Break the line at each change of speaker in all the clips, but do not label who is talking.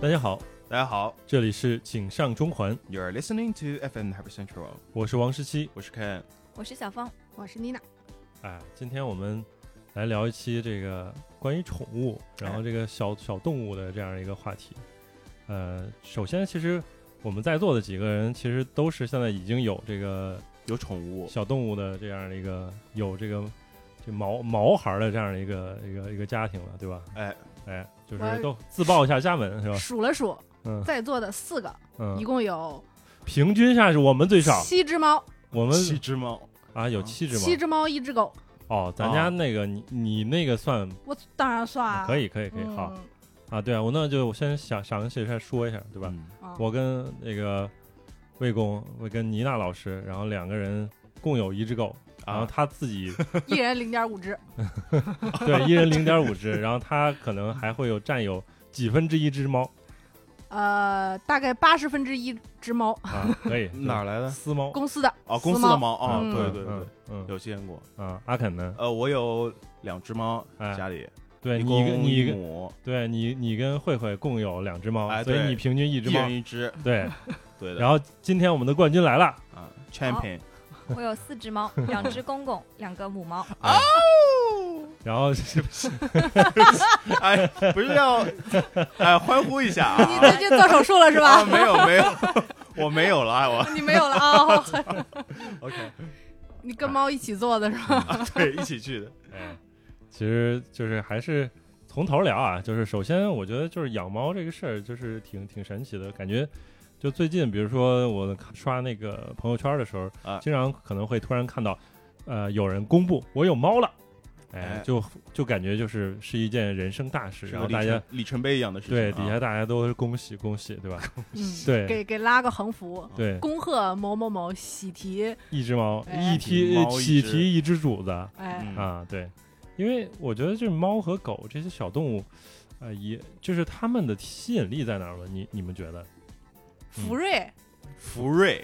大家好，
大家好
这里是请上中环，
，You're listening to FM Happy Central，
我是王十七。
我是 Ken。
我是小芳，
我是妮娜，
哎，今天我们来聊一期这个关于宠物，然
哎
后这个小小动物的这样一个话题。呃，首先，其实我们在座的几个人其实都是现在已经有这个
有宠物，
小动物的这样的一个有这个这毛毛孩儿的这样的一个一个一个家庭了，对吧？
哎，
哎，就是
我
都自报一下家门是吧？
数了数，
嗯
在座的四个，一
嗯，
共有
平均下是我们最少，
七只猫，
我们
七只猫，
啊有七只吗？
七只猫，一只狗。
哦，咱
啊
家那个你你那个算
我当然算啊，
可以可以可以，
嗯
好啊，对啊，我那就我先想详细再说一下，对吧？
嗯
啊
我跟那个魏公，我跟妮娜老师，然后两个人共有一只狗，然后
啊，
他自 己、
一人零点五只，
对一人零点五只，然后他可能还会有占有几分之一只猫
呃，大概八十分之一只猫，
啊，可以
哪儿来的？
私猫
公司的
哦，
私
公司的猫啊，
嗯
对对对，，
嗯嗯
有见过。
啊，阿肯呢？
呃，我有两只猫，
哎
家里
对
一
你
公
跟
一
你
母，
对你你跟慧慧共有两只猫，
哎
所以
对
你平均一只
一
猫
人一只，
对。
对的。
然后今天我们的冠军来了，
啊，champion，
我有四只猫，两只公公，两个母猫。
然后
哎，不是 要哎欢呼一下
你
啊
最近做手术了是
哦
啊，
吧？
没有没有，我没有了啊，我
你没有了啊？
OK，
你跟猫一起做的是 吧？
对，一起去的，
哎，其实就是还是从头聊啊，就是首先我觉得就是养猫这个事儿，就是挺挺神奇的，感觉就最近，比如说我看刷那个朋友圈的时候，
啊
经常可能会突然看到，呃，有人公布我有猫了，哎
哎，
就就感觉就是是一件人生大事，
是
然
个
后
里
大家
程里程碑一样的事情啊。
对底下大家都是恭喜恭喜，对 吧？
嗯，
对
给给拉个横幅，
对，
恭贺某某某喜提，
一只猫，
哎
一提
猫一
喜
只
提一只主子，
哎，
嗯
啊，对，因为我觉得就是猫和狗这些小动物，呃，也就是它们的吸引力在哪儿吧？你你们觉得？嗯
福瑞
福瑞，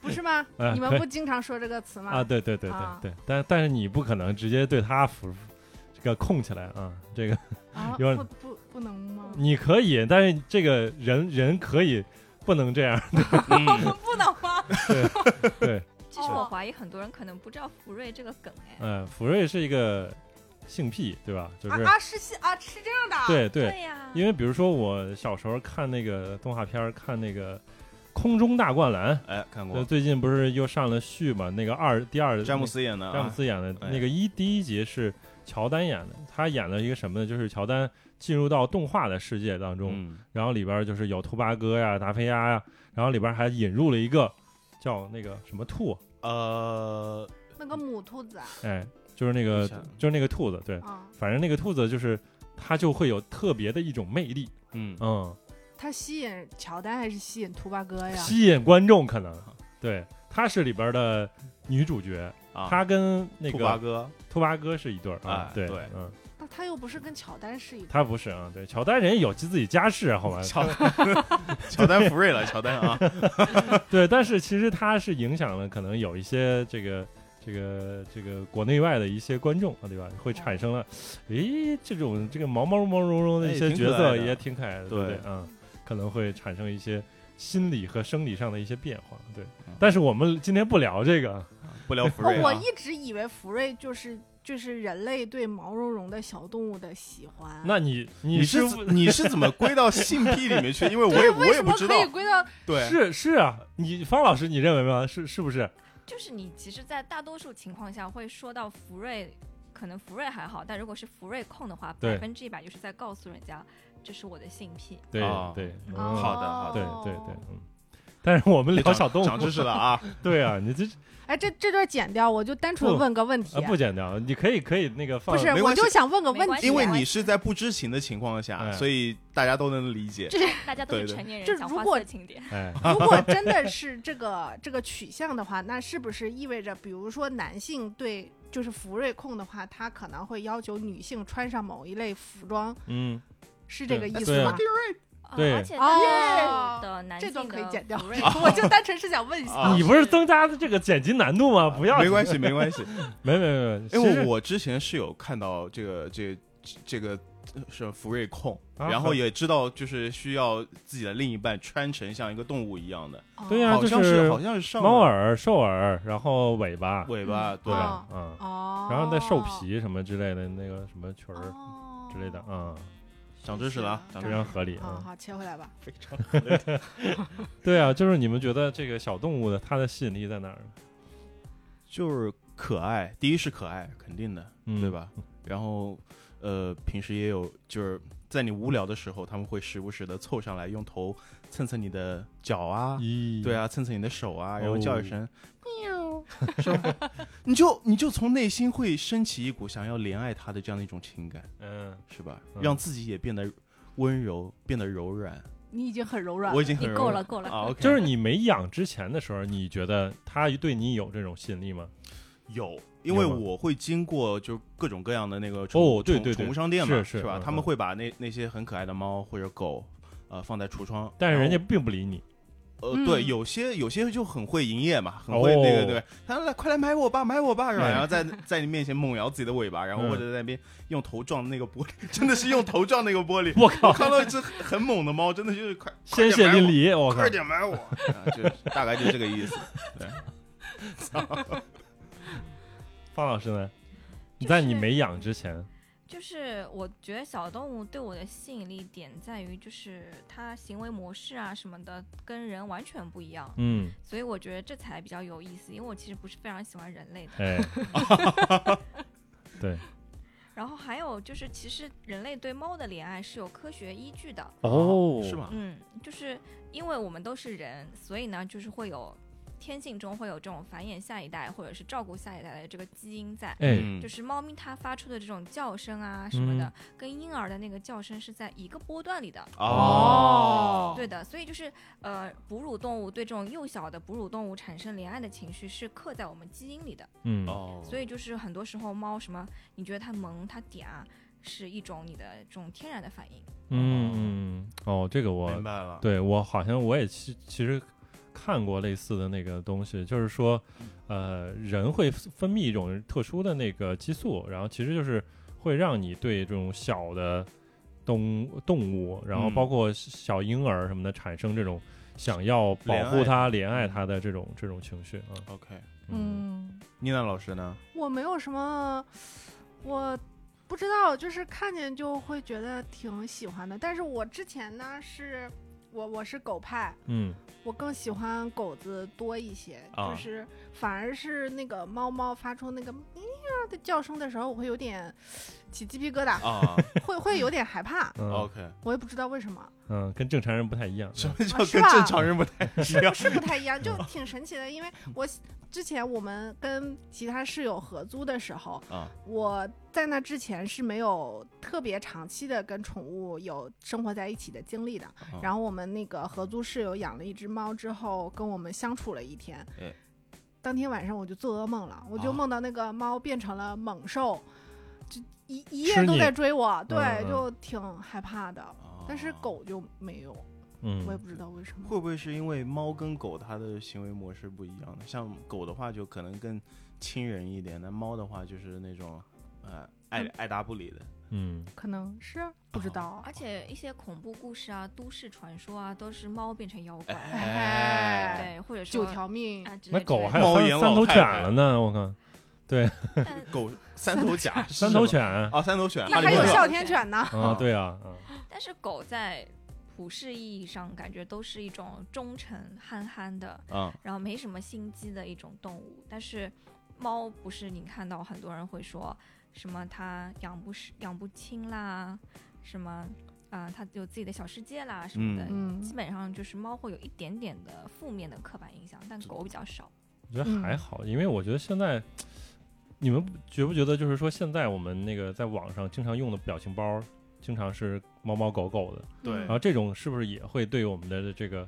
不 是吗
哎？
你们
可以
不经常说这个词
啊，
吗？
对对对对
啊
对，但但是你不可能直接对它服这个控起来啊，这个
啊，
有嗯
不不不能吗？
你可以，但是这个人人可以不能这样，
嗯，
不能吗？ 哦
对，
其实我怀疑很多人可能不知道福瑞这个梗哎。
嗯、福瑞是一个性癖，对吧？就是、
啊啊是是啊是这样的啊，
对对，
呀，
因为比如说我小时候看那个动画片儿，看那个《空中大灌篮》。
哎，看
对，
过
最近不是又上了续嘛？那个二第二
詹姆
那
斯演的啊，
呃詹姆斯演的、
哎
那个一第一集是乔丹演的，他演了一个什么呢？就是乔丹进入到动画的世界当中，
嗯，
然后里边就是有兔八哥呀、达菲鸭呀，然后里边还引入了一个叫那个什么兔，
呃，
那个母兔子啊，
哎，就是那个
等一下
就是那个兔子，对，
啊，
反正那个兔子就是它就会有特别的一种魅力，
嗯，
嗯，
它吸引乔丹还是吸引兔八哥呀？
吸引观众可能对，她是里边的女主角，
啊，
她跟那
兔八
个
哥，
兔八哥是一对儿啊
哎，
对
对，
嗯。
那他又不是跟乔丹是一
他不是啊，对，乔丹人有自己家室啊，好 吧？
乔丹，乔丹福瑞了，乔丹啊，
对，但是其实他是影响了可能有一些这个这个这个国内外的一些观众啊，对吧？会产生了，诶，这种这个毛毛毛茸茸的一
哎
些
挺
角
可爱
色
的
也挺可爱的，对不对
对？
嗯，可能会产生一些心理和生理上的一些变化，对
嗯。
但是我们今天不聊这个，
不聊福
哦
瑞，啊，
我一直以为福瑞就是就是人类对毛茸茸的小动物的喜欢。
那你
你
是
是
不
怎你是怎么归到性癖里面去？因为我
对
也
为
我也
什
不
么
知
可
道
以，归到
对，
是是啊？你方老师你认为吗？是是不是？
就是你其实，在大多数情况下会说到福瑞，可能福瑞还好，但如果是福瑞控的话，
对
百分之一百就是在告诉人家这是我的性癖。
对
哦
对，嗯
好的好
对对对，嗯，但是我们
这
聊
长
小动物，
长知识了啊！
对啊，你这
哎，这这段剪掉，我就单纯
不
问个问题
呃
啊，不简单，你可以可以那个放
不是，
没
我
关系
就想问个
没
问
关
题，
系
因为你是在不知情的情况下，
哎
所以大家都能理解。
大家都
对
是
对
成年人，
这
讲
如
话
果
色情点。
哎，
如果真的是这个 这个取向的话，那是不是意味着，比如说男性对就是福瑞控的话，他可能会要求女性穿上某一类服装，
嗯，
是这个意
对
思
啊
吗？
啊
对啊
而且
哦
大多数的男
这
性
段可以
的
剪掉，哦
福 瑞哦
我就单纯是想问一下，
啊
你不是增加这个剪辑难度吗？不要，
没关系，没关系。
没没没没，其
因
实
为我之前是有看到这个这个这个是福瑞控，
啊
然后也知道就是需要自己的另一半穿成像一个动物一样的，
哦
对呀
好像
就是
是好像是上
猫耳、兽耳，然后尾巴，
尾巴，对
对
吧？
吧？嗯，
哦，
然后再兽皮什么之类的，那个什么裙儿
哦
之类的，嗯，
长知识了啊，长
非
知识
常合理
啊，
哦
啊。
好，切回来吧。
非常
对啊，就是你们觉得这个小动物的它的吸引力在哪儿？
就是可爱，第一是可爱，肯定的，
嗯
对吧？然后呃，平时也有就是。在你无聊的时候，他们会时不时的凑上来，用头蹭蹭你的脚啊，
咦，
对，啊，蹭蹭你的手啊，然后
哦
叫一声喵，是吧？你就你就从内心会升起一股想要怜爱他的这样的一种情感，
嗯，
是吧？
嗯
让自己也变得温柔，变得柔软。
你已经很柔软了，
我已经
你
很柔
够
软
了，够了。
啊，OK，
就是你没养之前的时候，你觉得它对你有这种吸引力吗？
有。因为
有吗
我会经过就各种各样的那个宠物
哦对
宠
对对
宠物商店嘛，
是是
吧
嗯？
他们
嗯
会把那那些很可爱的猫或者狗，呃，放在橱窗。
但是人家
然
并不理你，
后呃，对，
嗯
有些有些就很会营业嘛，很会那
哦
个对吧，他说来快来买我吧，买我吧，是吧？
哎
然后在在你面前猛摇自己的尾巴，然后
嗯
或者在那边用头撞那个玻璃， 真的是用头撞那个玻璃。
我靠，
看到一只很猛的猫，真的就是快
鲜血淋，漓，
快
我靠，
点买我快点买我，啊就大概就这个意思。对，
方老师呢？你
就
在你
是
没养之前，
就是我觉得小动物对我的吸引力点在于，就是它行为模式啊什么的跟人完全不一样，
嗯，
所以我觉得这才比较有意思。因为我其实不是非常喜欢人类的。
哎，对，
然后还有就是，其实人类对猫的怜爱是有科学依据的。
哦，
啊是？吗？
嗯，就是因为我们都是人，所以呢，就是会有天性中会有这种繁衍下一代或者是照顾下一代的这个基因在。
哎，
嗯
就是猫咪它发出的这种叫声啊什么的，跟婴儿的那个叫声是在一个波段里的。
哦，
对的，所以就是呃，哺乳动物对这种幼小的哺乳动物产生怜爱的情绪是刻在我们基因里的。
嗯，
哦，
所以就是很多时候猫什么，你觉得它萌它嗲，是一种你的这种天然的反应。
嗯嗯，哦，这个我
明白了。
对我好像我也其其实看过类似的那个东西，就是说，呃，人会分泌一种特殊的那个激素，然后其实就是会让你对这种小的动动物，然后
嗯
包括小婴儿什么的，产生这种想要保护它、怜爱它的这种这种情绪啊。
OK，
嗯，
妮娜老师呢？
我没有什么，我不知道，就是看见就会觉得挺喜欢的。但是我之前呢是。我我是狗派，
嗯
我更喜欢狗子多一些，
啊
就是反而是那个猫猫发出那个喵的叫声的时候，我会有点起鸡皮疙瘩，
啊
会会有点害怕，
嗯嗯
，OK，
我也不知道为什么，
嗯，跟正常人不太一样。
什么叫
啊是
跟
吧
正常人不 太一样？
是不太一 样，就挺神奇的。因为我之前我们跟其他室友合租的时候，
啊，
我在那之前是没有特别长期的跟宠物有生活在一起的经历的。
哦
然后我们那个合租室友养了一只猫之后，跟我们相处了一天。
哎
当天晚上我就做噩梦了，我
哦
啊
就梦到那个猫变成了猛兽，就一一
吃
夜
你
都在追我，
嗯
对，
嗯
就挺害怕的。
哦
但是狗就没有，
嗯
我也不知道为什么。
会不会是因为猫跟狗它的行为模式不一样呢？像狗的话就可能更亲人一点，那猫的话就是那种呃爱爱答不理的。
嗯，
可能是不
哦
知道
而，且一些恐怖故事啊、都市传说啊，都是猫变成妖
哎
怪，
哎，
对，或者说
九条命，
啊之类
那
之
狗
类
还
的
有
猫
三
眼
三
老
头
太
犬
太
了呢，我靠，
但
狗三头甲，是
三头
什么
犬啊，
啊，三头犬，
那
哈利
还
波
有
特
哮天犬呢。
啊对啊，啊
但是狗在普世意义上感觉都是一种忠诚、憨憨的，
啊，
然后没什么心机的一种动物。但是猫不是你看到很多人会说什么它养不是养不亲啦，什么啊、它有自己的小世界啦什么的。
嗯
基本上就是猫会有一点点的负面的刻板印象，但狗比较少。
我觉得还好，因为我觉得现在你们觉不觉得，就是说现在我们那个在网上经常用的表情包，经常是猫猫狗狗的，
对
嗯
然后这种是不是也会对我们的这个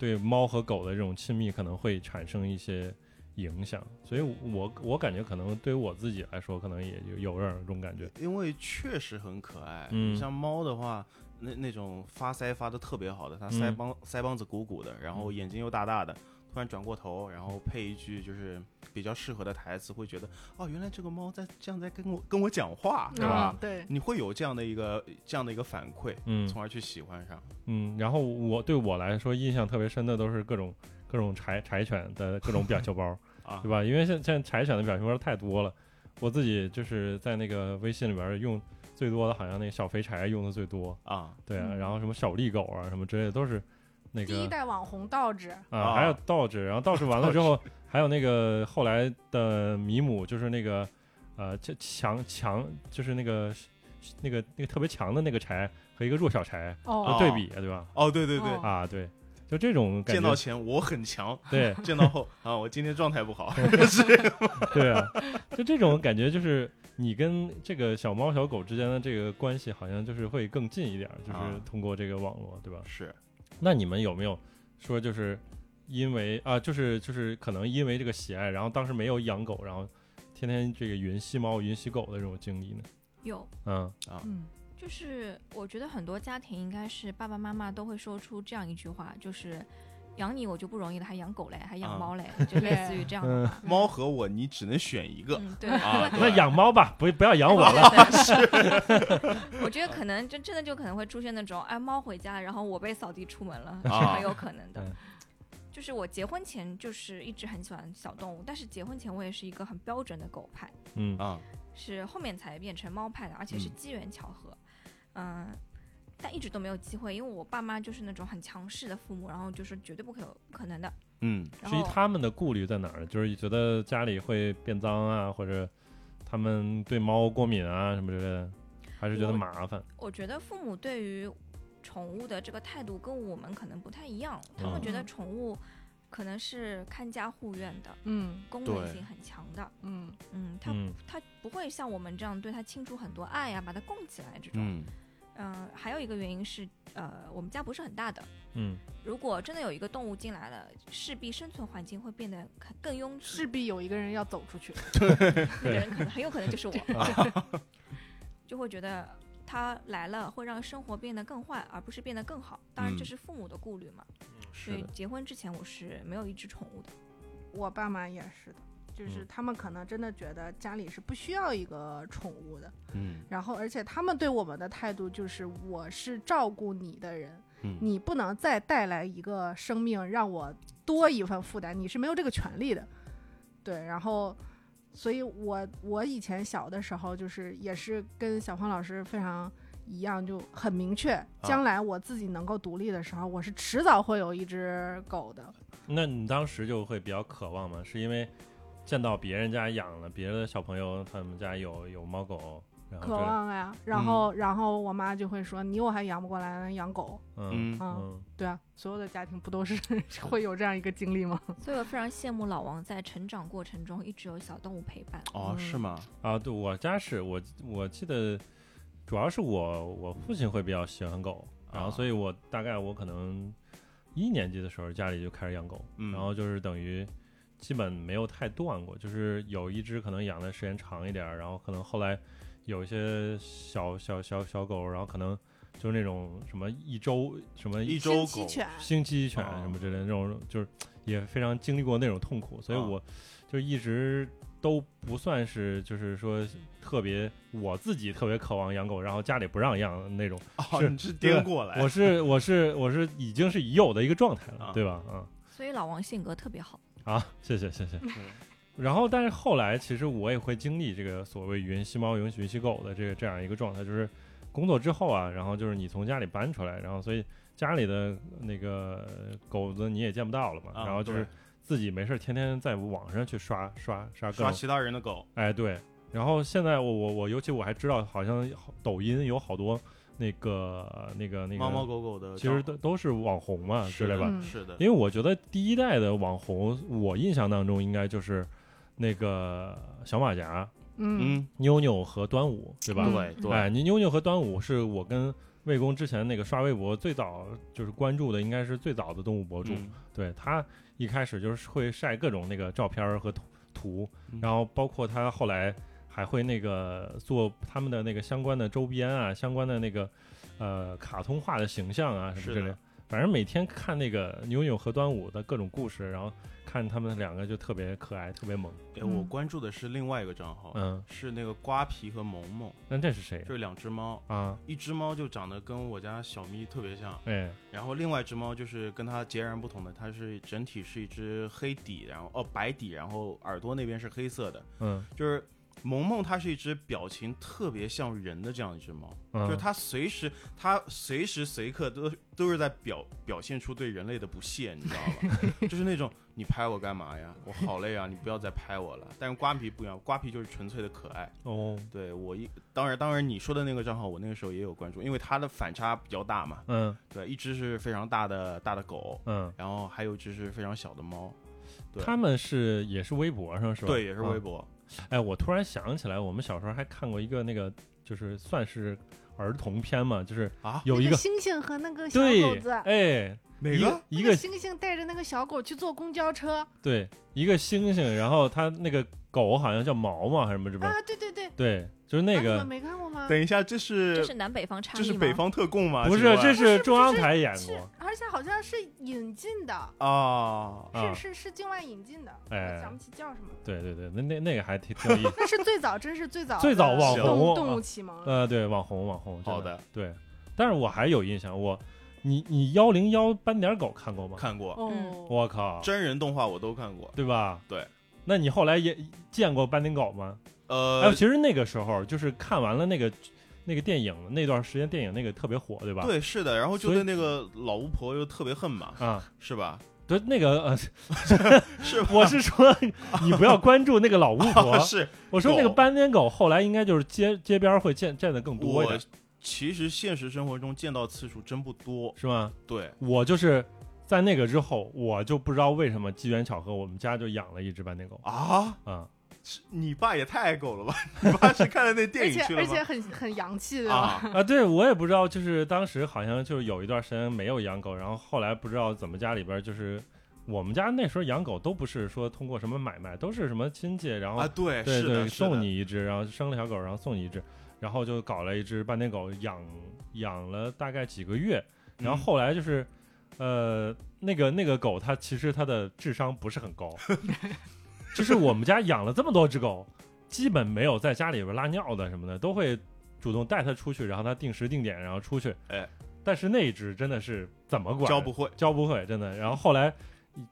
对猫和狗的这种亲密可能会产生一些影响？所以我我感觉可能对于我自己来说，可能也有有点这种感觉。
因为确实很可爱。
嗯
你像猫的话，那那种发腮发的特别好的，它腮
嗯
帮、腮帮子鼓鼓的，然后眼睛又大大的，突然转过头，然后配一句就是比较适合的台词，会觉得哦，原来这个猫在这样在跟我跟我讲话，对吧？
啊
嗯对，
你会有这样的一个这样的一个反馈，
嗯
从而去喜欢上。
嗯，然后我对我来说印象特别深的都是各种各种柴柴犬的各种表情 包。
啊
对，吧？因为现现在柴犬的表情包太多了，我自己就是在那个微信里边用最多的，好像那个小肥柴用的最多，
啊，
对啊，
嗯
然后什么小力狗啊什么之类的都是那
第一
个
代网红道指，
啊，
啊
还有道士，然后道士完了之后，还有那个后来的米姆，就是那个呃这强强，就是那个那个那个特别强的那个柴和一个弱小柴
哦
的对比，对吧？
哦，对对对，
哦
啊，对，就这种感
见到
觉，
前我很强，
对。
见到后啊，我今天状态不好。
对啊，就这种感觉，就是你跟这个小猫小狗之间的这个关系，好像就是会更近一点儿，就是
啊
通过这个网络，对吧？
是，
那你们有没有说，就是因为啊，就是就是可能因为这个喜爱，然后当时没有养狗，然后天天这个云吸猫、云吸狗的这种经历呢？
有，
嗯
嗯，
就是我觉得很多家庭应该是爸爸妈妈都会说出这样一句话，就是养你我就不容易了，还养狗嘞，还
啊
养猫嘞，就类似于这样的话。
猫和我你只能选一个
嗯，对。
啊，
那
对
养猫吧，不不要养我了。
了。我觉得可能真真的就可能会出现那种，哎，猫回家，然后我被扫地出门了， 是
啊
很有可能的
嗯。
就是我结婚前就是一直很喜欢小动物，但是结婚前我也是一个很标准的狗派，
嗯
啊，
是后面才变成猫派的，而且是
嗯
机缘巧合。嗯、但一直都没有机会，因为我爸妈就是那种很强势的父母，然后就是绝对不可有可能的。
嗯，
然
至于
后
他们的顾虑在哪儿，就是觉得家里会变脏啊，或者他们对猫过敏啊什么之类的，还是觉得
我
麻烦。
我觉得父母对于宠物的这个态度跟我们可能不太一样，他们
嗯
觉得宠物可能是看家护院的，
嗯
功能
对
性很强的，
嗯
嗯，他
嗯
他不会像我们这样对它倾注很多爱呀、把它供起来这种。
嗯
嗯、还有一个原因是，呃，我们家不是很大的，
嗯
如果真的有一个动物进来了，势必生存环境会变得更更拥挤，
势必有一个人要走出去。
那个人可能很有可能 就是我， 就会觉得它来了会让生活变得更坏，而不是变得更好。当然，
嗯
这是父母的顾虑嘛。所
是
以
的，
结婚之前我是没有一只宠 物的。
我爸妈也是的，就是
嗯
他们可能真的觉得家里是不需要一个宠物的，
嗯
然后而且他们对我们的态度就是我是照顾你的人，
嗯
你不能再带来一个生命让我多一份负担，你是没有这个权利的。对，然后，所以我我以前小的时候就是也是跟小芳老师非常一样，就很明
啊
确，将来我自己能够独立的时候，我是迟早会有一只狗
啊
的。
那你当时就会比较渴望吗？是因为见到别人家养了，别的小朋友他们家有有猫狗，然后
渴
这
啊
望呀，然
嗯
后、然后我妈就会说：“你我还养不过来，养狗。
嗯
嗯
啊
嗯”
对啊，所有的家庭 不都是会有这样一个经历吗？
所以我非常羡慕老王在成长过程中一直有小动物陪伴。
哦，
嗯
是吗？
啊，对我家是我我记得，主要是我我父亲会比较喜欢狗，然后
啊
所以我大概我可能一年级的时候家里就开始养狗，
嗯
然后就是等于基本没有太断过，就是有一只可能养的时间长一点儿，然后可能后来有一些小小小小狗，然后可能就是那种什么一周什么
一周狗
生鸡犬，
星期犬
哦
什么之类的那种，就是也非常经历过那种痛苦，所以
哦
我就一直都不算是就是说特别我自己特别渴望养狗，然后家里不让养的那种，
哦，
是
你是
对啊
颠过来，
我是我是我是已经是已有的一个状态了，
啊
对吧？嗯
所以老王性格特别好。
啊，谢谢谢谢。
嗯
然后，但是后来其实我也会经历这个所谓云吸猫、云云吸狗的这个这样一个状态，就是工作之后啊，然后就是你从家里搬出来，然后所以家里的那个呃狗子你也见不到了嘛，
啊
然后就是
对
自己没事儿天天在网上去刷刷刷各
刷
种，
其他人的狗
哎对。然后现在我我我，尤其我还知道，好像好抖音有好多那个那个那个
猫猫狗狗的
其实
照
都都是网红嘛之
是
类
的
吧。
嗯
是的
因，为我觉得第一代的网红，我印象当中应该就是那个小马甲、
嗯
嗯，
妞妞和端午，对吧？
对
嗯
哎，
对，
你妞妞和端午是我跟魏公之前那个刷微博最早就是关注的，应该是最早的动物博主。
嗯
对他一开始就是会晒各种那个照片儿和图图
嗯，
然后包括他后来还会那个做他们的那个相关的周边啊，相关的那个呃卡通化的形象啊什么之
是
类
的
的。反正每天看那个牛牛和端午的各种故事，然后看他们两个就特别可爱，特别萌。
哎，我
嗯
关注的是另外一个账号，
嗯，
是那个瓜皮和萌萌，
那这是谁
这两只猫，
啊？
一只猫就长得跟我家小咪特别像，
哎，
然后另外一只猫就是跟它截然不同的，它是整体是一只黑底，然后哦白底，然后耳朵那边是黑色的。
嗯，
就是萌萌，它是一只表情特别像人的这样一只猫，
嗯
就是它随时它随时随刻都都是在表表现出对人类的不屑，你知道吧？ 就是那种你拍我干嘛呀？我好累啊，你不要再拍我了。但是瓜皮不一样，瓜皮就是纯粹的可爱。
哦，
对我一当然当然你说的那个账号，我那个时候也有关注，因为它的反差比较大嘛。
嗯
对，一只是非常大的大的狗，
嗯，
然后还有一只是非常小的猫。对
他们是也是微博上是吧？
对，也是微
啊
博。
哎，我突然想起来，我们小时候还看过一个那个，就是算是儿童片嘛，就是
啊
有一
那
个
星星和那个小狗
对
子，，
哎，
哪
一个一
那个
个
星星带着那个小狗去坐公交车
对一个星星，然后它那个狗好像叫毛毛还是什么什么，
啊，对对对，
对，就是那
啊你
个
们没看过吗？
等一下，这是
这是南北方差异
这是
吗
北 方特供吗？
不
请
是，
问
这
是啊不
中央
是
台演
是
过，，
而且好像是引进的，
啊，
啊
是，是是境外引进的，
哎
我想不起叫什么。
对对对，那那那个还挺挺有意 思，
那是最早，真是最早
最早
的
网
动
红
动
啊
物启蒙了。
呃，对，网红网红，真
好的，
对，但是我还有印象，我你你幺零幺斑点狗看过吗？
看过
哦，
我靠，
真人动画，我都看过。
对吧？
对，
那你后来也见过斑点狗吗？哎，
呃，
其实那个时候就是看完了那个那个电影那段时间，电影那个特别火，对吧？
对，是的。然后就
所以
对那个老巫婆又特别恨嘛，
啊，
是吧？
对那个呃，
是吧？
我是说你不要关注那个老巫婆，
是
我说那个
狗
斑点狗后来应该就是街街边儿会见见的更多一
我
点，
其实现实生活中见到次数真不多。
是吗？
对，
我就是在那个之后，我就不知道为什么机缘巧合，我们家就养了一只斑点 狗
啊，
啊，
是你爸也太爱狗了吧？ 你爸是看了那
而
电
且
影去
而
了
且
吗？
很很洋气，对吧？
啊，
啊，对我也不知道，就是当时好像就是有一段时间没有养狗，然后后来不知道怎么家里边儿就是我们家那时候养狗都不是说通过什么买卖，都是什么亲戚，然后
啊，对，
对
是的，
对，
是的
送你一只，然后生了条狗，然后送你一只，然后就搞了一只斑点狗，养养了大概几个月，然
嗯
后后来就是，呃，那个那个狗它其实它的智商不是很 高，就是我们家养了这么多只狗，基本没有在家里边拉尿的什么的，都会主动带它出去，然后它定时定点然后出去，
哎，
但是那一只真的是怎么管
教不会。
教不会，真的。然后后来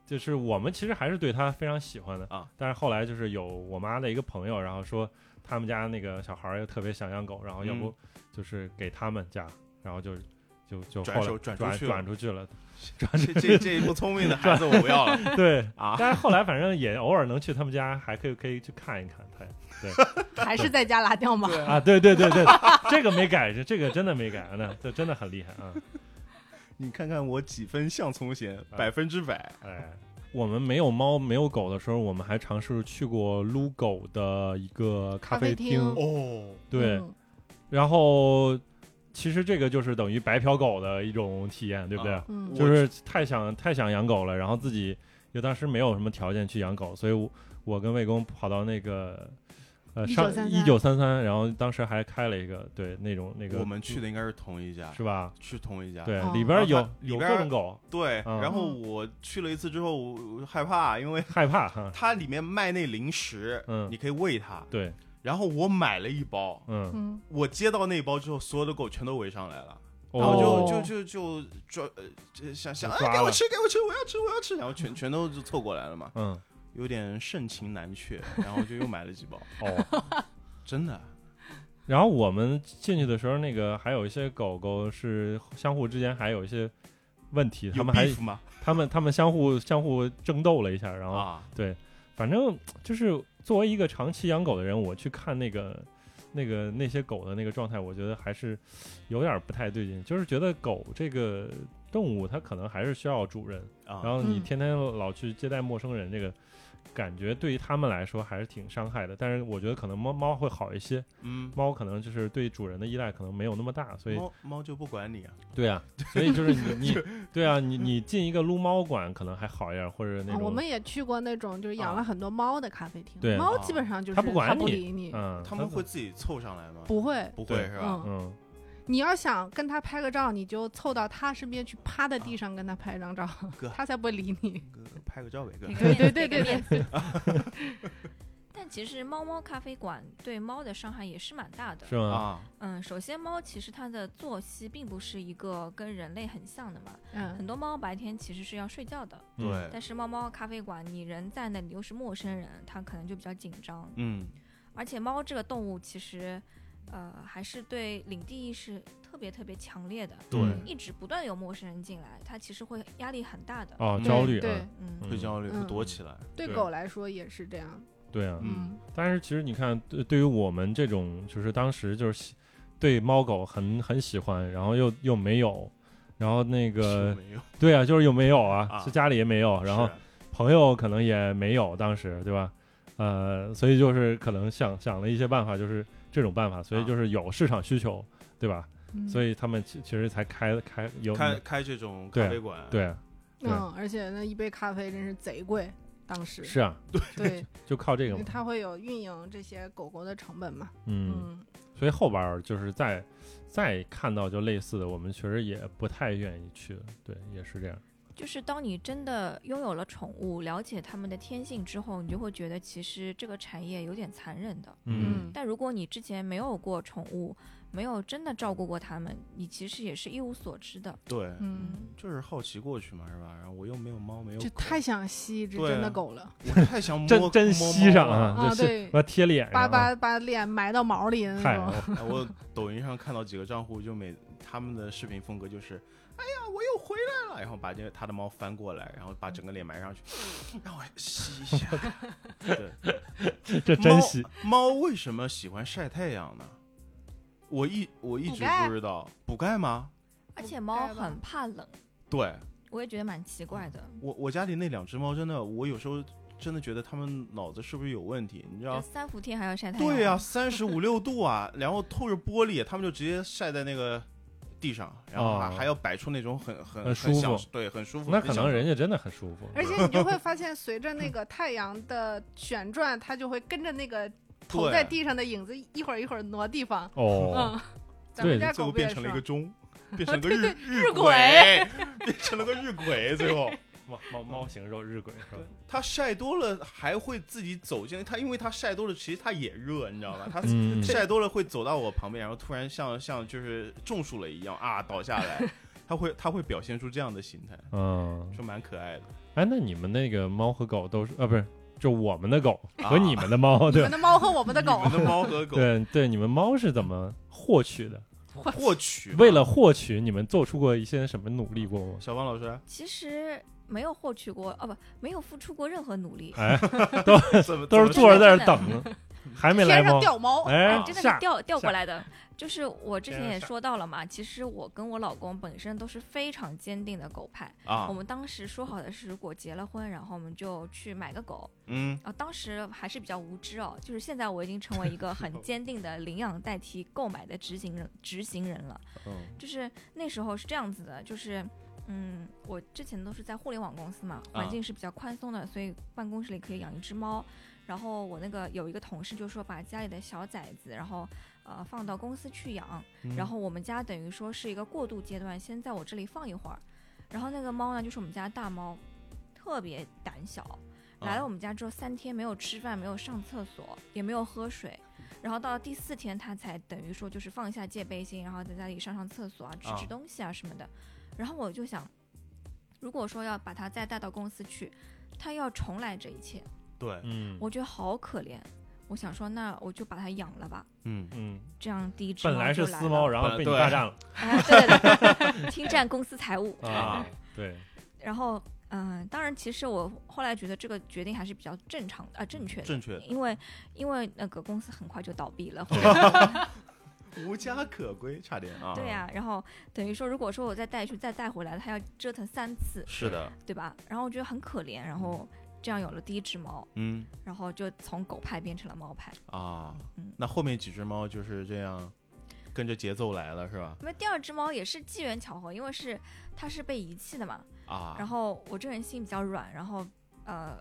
就是我们其实还是对他非常喜欢的
啊，
但是后来就是有我妈的一个朋友，然后说他们家那个小孩儿又特别想养狗，然后要
嗯
不就是给他们家，然后就就就
转
后来
手转出
转
去了
转出去了，
这这这不聪明的孩子我不要 了
对。
啊！
但是后来反正也偶尔能去他们家，还可以可以去看一看 他
还是在家拉掉吗？
对
啊，对对对对，这个没改，这这个真的没改呢，这真的很厉害啊！
你看看我几分像从 前，
嗯
百分之百。
哎，我们没有猫没有狗的时候，我们还尝试去过撸狗的一个咖
咖啡
啡
厅
哦，
对，
嗯，
然后其实这个就是等于白嫖狗的一种体验，对不对？
啊
嗯
就
我
是太想太想养狗了，然后自己又当时没有什么条件去养狗，所以我我跟魏工跑到那个呃上
1933
一九三三，然后当时还开了一个对那种那个
我们去的应该是同一家，
是吧？
去同一家。
对，
哦
里边有
然后它
有
里边
各种狗，
对
嗯
然后我去了一次之后，我我害怕，因为
害怕哈，
它里面卖那零食，
嗯
你可以喂它。
对，
然后我买了一包，
嗯，
嗯，
我接到那一包之后，所有的狗全都围上来了，
我
然后
哦
就就就就抓，呃就想想，啊，
抓
给我
了
吃，给我吃，我要吃，我要吃，然后全全都就凑过来了嘛，
嗯
有点盛情难却，然后就又买了几包，
哦。
真的。
然后我们进去的时候，那个还有一些狗狗是相互之间还有一些问题，他
有
们还
beef 吗？
他们他们相互相互争斗了一下，然后、
啊，
反正就是作为一个长期养狗的人，我去看那个那个那些狗的那个状态，我觉得还是有点不太对劲，就是觉得狗这个动物它可能还是需要主人，
啊，
然后你
嗯
天天老去接待陌生人，这个感觉对于他们来说还是挺伤害的。但是我觉得可能猫猫会好一些，
嗯，
猫可能就是对主人的依赖可能没有那么大，所以
猫猫就不管你啊，
对 啊，所以就是你你对啊，你你进一个撸猫馆可能还好一点，或者那
啊
种
我们也去过那种就是养
啊
了很多猫的咖啡厅，
对
猫
啊
基本上就是
它不管
它不
你
理你，
嗯，
他们会自己凑上来吗？
不会，
不会
对
是吧？
嗯，
嗯
你要想跟它拍个照，你就凑到它身边去，趴在地上跟它拍一张照
哥，
它才不会理你。
哥，拍个照呗，哥
给。个面子
对对对
给个
对
面子但其实猫猫咖啡馆对猫的伤害也是蛮大的。
是吗？
啊，
嗯，首先猫其实它的作息并不是一个跟人类很像的嘛，
嗯，
很多猫白天其实是要睡觉的，
嗯
但是猫猫咖啡馆你人在那里又是陌生人，它可能就比较紧张。
嗯，
而且猫这个动物其实，呃，还是对领地意识特别特别强烈的，
对，
嗯
一直不断有陌生人进来，它其实会压力很大的。
哦
嗯
焦虑
对
啊，
嗯，
会焦虑，
嗯
会躲起来。
对
对
狗来说也是这样。
对啊，
嗯
嗯，
但是其实你看，对对于我们这种就是当时就是喜对猫狗很很喜欢，然后又又没有，然后那个
没有，
对啊，就是又没有啊，
啊
就家里也没 有，然后
是
朋友可能也没有，当时对吧？呃，所以就是可能想想了一些办法，就是这种办法，所以
啊
就是有市场需求，对吧？所
以，
以他们其其实才开开有
开开这种
对
咖啡馆，，
对对
嗯，而且那一杯咖啡真是贼贵，当时
是啊，
对，
就靠这
因
个
为
嘛，
它会有运营这些狗狗的成本嘛。
嗯。
嗯，
所以后边儿就是再再看到就类似的，我们确实也不太愿意去了。对，也是这样。
就是当你真的拥有了宠物，了解它们的天性之后，你就会觉得其实这个产业有点残忍的。
嗯，
但如果你之前没有过宠物，没有真的照顾过它们，你其实也是一无所知的。
对，
嗯，
就是好奇过去嘛，是吧？然后我又没有猫，没有
就
狗，
太想吸一只
对啊
真的狗了，
我太想摸
真真
摸
吸上
猫了。
啊，
嗯啊
这
对
是把它贴脸上
把
啊。
把把脸埋到毛里的那
嗨，
种。
我
哎我抖音上看到几个账户，就每他们的视频风格就是，哎呀，我又回来了，然后把这个他的猫翻过来，然后把整个脸埋上去，让我吸一下。 对，
这真吸。
猫为什么喜欢晒太阳呢？我一我一直
补钙
不知道，补钙吗？
而且猫
该吧
很怕冷，
对
我也觉得蛮奇怪的。
我我家里那两只猫真的，我有时候真的觉得它们脑子是不是有问
啊
题？你知
就
道？
三伏天还要晒太阳。
对呀、三十五六度啊， 然后透着玻璃，它们就直接晒在那个地上，然后还、
哦
还要摆出那种很很
很舒
享
服
对，很舒服。
那
很
可
享
能
受
人家真的很舒服。
而且你就会发现，随着那个太阳的旋转，它就会跟着那个投
对
在地上的影子一会儿一会儿挪地方。
哦，
嗯，咱们
对
家
最
狗
后
不也
变
是
成了
吗
一个钟，变 成了个日
对
日
鬼，
变成了个日晷，最后。
猫猫猫型肉日晷是吧？
它晒多了还会自己走进来，它因为它晒多了，其实它也热，你知道吧？ 它
嗯
晒多了会走到我旁边，然后突然像像就是中暑了一样啊倒下 来，它会它会表现出这样的形态，
嗯，
就蛮可爱的。
哎，那你们那个猫和狗都是啊，不是，就我们的狗
啊
和你们的猫，
你
对
们的猫和我们的狗
你，们的猫 和狗
对对，你们猫是怎么获取的？
获取吧
为了获取，你们做出过一些什么努力过吗？
小芳老 师
其实没有获取过，哦不，没有付出过任何努力，
哎，
怎么
都是
怎
坐
么
着在这儿等，还 没来
天上
猫。
掉毛。
哎，
真的
下
是调调
下
过来的。就是我之
天啊
前也
上
说到了嘛，其实我跟我老公本身都是非常坚定的狗派。
啊
我，们当时说好的是，如果结了婚，然后我们就去买个狗。
嗯，
啊，当时还是比较无知哦，就是现在我已经成为 一个很坚定的领养代替购买的执行人执行人了。
嗯
就是那时候是这样子的，就是嗯，我之前都是在互联网公司嘛，环
啊
境是比较宽松的，所以办公室里可以养一只猫。然后我那个有一个同事就说把家里的小崽子，然后呃放到公司去养，
嗯
然后我们家等于说是一个过渡阶段，先在我这里放一会儿。然后那个猫呢，就是我们家大猫，特别胆小，
啊
来
嗯
了我们家之后三天没有吃饭，没有上厕所，也没有喝水。
嗯
然后到了第四天，它才等于说就是放下戒备心，然后在家里上上厕所啊，吃吃
嗯
啊
东西啊什么的。然后我就想，如果说要把它再带到公司去，它要重来这一切，
对，
嗯
我觉得好可怜。我想说，那我就把它养了吧。
嗯，
嗯，
这样第一只
本来是
就
私
了
猫，然后被你
呃对
霸占了嗯
嗯
哎，对对对，侵占公司财物。
啊，
对，
然后嗯、当然，其实我后来觉得这个决定还是比较正常啊、呃正确的，
正确的，
因为因为那个公司很快就倒闭了，或者
无家可归，差点啊。
对呀、然后等于说，如果说我再带去再带回来，它要折腾三次，
是的，
对吧？然后我觉得很可怜，然后这样有了第一只猫，
嗯
然后就从狗派变成了猫派。
啊
嗯，
那后面几只猫就是这样跟着节奏来了，是吧？
那么第二只猫也是机缘巧合，因为是它是被遗弃的嘛，
啊，
然后我这人心比较软，然后呃，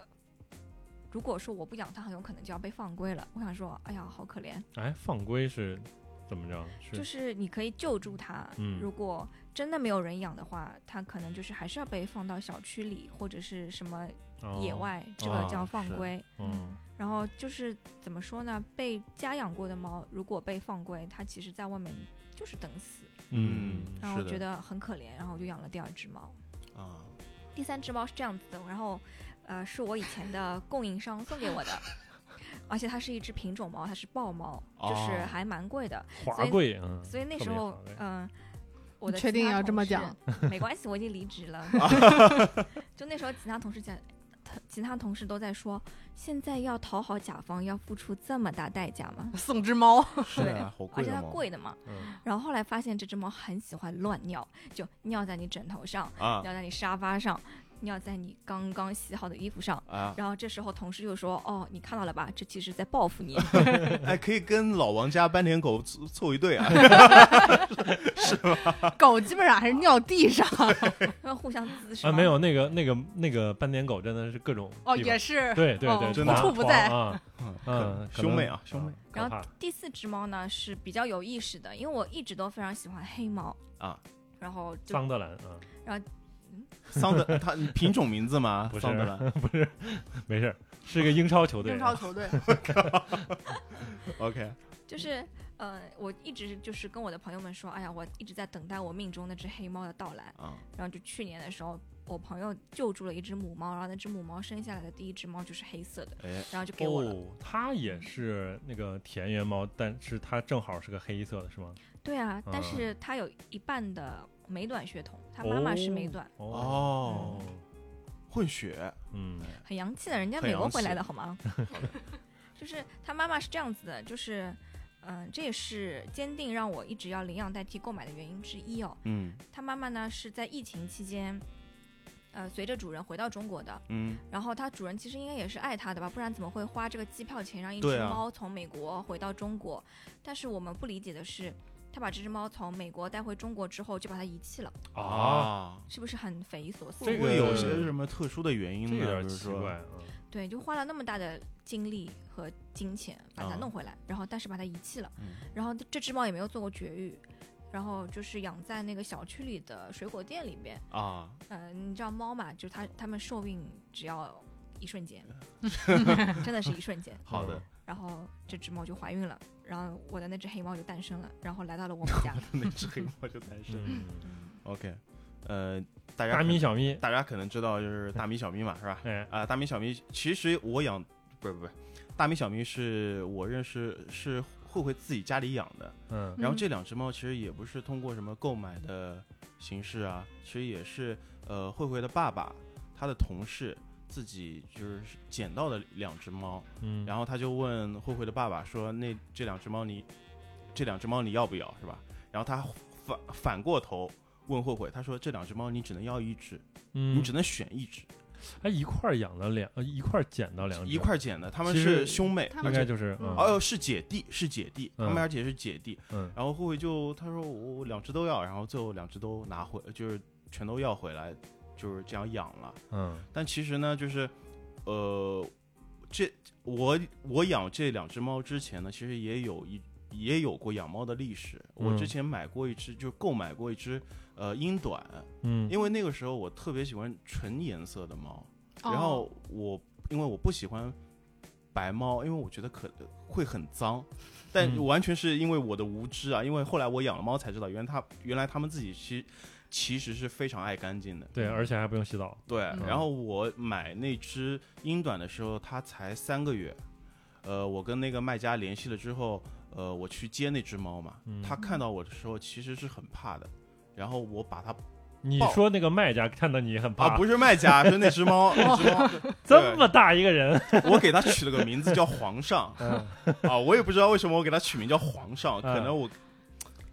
如果说我不养它，很有可能就要被放归了。我想说，哎呀，好可怜，
哎，放归是怎么着？是、
就是你可以救助它，
嗯
如果真的没有人养的话，它可能就是还是要被放到小区里或者是什么
哦
野，外，这个
哦
叫放
是
归。
嗯，
然后就是怎么说呢？被家养过的猫，如果被放归，它其实在外面就是等死。
嗯，
然后
是
我
的
觉得很可怜，然后我就养了第二只猫。
啊，
第三只猫是这样子的，然后呃是我以前的供应商送给我 的，而且它是一只品种猫，它是豹猫，就是
哦
还蛮贵的，
华贵啊，
所以那
特
时
别
候
华贵
嗯。我的
确
其
定
他
要这
同
么
事
讲？
没关系，我已经离职 了。就那时候，其他同事讲，他其他同事都在说，现在要讨好甲方，要付出这么大代价吗？
送 只猫，
是啊，好
而
贵
且它
的猫
贵的嘛。
嗯，
然后后来发现这只猫很喜欢乱尿，就尿在你枕头上，
啊
尿在你沙发上，尿在你刚刚洗好的衣服上。
啊，
然后这时候同事就说：“哦，你看到了吧？这其实在报 复你。
哎，可以跟老王家斑点狗凑凑一对啊，
狗基本上还是尿地上。
他们互相滋是
啊，
吗
没有那个那个那个斑点狗真的是各种
哦，
地
也
方
是。
对对
哦
对，
真的
黄
无处不在
黄 啊，嗯，可
兄妹
能
啊，兄妹
可
然
怕
后第四只猫呢是比较有意识的，因为我一直都非常喜欢黑猫
啊。
然后就
桑德兰啊，
桑德，他你品种名字吗？
不是
桑 德兰。
没事儿，是一个英超球队啊
英，超球队
OK，
就是呃，我一直就是跟我的朋友们说，哎呀，我一直在等待我命中那只黑猫的到来。
啊
然后就去年的时候，我朋友救助了一只母猫，然后那只母猫生下来的第一只猫就是黑色的，
哎
然后就给我了。
哦，它也是那个田园猫，但是它正好是个黑色的，是吗？
对啊，但
嗯
是它有一半的美短血统，它妈妈是美
哦
短，
哦，
哦，混血
嗯，
很洋气的，人家
很
美国
洋
回
气
来的 好吗？就是他妈妈是这样子的，就是，嗯、这也是坚定让我一直要领养代替购买的原因之一哦。
嗯
他妈妈呢是在疫情期间，呃，随着主人回到中国的，
嗯
然后他主人其实应该也是爱他的吧，不然怎么会花这个机票钱让一
对
只
啊
猫从美国回到中国？但是我们不理解的是，他把这只猫从美国带回中国之后就把它遗弃了，
哦
啊，，
是不是很匪夷所思？
这
会
个
不会有些什么特殊的原因
这有
呢？
点
就是
奇
说
怪啊，
对，就花了那么大的精力和金钱把它
啊
弄回来，然后但是把它遗弃了，
嗯
然后这只猫也没有做过绝育，然后就是养在那个小区里的水果店里边。
啊，
呃，你知道猫嘛，就是它它们受孕只要一瞬 间，真的是一瞬间。
好的，
然后这只猫就怀孕了，然后我的那只黑猫就诞生了，然后来到了我们 家。
那只黑猫 就诞生。
嗯，
OK，呃，大家
大
可
咪小咪，
大家可能知道就是大米小咪嘛，是吧？
哎，
啊，大米小咪，其实我养不是不是，大米小咪是我认识是慧慧自己家里养的，
嗯
然后这两只猫其实也不是通过什么购买的形式啊，其实也是呃慧慧的爸爸他的同事自己就是捡到的两只猫，
嗯，
然后他就问慧慧的爸爸说：“那这两只猫你，这两只猫你要不要是吧？”然后他反反过头问慧慧，他说：“这两只猫你只能要一只，
嗯
你只能选一只，
哎，一块儿养了两，呃一块儿捡到两只，
一块儿捡的，他们
其实
是兄妹，
他
应
们
该
是
就是，
嗯
嗯
哦，是姐弟，是姐弟，他们
嗯
而且是姐弟。
嗯
然后慧慧就他说我我两只都要，然后最后两只都拿回，就是全都要回来，就是这样养了。
嗯
但其实呢，就是呃，这我我养这两只猫之前呢，其实也有一也有过养猫的历史。我
嗯
之前买过一只，就购买过一只呃英短，
嗯，
因为那个时候我特别喜欢纯颜色的猫，
哦
然后我因为我不喜欢白猫，因为我觉得可会很脏，但
嗯
完全是因为我的无知啊，因为后来我养了猫才知道，原来它原来它们自己其其实是非常爱干净的，
对，而且还不用洗澡，
对，
嗯
然后我买那只英短的时候，它才三个月。呃，我跟那个卖家联系了之后，呃，我去接那只猫嘛，
嗯
它看到我的时候其实是很怕的，然后我把它
你
抱
说那个卖家看到你很怕，
啊，不是卖家，是那只 猫，那只猫，
这么大一个人，
我给它取了个名字叫皇上
嗯
啊，我也不知道为什么我给它取名叫皇上，可能我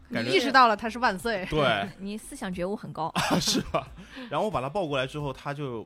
你
感觉
意识到了它是万岁，
对
你思想觉悟很高，
是吧？然后我把它抱过来之后，它就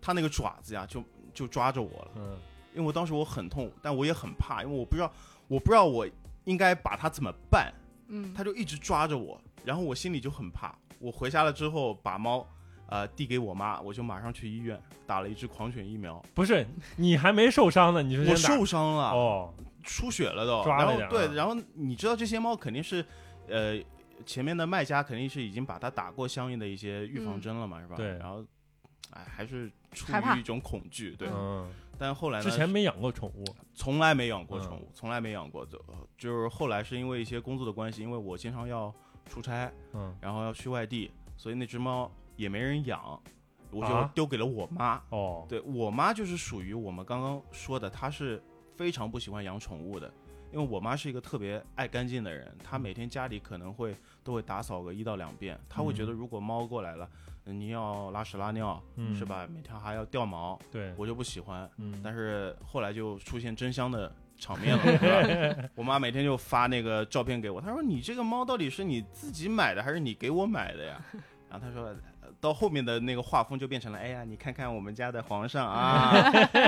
它那个爪子呀，就就抓着我了，
嗯
因为我当时我很痛，但我也很怕，因为我不知道我不知道我应该把它怎么办，
嗯，
它就一直抓着我，然后我心里就很怕。我回家了之后，把猫呃递给我妈，我就马上去医院打了一支狂犬疫苗。
不是你还没受伤呢，你就
我
先打
受伤了，
哦，
出血了都。
抓了
然
点
后
儿啊
对，然后你知道这些猫肯定是，呃，前面的卖家肯定是已经把它打过相应的一些预防针了嘛，是吧？
对
然后，哎，还是出
嗯害怕
于一种恐惧，对。
嗯，
但后来呢？
之前没养过宠物，
从来没养过
嗯
宠物，从来没养过，就就是后来是因为一些工作的关系，因为我经常要出差，
嗯，
然后要去外地，所以那只猫也没人养，我就
啊
丢给了我妈。
哦，
对我妈就是属于我们刚刚说的，她是非常不喜欢养宠物的，因为我妈是一个特别爱干净的人，她每天家里可能会都会打扫个一到两遍，她会觉得如果猫过来了，嗯你要拉屎拉尿、
嗯
是吧？每天还要掉毛，
对，
我就不喜欢。
嗯，
但是后来就出现真香的场面了，是吧？我妈每天就发那个照片给我，她说：“你这个猫到底是你自己买的还是你给我买的呀？”然后她说。呃到后面的那个画风就变成了，哎呀，你看看我们家的皇上啊，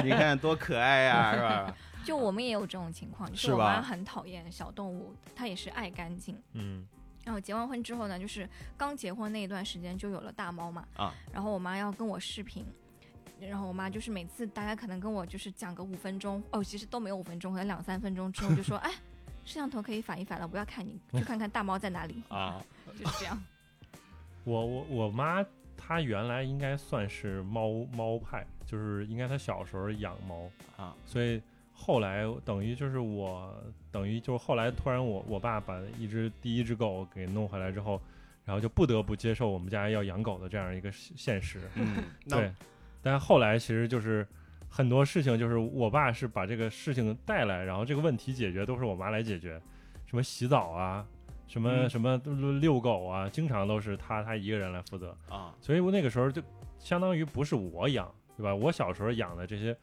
你看多可爱呀、是吧？
就我们也有这种情况，就是我
吧
妈很讨厌小动物，她也是爱干净。
嗯
然后结完婚之后呢，就是刚结婚那一段时间就有了大猫嘛，
啊，
然后我妈要跟我视频，然后我妈就是每次大概可能跟我就是讲个五分钟，哦，其实都没有五分钟，可能两三分钟之后 就说，哎，摄像头可以反一反了，不要看你，
嗯
去看看大猫在 哪里，
啊，
就是这样。
我我我妈她原来应该算是猫猫派，就是应该她小时候养猫
啊，
所以后来等于就是我等于就是后来突然我我爸把一只第一只狗给弄回来之后，然后就不得不接受我们家要养狗的这样一个现现实，
嗯，那
对，但后来其实就是。很多事情就是我爸是把这个事情带来，然后这个问题解决都是我妈来解决，什么洗澡啊，什么、
嗯
什么遛狗啊，经常都是她她一个人来负责。
啊，
所以我那个时候就相当于不是我养，对吧？我小时候养的这些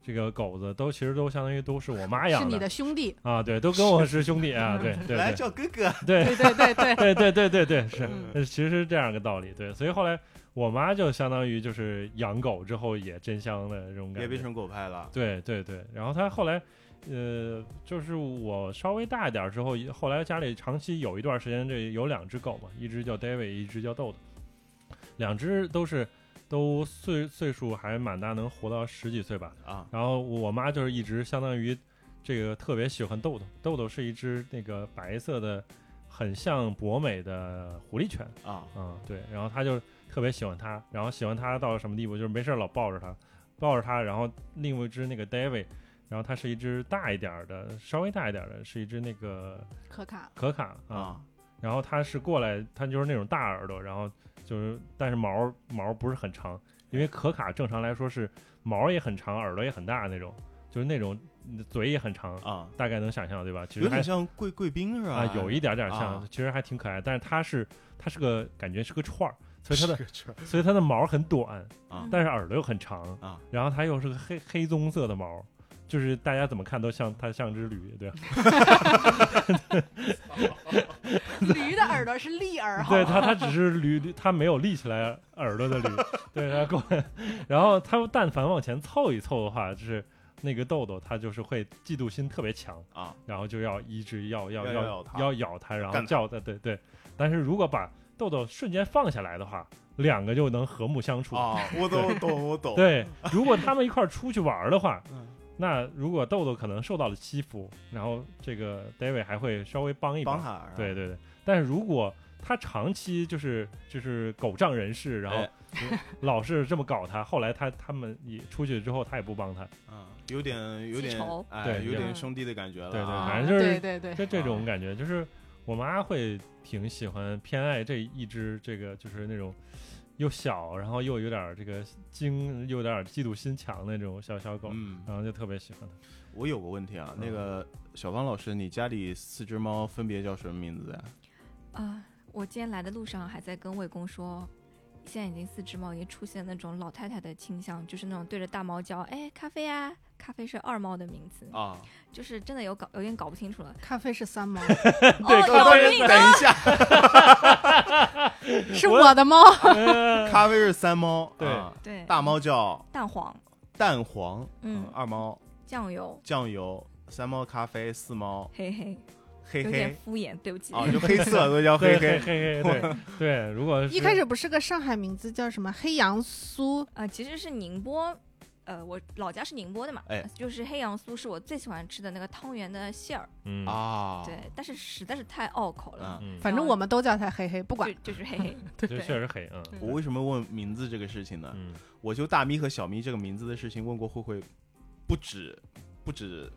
这个狗子都其实都相当于都是我妈
是
养
你的兄弟，
啊，对，都跟我是兄弟啊， 对对
来
对
叫哥哥，
对
对对对 对，
对对对对对，是
嗯，
呃其实是这样一个道理，对。所以后来我妈就相当于就是养狗之后也真香的这种
也
感
变
觉，
成狗派了，
对对对。然后她后来。呃，就是我稍微大一点儿之后，后来家里长期有一段时间，这有两只狗嘛，一只叫 David，一只叫豆豆，两只都是都岁岁数还蛮大，能活到十几岁吧。
啊
然后我妈就是一直相当于这个特别喜欢豆豆，豆豆是一只那个白色的，很像博美的狐狸犬，
啊，
嗯，对，然后她就特别喜欢它，然后喜欢它到什么地步，就是没事儿老抱着它，抱着它，然后另外一只那个 David，然后它是一只大一点儿的，稍微大一点儿的，是一只那个
可 卡，
可卡啊，
啊
然后它是过来，它就是那种大耳朵，然后就是但是毛毛不是很长，因为可卡正常来说是毛也很长，耳朵也很大那种，就是那种嗯嘴也很长，
啊，
大概能想象对吧？其
有
实还
点像贵贵宾是吧？
啊有一点点像，
啊
其实还挺可爱，但是它是它是个感觉是个串儿，所以它的
是个这儿
所以它的毛很短，
啊
但是耳朵又很长
啊，
然后它又是个黑黑棕色的毛，就是大家怎么看都像它像只驴，对吧？
驴的耳朵是立耳，好
对
吗，
它，它只是捋捋，它没有立起来耳朵的捋。对，然后过来，然后它但凡往前凑一凑的话，就是那个豆豆，它就是会嫉妒心特别强，
啊
然后就要一直要要
要
要
咬它
要咬它，然后
干它
叫它，对对。但是如果把豆豆瞬间放下来的话，两个就能和睦相处。
啊，我懂我懂我懂，，
对，如果他们一块儿出去玩儿的话
嗯
那如果豆豆可能受到了欺负，然后这个 David 还会稍微帮一
帮
帮。
他是吧
对对对，但是如果他长期就是就是狗仗人势，然后
哎
老是这么搞他，后来他他们也出去之后，他也不帮 他，
嗯，有点有点
记仇，
哎，
对
有点
嗯
兄弟的感觉了啊。
对对
啊
反正就是
对对对，
这这种感觉就是我妈会挺喜欢偏爱这一只这个就是那种又小，然后又有点儿这个精，又有点儿嫉妒心强的那种小小狗，
嗯，
然后就特别喜欢
我有个问题啊，那
嗯
个小芳老师，你家里四只猫分别叫什么名字呀？
啊、我今天来的路上还在跟魏公说，现在已经四只猫已经出现那种老太太的倾向，就是那种对着大猫叫，哎，咖啡啊，咖啡是二猫的名字，
啊，
就是真的有搞有点搞不清 楚了。
咖啡是 三猫，
哦，
咖
有
啡
病
等一下，
是我的猫。
呃
咖啡是三猫，
对
啊
对，
大猫叫
蛋黄，
蛋黄，
嗯
二猫
酱油，
酱油，三猫咖啡，四猫
嘿嘿，
黑
有点
黑，
敷衍，对不起。
哦
啊，就黑色都叫 黑
对黑，黑
黑
黑 对对，如果
一
是
开始不是个上海名字叫什么黑杨苏，
呃，其实是宁波，呃，我老家是宁波的嘛，呃
哎
就是黑杨苏是我最喜欢吃的那个汤圆的馅儿，
嗯
啊，
对，但是实在是太拗口了，
啊，
嗯，
反正我们都叫它黑黑，不管
就就是嘿嘿，
这确实黑嗯
对
我为什么问名字这个事情呢？
嗯
我就大咪和小咪这个名字的事情问过慧慧，不止不止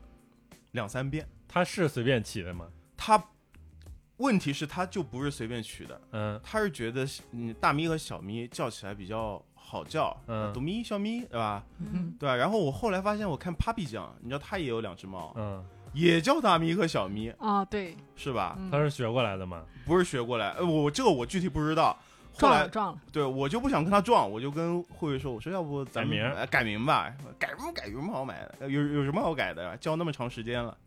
两三遍。
他是随便起的嘛，
他问题是他就不是随便取的，
嗯
他是觉得嗯大咪和小咪叫起来比较好叫，
嗯
董咪小咪对吧？
嗯
对吧？啊然后我后来发现，我看 Papi 酱，你知道他也有两只猫，
嗯，
也叫大咪和小咪
哦，对，
是吧？
嗯
啊他是学过来的嘛，
不是学过来，呃，我这个我具体不知道。后
撞
来
了撞了，
对我就不想跟他撞，我就跟慧慧说，我说要不咱们
改名
呃改名吧，改什么改，有什么好买的？呃有有什么好改的？叫那么长时间了，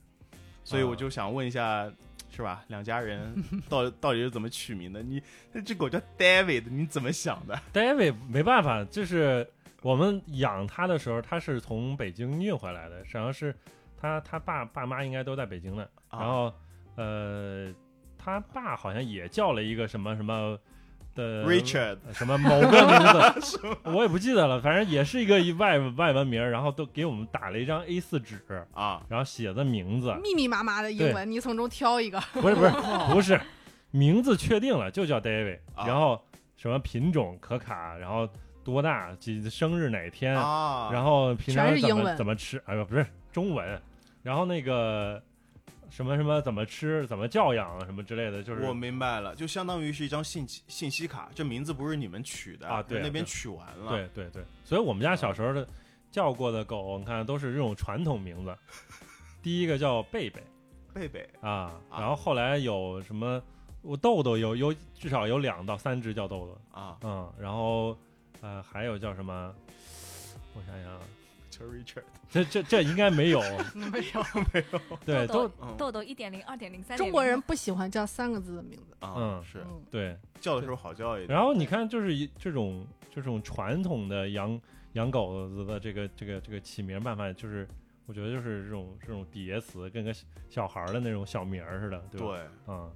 所
嗯
以我就想问一下，是吧？两家人 到到底是怎么取名的？你这狗叫 David，你怎么想的？
David 没办法，就是我们养他的时候，他是从北京运回来的，然后是他他爸爸妈应该都在北京的，
啊
然后呃，他爸好像也叫了一个什么什么的
Richard
呃什么某 个名字，我也不记得了，反正也是一个一外外文名儿，然后都给我们打了一张 A 4纸，
啊，
然后写的名字，
密密麻麻的英文，你从中挑一个。
不是不是
哦
不是，名字确定了就叫 David，、
啊
然后什么品种可卡，然后多大几生日哪天，
啊，
呃然后平常
全是
怎
英
么
文
怎么吃，哎不不是中文，然后那个什么什么怎么吃怎么教养什么之类的，就是
我明白了，就相当于是一张信息信息卡，这名字不是你们取的
啊对啊
那边
对
取完了，
对对对，所以我们家小时候的叫过的狗，你看都是这种传统名 字，第一个叫贝贝。
贝贝
啊，
啊
然后后来有什么，我豆豆有有至少有两到三只叫豆豆，
啊，
嗯，然后呃还有叫什么，我想想啊，
叫 Richard，
这这这应该没有，
没有，
对，都
豆豆
嗯
豆豆一点零、二点零、三点零，
中国人不喜欢叫三个字的名字。
啊，
嗯
是
嗯
对，
叫的时候好叫一点，
然后你看就是一这种这种传统的养养狗子的这个这个这个起名办法，就是我觉得就是这种这种叠词，跟个小小孩儿的那种小名儿似的，对吧？
对，
对，嗯，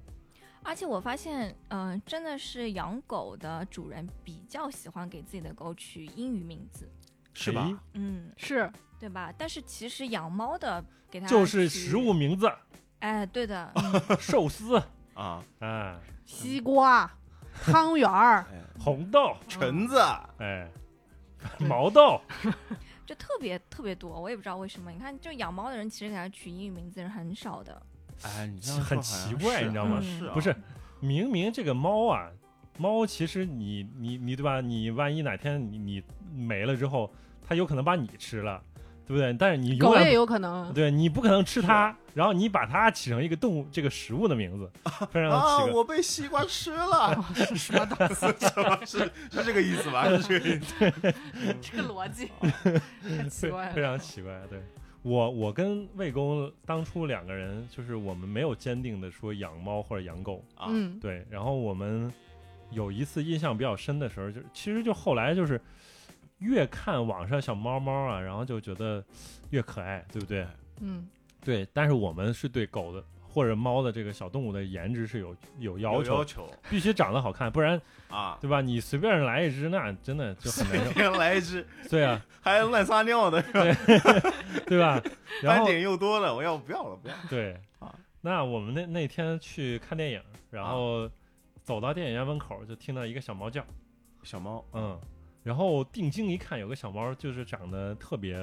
而且我发现，嗯、真的是养狗的主人比较喜欢给自己的狗取英语名字，
是吧？
哎
嗯，
是
对吧？但是其实养猫的给它
就是
取
食物，名字，
哎，对的，
寿司
啊，、
啊，
西瓜、
嗯
汤圆儿
哎
红豆，
橙子。
哎，
对
毛豆。
就特别特别多，我也不知道为什么。你看，就养猫的人其实给它取英语名字是很少的，
哎，你这
这
样
很
说好像
奇怪
是
你知道
啊
吗
是啊，
不是，明明这个猫啊，猫其实你你你对吧？你万一哪天你你没了之后，它有可能把你吃了，对不对？但是你
狗
永
也
远
有可能。
对你不可能吃它，然后你把它起成一个动物这个食物的名字，非常
啊，
奇怪。
我被西瓜吃 了，
是什么东西？
是是这个意思吧？是这个意思。
这个逻辑 太奇
对
怪
非
了。
常奇怪。对我，我跟魏公当初两个人，就是我们没有坚定的说养猫或者养狗，
啊
嗯，
对，然后我们有一次印象比较深的时候，就其实就后来就是越看网上小猫猫啊，然后就觉得越可爱，对不对？
嗯，
对，但是我们是对狗的或者猫的这个小动物的颜值是有有要
有
求，
要求
必须长得好看，不然
啊，。
对吧？你随便来一只，那真的就很难受
天来一只
对啊，
还乱撒尿的，
对吧？ 然
斑
后
点又多了，我要不要了？不要了
对
啊，
那我们那那天去看电影，然后走到电影院门口就听到一个小猫叫。
小猫
嗯，然后定睛一看，有个小猫，就是长得特别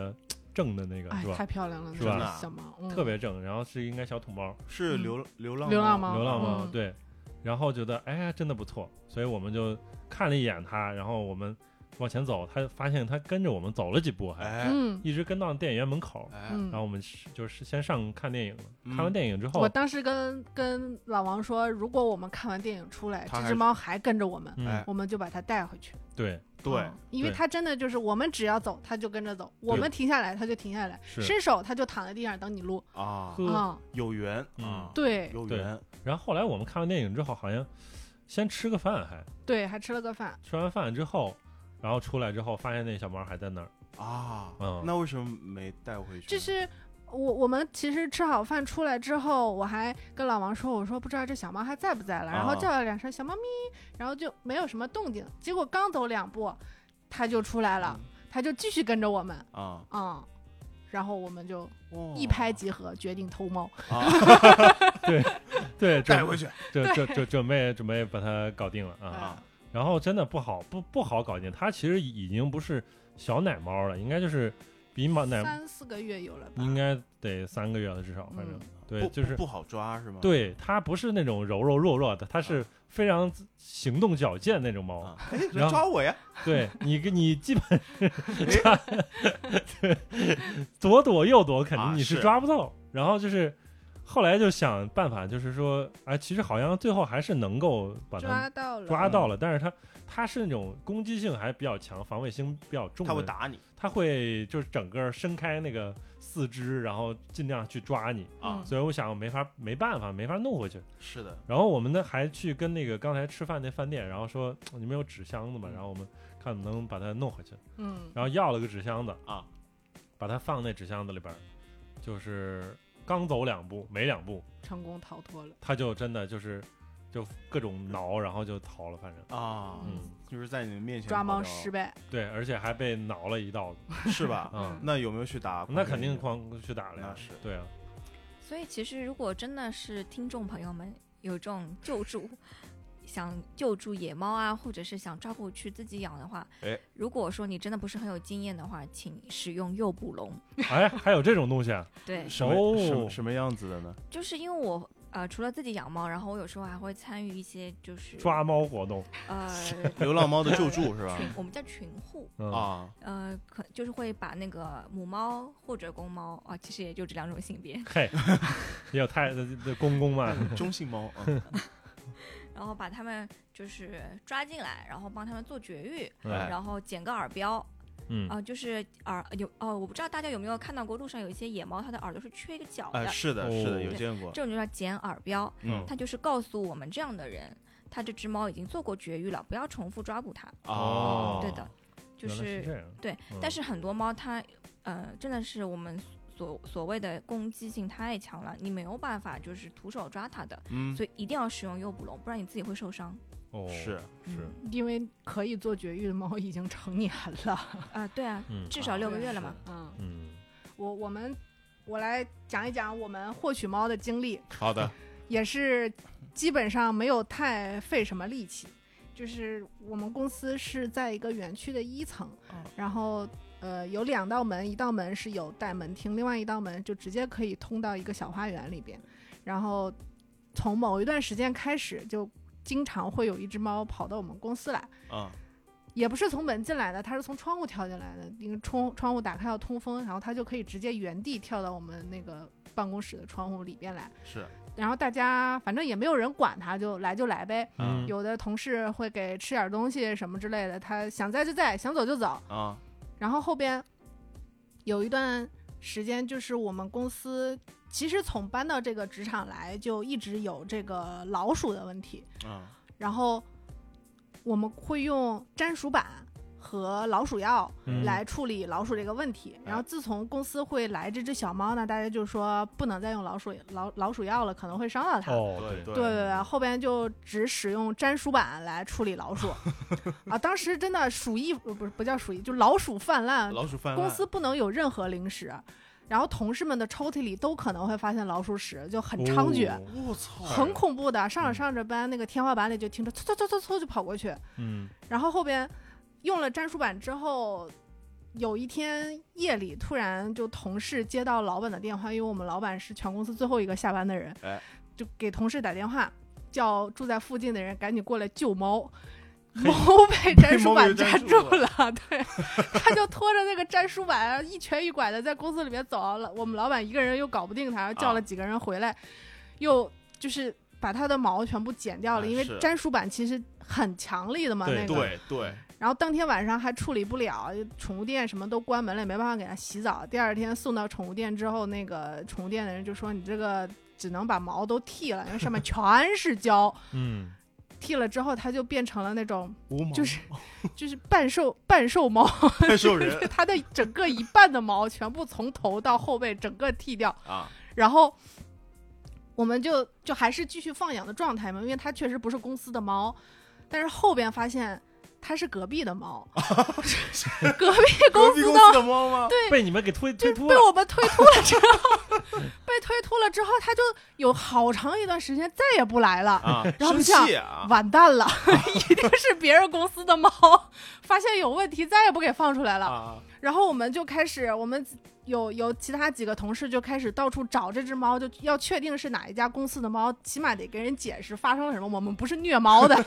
正的那个，
哎
啊是，吧？
太漂亮了，
是
那
吧
个小猫，嗯
特别正，然后是应该小土猫，
是
嗯
流流浪
流浪
猫
猫，
流浪猫，
嗯，
对。然后觉得哎，真的不错，所以我们就看了一眼它，然后我们往前走，他发现他跟着我们走了几步还，
哎
嗯
一直跟到电影院门口。
哎，
嗯
然后我们是就是先上看电影了，
嗯
看完电影之后
我，当时跟跟老王说，如果我们看完电影出来，
它
这
还
只猫还跟着我们，
嗯，
哎
我们就把它带回去。
对，
对
嗯，因为
对
它真的就是我们只要走，它就跟着走；我们停下来，它就停下来；
是呃
伸手，它就躺在地上等你撸。
啊，
呵
啊，
有缘
嗯
啊，
对
有
对
缘，
然后后来我们看完电影之后，好像先吃个饭还，
对，还吃了个饭。
吃完饭之后，然后出来之后发现那小猫还在那儿，
啊，
嗯
那为什么没带回去呢？
就是我我们其实吃好饭出来之后，我还跟老王说，我说不知道这小猫还在不在了，然后
啊
叫了两声小猫咪，然后就没有什么动静。结果刚走两步，它就出来了，它就继续跟着我们
啊，
啊、嗯然后我们就
哇
一拍即合，决定偷猫。
啊，
对，
带
准
回去
这这这准备准备把它搞定了啊。
哎
啊
然后真的不好不不好搞定，它其实已经不是小奶猫了，应该就是比马
哎，
奶
三四个月有了吧？
应该得三个月了至少，反正、
嗯
对
不
就是。
不好抓是吗？
对，它不是那种柔柔弱弱的，它是非常自行动矫健那种猫。
啊，哎，
然
来
后
抓我呀！
对你跟，你基本
哎
抓，对， 左躲右躲，肯定
啊
你是
是
抓不到。然后就是后来就想办法，就是说，哎，其实好像最后还是能够把它
抓到了，
抓
嗯
到了，但是它它是那种攻击性还比较强，防卫心比较重
他
的，
会打你
它会就是整个伸开那个四肢，然后尽量去抓你。
啊
嗯！
所以我想没法没办法没法弄回去，
是的，
然后我们呢还去跟那个刚才吃饭那饭店，然后说你们有纸箱子吗？
嗯
然后我们看能不能把它弄回去，
嗯，
然后要了个纸箱子
啊，
把它放那纸箱子里边儿，就是刚走两步没两步，
成功逃脱了。
它就真的就是就各种挠，然后就逃了，反正
啊，
嗯
就是在你们面前
抓
跑
猫
掉
失败，
对，而且还被挠了一道子，
是吧？
嗯，
那有没有去打？
那肯定哐去打了
那
呀，
是
对啊，
所以其实如果真的是听众朋友们有这种救助，想救助野猫啊，或者是想抓过去自己养的话，
哎
如果说你真的不是很有经验的话，请使用诱捕笼。
哎，还有这种东西啊，
对，
什么什
哦
么什么样子的 呢？
就是因为我呃除了自己养猫，然后我有时候还会参与一些就是
抓猫活动，
呃
流浪猫 的救助是吧？
群，我们叫群护。
嗯，
啊，
呃，可就是会把那个母猫或者公猫啊，其实也就这两种性别，
嘿， 也有太公公 嘛，
中 性猫啊，
然后把它们就是抓进来，然后帮它们做绝育，
哎
然后剪个耳标啊、
嗯，
就是耳有哦，我不知道大家有没有看到过路上有一些野猫，它的耳朵是缺一个角的，
哎，是的，是
哦
的，有见过，
这种就叫剪耳标，
嗯
它就是告诉我们这样的人，他这只猫已经做过绝育了，不要重复抓捕它。
啊
哦
对的，就
原来是
是
这样，
对，
嗯
但是很多猫它，呃，真的是我们所所谓的攻击性太强了，你没有办法就是徒手抓它的，
嗯，
所以一定要使用诱捕笼，不然你自己会受伤。嗯
哦
是
是，
因为可以做绝育的猫已经成年了。
啊、对啊，
嗯
至少六个月了嘛。
嗯，
嗯，
我我们我来讲一讲我们获取猫的经历，
好的，
也是基本上没有太费什么力气。就是我们公司是在一个园区的一层，
啊
然后呃有两道门，一道门是有带门厅，另外一道门就直接可以通到一个小花园里边。然后从某一段时间开始，就经常会有一只猫跑到我们公司来，
啊，
也不是从门进来的，它是从窗户跳进来的。因为窗窗户打开要通风，然后它就可以直接原地跳到我们那个办公室的窗户里边来。
是，
然后大家反正也没有人管它，就来就来呗。
啊
嗯
有的同事会给吃点东西什么之类的，它想在就在，想走就走。
啊，
然后后边有一段时间，就是我们公司其实从搬到这个职场来，就一直有这个老鼠的问题。
啊，
然后我们会用粘鼠板和老鼠药
嗯啊
来处理老鼠这个问题。然后自从公司会来这只小猫呢，大家就说不能再用老鼠老老鼠药了，可能会伤到它。
哦，
对嗯
对，
对对对，后边就只使用粘鼠板来处理 老鼠啊！当时真的鼠疫呃不是不叫鼠疫，就老鼠泛滥，
老鼠泛滥，
呃公司不能有任何零食，然后同事们的抽屉里都可能会发现老鼠屎，就很猖獗。
哦，
我操，
很恐怖的，上着
嗯
上着班，那个天花板里就听着嗖嗖嗖嗖嗖就跑过去，
嗯
然后后边用了粘鼠板之后，有一天夜里突然就同事接到老板的电话，因为我们老板是全公司最后一个下班的人，
哎
就给同事打电话，叫住在附近的人赶紧过来救猫。
黑
猫被粘
被
鼠
猫被
板粘
粘
住
住
了，对，他就拖着那个粘鼠板一瘸一拐的在公司里面走，老我们老板一个人又搞不定他，
啊
叫了几个人回来，又就是把他的毛全部剪掉了，
啊
因为
是
粘鼠板其实很强力的嘛，
对
那个，
对 对，
然后当天晚上还处理不了，宠物店什么都关门了，也没办法给它洗澡。第二天送到宠物店之后，那个宠物店的人就说：“你这个只能把毛都剃了，因为上面全是胶。
嗯，
剃了之后，它就变成了那种
无毛
就是就是半兽半兽毛，
半兽人
它的整个一半的毛全部从头到后背整个剃掉。
啊，
然后我们就就还是继续放养的状态嘛，因为它确实不是公司的猫，但是后边发现它是隔壁的 猫，隔壁
隔
公
壁
司
公
的。
司的猫 吗？
被你们给推
就
推
是
脱
被
了，
我们推脱了之后， 被推脱了之后，它就有好长一段时间再也不来了。
啊，
然后
生
不像
气啊，
完蛋了， 一定是别人公司的猫，发现有问题，再也不给放出来了。
啊，
然后我们就开始，我们有有其他几个同事就开始到处找这只猫，就要确定是哪一家公司的猫，起码得给人解释发生了什么。我们不是虐猫的，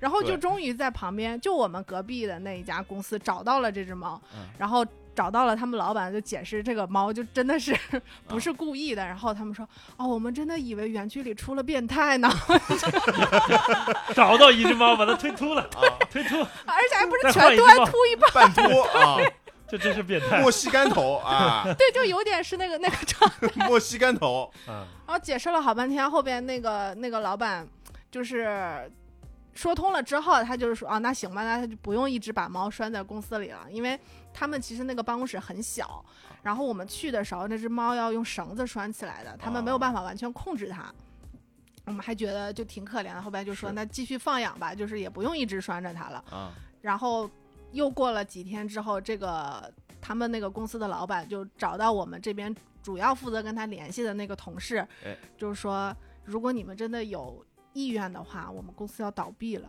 然后就
对
终于在旁边，就我们隔壁的那一家公司找到了这只猫，
嗯
然后。找到了他们老板，就解释这个猫就真的是 不是故意的。然后他们说：“哦，我们真的以为园区里出了变态呢，
找到一只猫把它推秃了，
啊，
推秃，
而且还不
再
是
换
全
一只
都还
猫
秃一半，
半托啊，
这真是变态
莫西干头啊，
对，就有点是那个那个状
莫西干头，
啊！
然后解释了好半天，后边那个那个老板就是说通了之后，他就是说啊，那行吧，那他就不用一直把猫拴在公司里了，因为他们其实那个办公室很小，然后我们去的时候，那只猫要用绳子拴起来的，他们没有办法完全控制它。我们还觉得就挺可怜的，后边就说
是
那继续放养吧，就是也不用一直拴着它了。
啊
然后又过了几天之后，这个他们那个公司的老板就找到我们这边主要负责跟他联系的那个同事，
哎
就是说，如果你们真的有意愿的话，我们公司要倒闭了。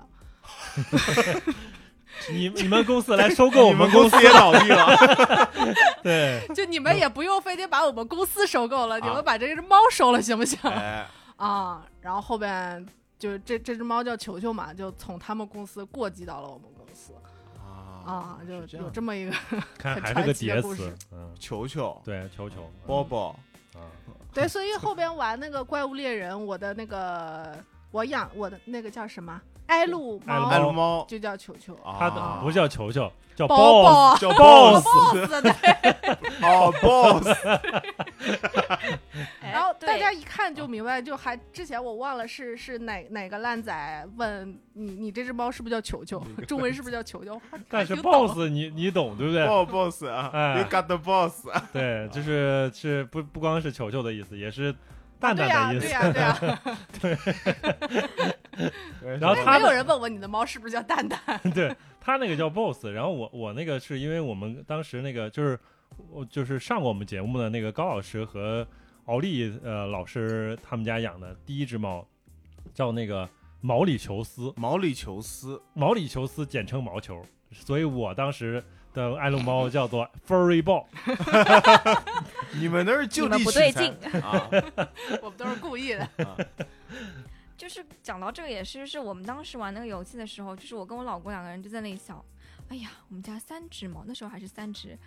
你你们公司来收购我
哎 你们
公
公
司
司，也倒闭 了，
对，
就你们也不用非得把我们公司收购了，
啊
你们把这只猫收了行不行？
哎，
啊，然后后边就这这只猫叫球球嘛，就从他们公司过继到了我们公司啊，就是
这
有
样，
这么一个
看
很
还是
传
个
奇的
叠
故
词
事，
嗯，
球球，哦
对，球球，嗯
波波，
哦
啊，
对，所以后边玩那个怪物猎人，我的那个我养我的那个叫什么埃路
爱
猫，
撸
爱撸猫，
就叫球球，
啊
他的不叫球球，叫
包
boss，
包
叫
boss
boss，
boss 的。
哦 boss，
哎
然后大
对
家一看就明白，就还之前我忘了是是哪哪个烂仔问你，你这只猫是不是叫球球？中文是不是叫球球？
但是
就懂
boss 你你懂对不对？
哦 boss 啊
哎
，you got the boss，
对，就是是不不光是球球的意思，也是蛋
啊对
蛋
呀
的意
对
思。
呀对 呀。
然
然后
但
他
没
们
有人问我你的猫是不是叫蛋蛋？
对他那个叫 boss，然后我我那个是因为我们当时那个就是我就是上过我们节目的那个高老师和敖丽呃老师他们家养的第一只猫叫那个毛里求斯，
毛里求斯，
毛里求斯简称毛球，所以我当时的爱撸猫叫做 furry ball，
你们那儿就
你们
地
不
取
对
材
劲
啊，
我们都是故意的。
就是讲到这个，也是是我们当时玩那个游戏的时候，就是我跟我老公两个人就在那里想，哎呀，我们家三只猫，那时候还是三只，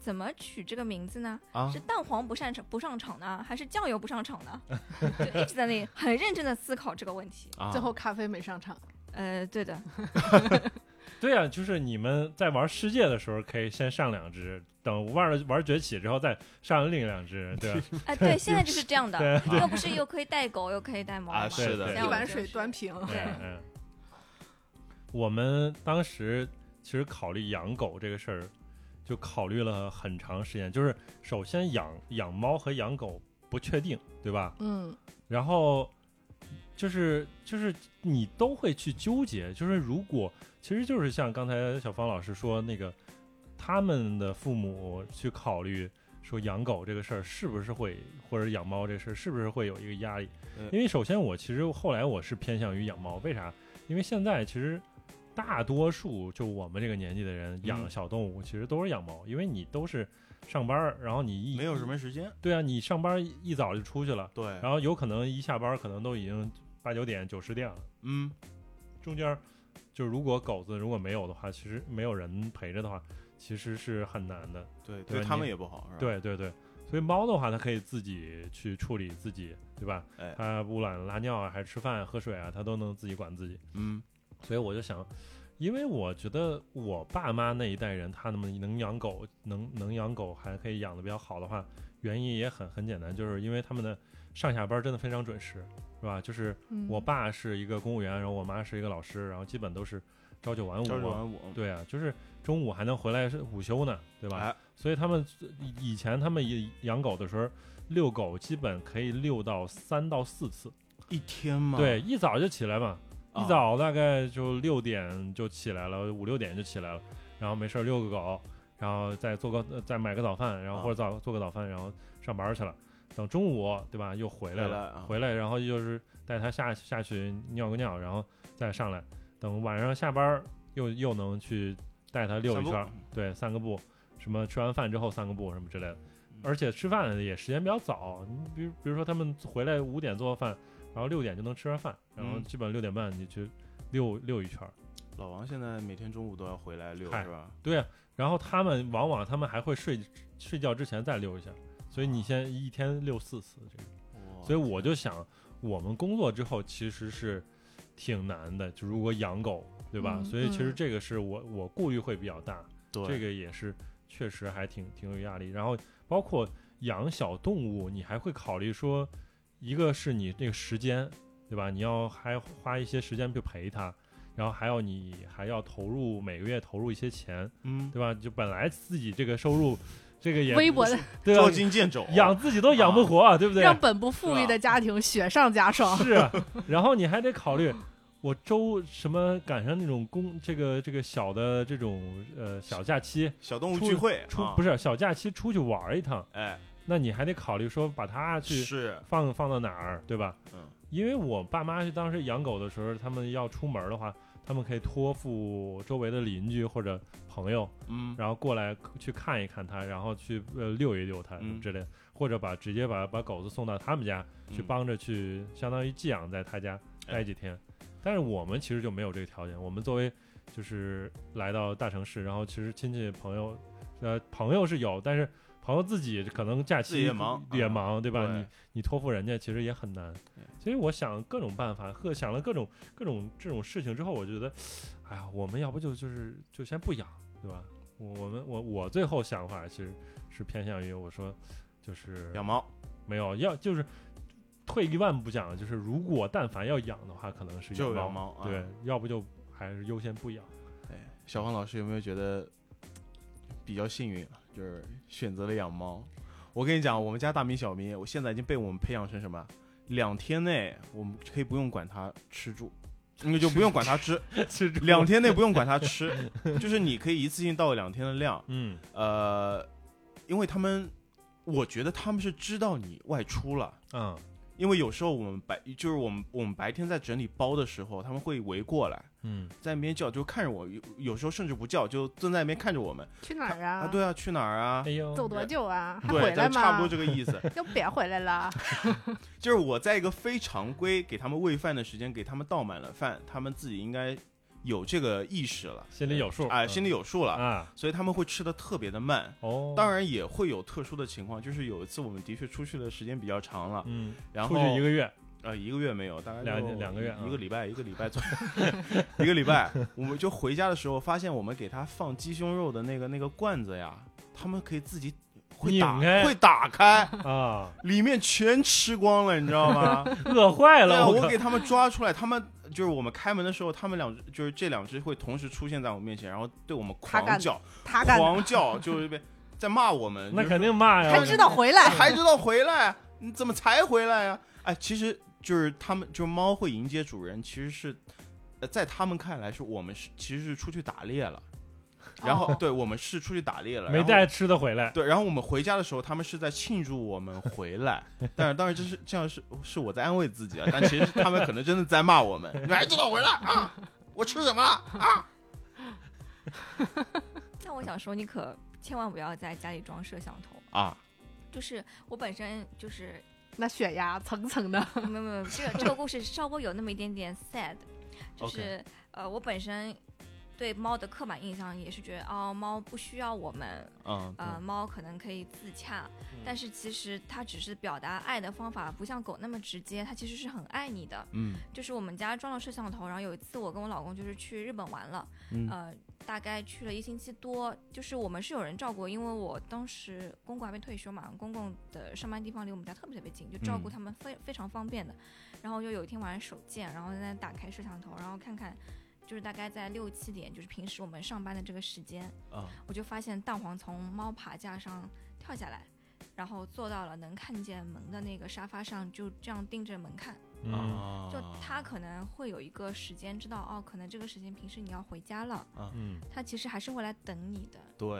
怎么取这个名字呢？
啊
是蛋黄不擅长不上场呢，还是酱油不上场呢？ 就一直在那里很认真的思考这个问题。
啊，
最后咖啡没上场，
呃，对的，
对啊，就是你们在玩世界的时候可以先上两只，等玩了玩崛起之后再上另两只，对吧？
哎、对，现在就是这样的，
对啊，
又不是又可以带狗，又可以带猫
啊
嘛
是的
这样
一
我
碗
就
水
是
端平。
对
嗯嗯，我们当时其实考虑养狗这个事儿，就考虑了很长时间。就是首先养养猫和养狗不确定，对吧？
嗯，
然后就是就是你都会去纠结，就是如果其实就是像刚才小芳老师说那个，他们的父母去考虑说养狗这个事儿是不是会，或者养猫这事儿是不是会有一个压力
嗯？
因为首先我其实后来我是偏向于养猫，为啥？因为现在其实。大多数就我们这个年纪的人养
嗯
小动物，其实都是养猫，因为你都是上班儿，然后你一
没有什么时间，
对啊，你上班儿一一早就出去了，
对，
然后有可能一下班儿可能都已经八九点、九十点了，
嗯，
中间儿就是如果狗子如果没有的话，其实没有人陪着的话，其实是很难的。
对，
对
对
吧
他
你
们也不好，是吧？，
对对对，所以猫的话，它可以自己去处理自己，对吧？
哎
它不管拉尿啊，还是吃饭、啊、喝水啊，它都能自己管自己。
嗯，
所以我就想，因为我觉得我爸妈那一代人，他们能养狗，能能养狗，还可以养的比较好的话，原因也很很简单，就是因为他们的上下班真的非常准时，是吧？就是
嗯
我爸是一个公务员，然后我妈是一个老师，然后基本都是朝九晚五
朝九
嘛
晚五，
对啊，就是中午还能回来是午休呢，对吧？
哎
所以他们以以前他们也养狗的时候，遛狗基本可以遛到三到四次。
一天嘛，
对，一早就起来嘛，一
啊
早大概就六点就起来了，五六点就起来了，然后没事儿遛个狗，然后再做个呃再买个早饭，然后
啊
或者早做个早饭，然后上班去了。等中午对吧，又回来了，
回来啊，
回来，然后就是带它下下去尿个尿，然后再上来。等晚上下班儿又又能去带它遛
散
一
步
圈儿，对，散个步，什么吃完饭之后散个步什么之类的
嗯。
而且吃饭也时间比较早，你比如比如说他们回来五点做饭，然后六点就能吃完饭，然后
嗯
基本六点半你去遛遛一圈儿。
老王现在每天中午都要回来遛，
嗨
是吧？
然后他们往往他们还会睡睡觉之前再遛一下，所以你先一天遛四次这个。
哇
所以我就想，我们工作之后其实是挺难的，就如果养狗，对吧？
嗯
所以其实
嗯
这个是我我顾虑会比较大，
对
这个也是确实还挺挺有压力。然后包括养小动物，你还会考虑说，一个是你这个时间，对吧？你要还花一些时间去陪它。然后还有你还要投入每个月投入一些钱，
嗯，
对吧？就本来自己这个收入，这个也
微薄的
对吧
捉？襟见肘，
养自己都养不活，啊对不对？啊
让本不富
是
裕
吧
的家庭雪上 加霜。
是啊，然后你还得考虑，我周什么赶上那种公这个这个小的这种呃小假期
小动物
出
聚会
出
啊
不是小假期出去玩儿一趟，
哎，
那你还得考虑说把它去
是
放放到哪儿，对吧？
嗯，
因为我爸妈是当时养狗的时候，他们要出门儿的话，他们可以托付周围的邻居或者朋友，
嗯，
然后过来去看一看它，然后去呃遛一遛它什么
嗯
之类的，或者把直接把把狗子送到他们家去
嗯
帮着去，相当于寄养在他家
哎
待几天。但是我们其实就没有这个条件，我们作为就是来到大城市，然后其实亲戚朋友，呃，朋友是有，但是朋友自己可能假
自己
期
也忙
也
啊
忙对吧？
对
你你托付人家其实也很难
对。
所以我想各种办法，各想了各种各种这种事情之后，我觉得，哎呀，我们要不就就是就先不养，对吧？我我们我我最后想法其实是偏向于我说，就是
养猫，
没有要就是退一万步讲，就是如果但凡要养的话，可能是
就
猫，
养猫啊
对，要不就还是优先不 养。
哎，小黄老师有没有觉得比较幸运，就是选择了养猫？我跟你讲，我们家大米小咪，我现在已经被我们培养成什么？两天内我们可以不用管它吃住，那就不用管它 吃，
是
两天内不用管它吃，就是你可以一次性到两天的量。
嗯
呃，因为他们，我觉得他们是知道你外出了。
嗯
因为有时候我们白就是我们我们白天在整理包的时候，他们会围过来，
嗯，
在那边叫，就看着我，有有时候甚至不叫，就蹲在那边看着我们
去哪儿
啊
啊？
对啊，去哪儿啊
哎？呦，
走多久啊？还
对，
回来
咱差不
吗
多？这个 意思。
就别回来了。
就是我在一个非常规给他们喂饭的时间，给他们倒满了饭，他们自己应该有这个意识了，
心里有数
啊、心里有数了，
啊
所以他们会吃的特别的慢。
哦，
当然也会有特殊的情况，就是有一次我们的确出去的时间比较长了，
嗯，
然后
出去一个月，
呃，一个月没有，大概
两
就
两个月
一
啊
个礼拜，一个礼拜左右，一 个礼拜，我们就回家的时候发现，我们给它放鸡胸肉的那个那个罐子呀，他们可以自己会打
拧开
会打开，
啊，
里面全吃光了，你知 道吗？
饿坏
对啊，
了，
我
可
给他们抓出来，他们就是我们开门的时候，他们两只就是这两只会同时出现在我们面前，然后对我们
他
狂
干
叫，
他干的，
狂叫，就是被在骂我们，
那
就是
肯定骂呀，
还知道回 来。
还知道回来，你怎么才回来呀、哎，其实就是他们，就是猫会迎接主人，其实是，呃，在他们看来是我们是其实是出去打猎了，然后、
哦
对我们是出去打猎了，
没
然后
带吃的回来，
对，然后我们回家的时候，他们是在庆祝我们回 来，但是当然这是这样是是我在安慰自己啊，但其实他们可能真的在骂我们， 你还知道回来啊？我吃什么了？
那我想说，你可千万不要在家里装摄像头。
啊，
就是我本身就是
那血压蹭蹭的，
哦
没有没有，这个这个故事稍微有那么一点点 sad，就是
OK
呃，我本身对猫的刻板印象也是觉得哦，猫不需要我们，
嗯，对
呃，猫可能可以自洽，但是其实它只是表达爱的方法不像狗那么直接，它其实是很爱你的。
嗯
就是我们家装了摄像头，然后有一次我跟我老公就是去日本玩了，
嗯
呃，大概去了一星期多，就是我们是有人照顾，因为我当时公公还没退休嘛，公公的上班地方离我们家特别特别近，就照顾
嗯
他们非、非常方便的。然后就有一天晚上手贱，然后在那打开摄像头，然后看看，就是大概在六七点，就是平时我们上班的这个时间，
啊
我就发现蛋黄从猫爬架上跳下来，然后坐到了能看见门的那个沙发上，就这样盯着门看。
嗯
啊，
就它可能会有一个时间知道，哦，可能这个时间平时你要回家了。
嗯
它其实还是会来等你的。
对，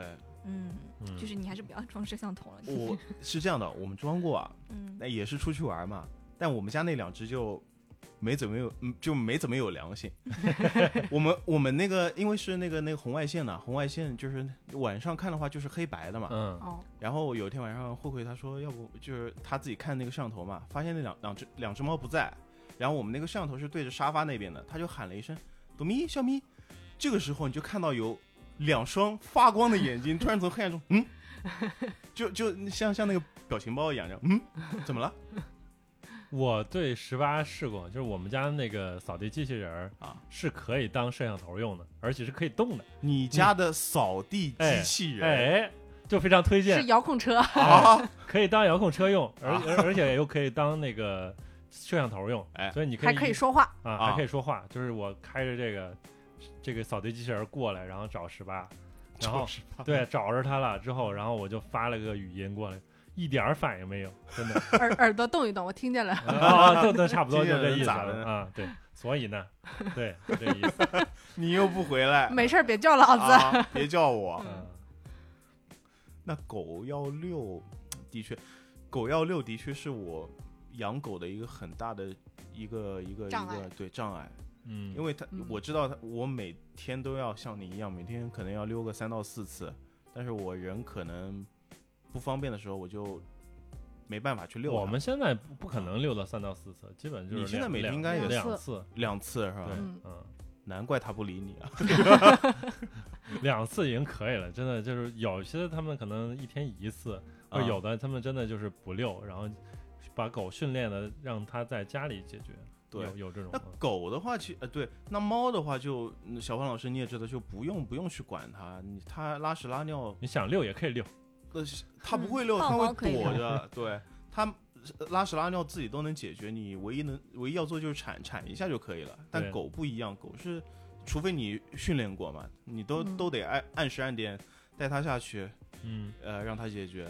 嗯，
嗯，
就是你还是不要装摄像头了。
我是这样的，我们装过啊，
嗯
那也是出去玩嘛，但我们家那两只就没怎么有，嗯就没怎么有良心。 我们我们那个因为是那个那个红外线呢、红外线就是晚上看的话就是黑白的嘛。
嗯
哦，
然后有一天晚上，慧慧她说，要不就是她自己看那个摄像头嘛，发现那两两只两只猫不在，然后我们那个摄像头是对着沙发那边的，她就喊了一声“朵咪，小咪”，这个时候你就看到有两双发光的眼睛突然从黑暗中，嗯，就就像像那个表情包一样，然后嗯，怎么了
我对十八试过，就是我们家那个扫地机器人儿
啊？
是可以当摄像头用的，而且是可以动的，
你家的扫地机器人、
哎，就非常推
是
荐，
遥控车，
啊，
可以当遥控车用，而
啊
而而且又可以当那个摄像头用，
哎
所以你可以
还可以说话，
啊，
啊
还可以说话，就是我开着这个这个扫地机器人过来，然后找十八，然后
就是啊它
对找着他了之后，然后我就发了个语音过来，一点儿反应没有，真 的
耳耳朵动一动，我听见了。
啊啊，都都差不多就
这
这
人
意思
咋了
了
呢
啊， 对，所以呢，对，就这意思，
你又不回来，
没事儿，别叫老子。
啊，别叫我。
嗯
那狗要遛，的确，狗要遛的确是我养狗的一个很大的一个一个一
障碍
个对障碍，
嗯，
因为它、
嗯
我知道它，我每天都要像你一样，每天可能要溜个三到四次，但是我人可能不方便的时候，我就没办法去遛它。
我们现在不不可能溜到三到四次，基本就是
你现在
两
每天应该
两
也
两
是
次，
两次是吧
对，？
嗯
嗯，
难怪它不理你啊。
两次已经可以了，真的就是有些他们可能一天一次，或者
啊
有的他们真的就是不遛，然后把狗训练的让它在家里解决，
对
有有这种啊
那
吗，
狗的话，其呃对，那猫的话就，嗯小胖老师你也知道，就不用不用去管它，你它拉屎拉尿，
你想遛也可以遛，
呃，它不
嗯
会溜，
抱
它
猫
会
可以
躲
遛
着， 对，它呃拉屎拉尿自己都能解决，你唯一能唯一要做就是铲铲一下就可以了。但
对
狗不一样，狗是，除非你训练过嘛，你都、
嗯
都得按按时按点带它下去，
嗯，
呃，让它解决。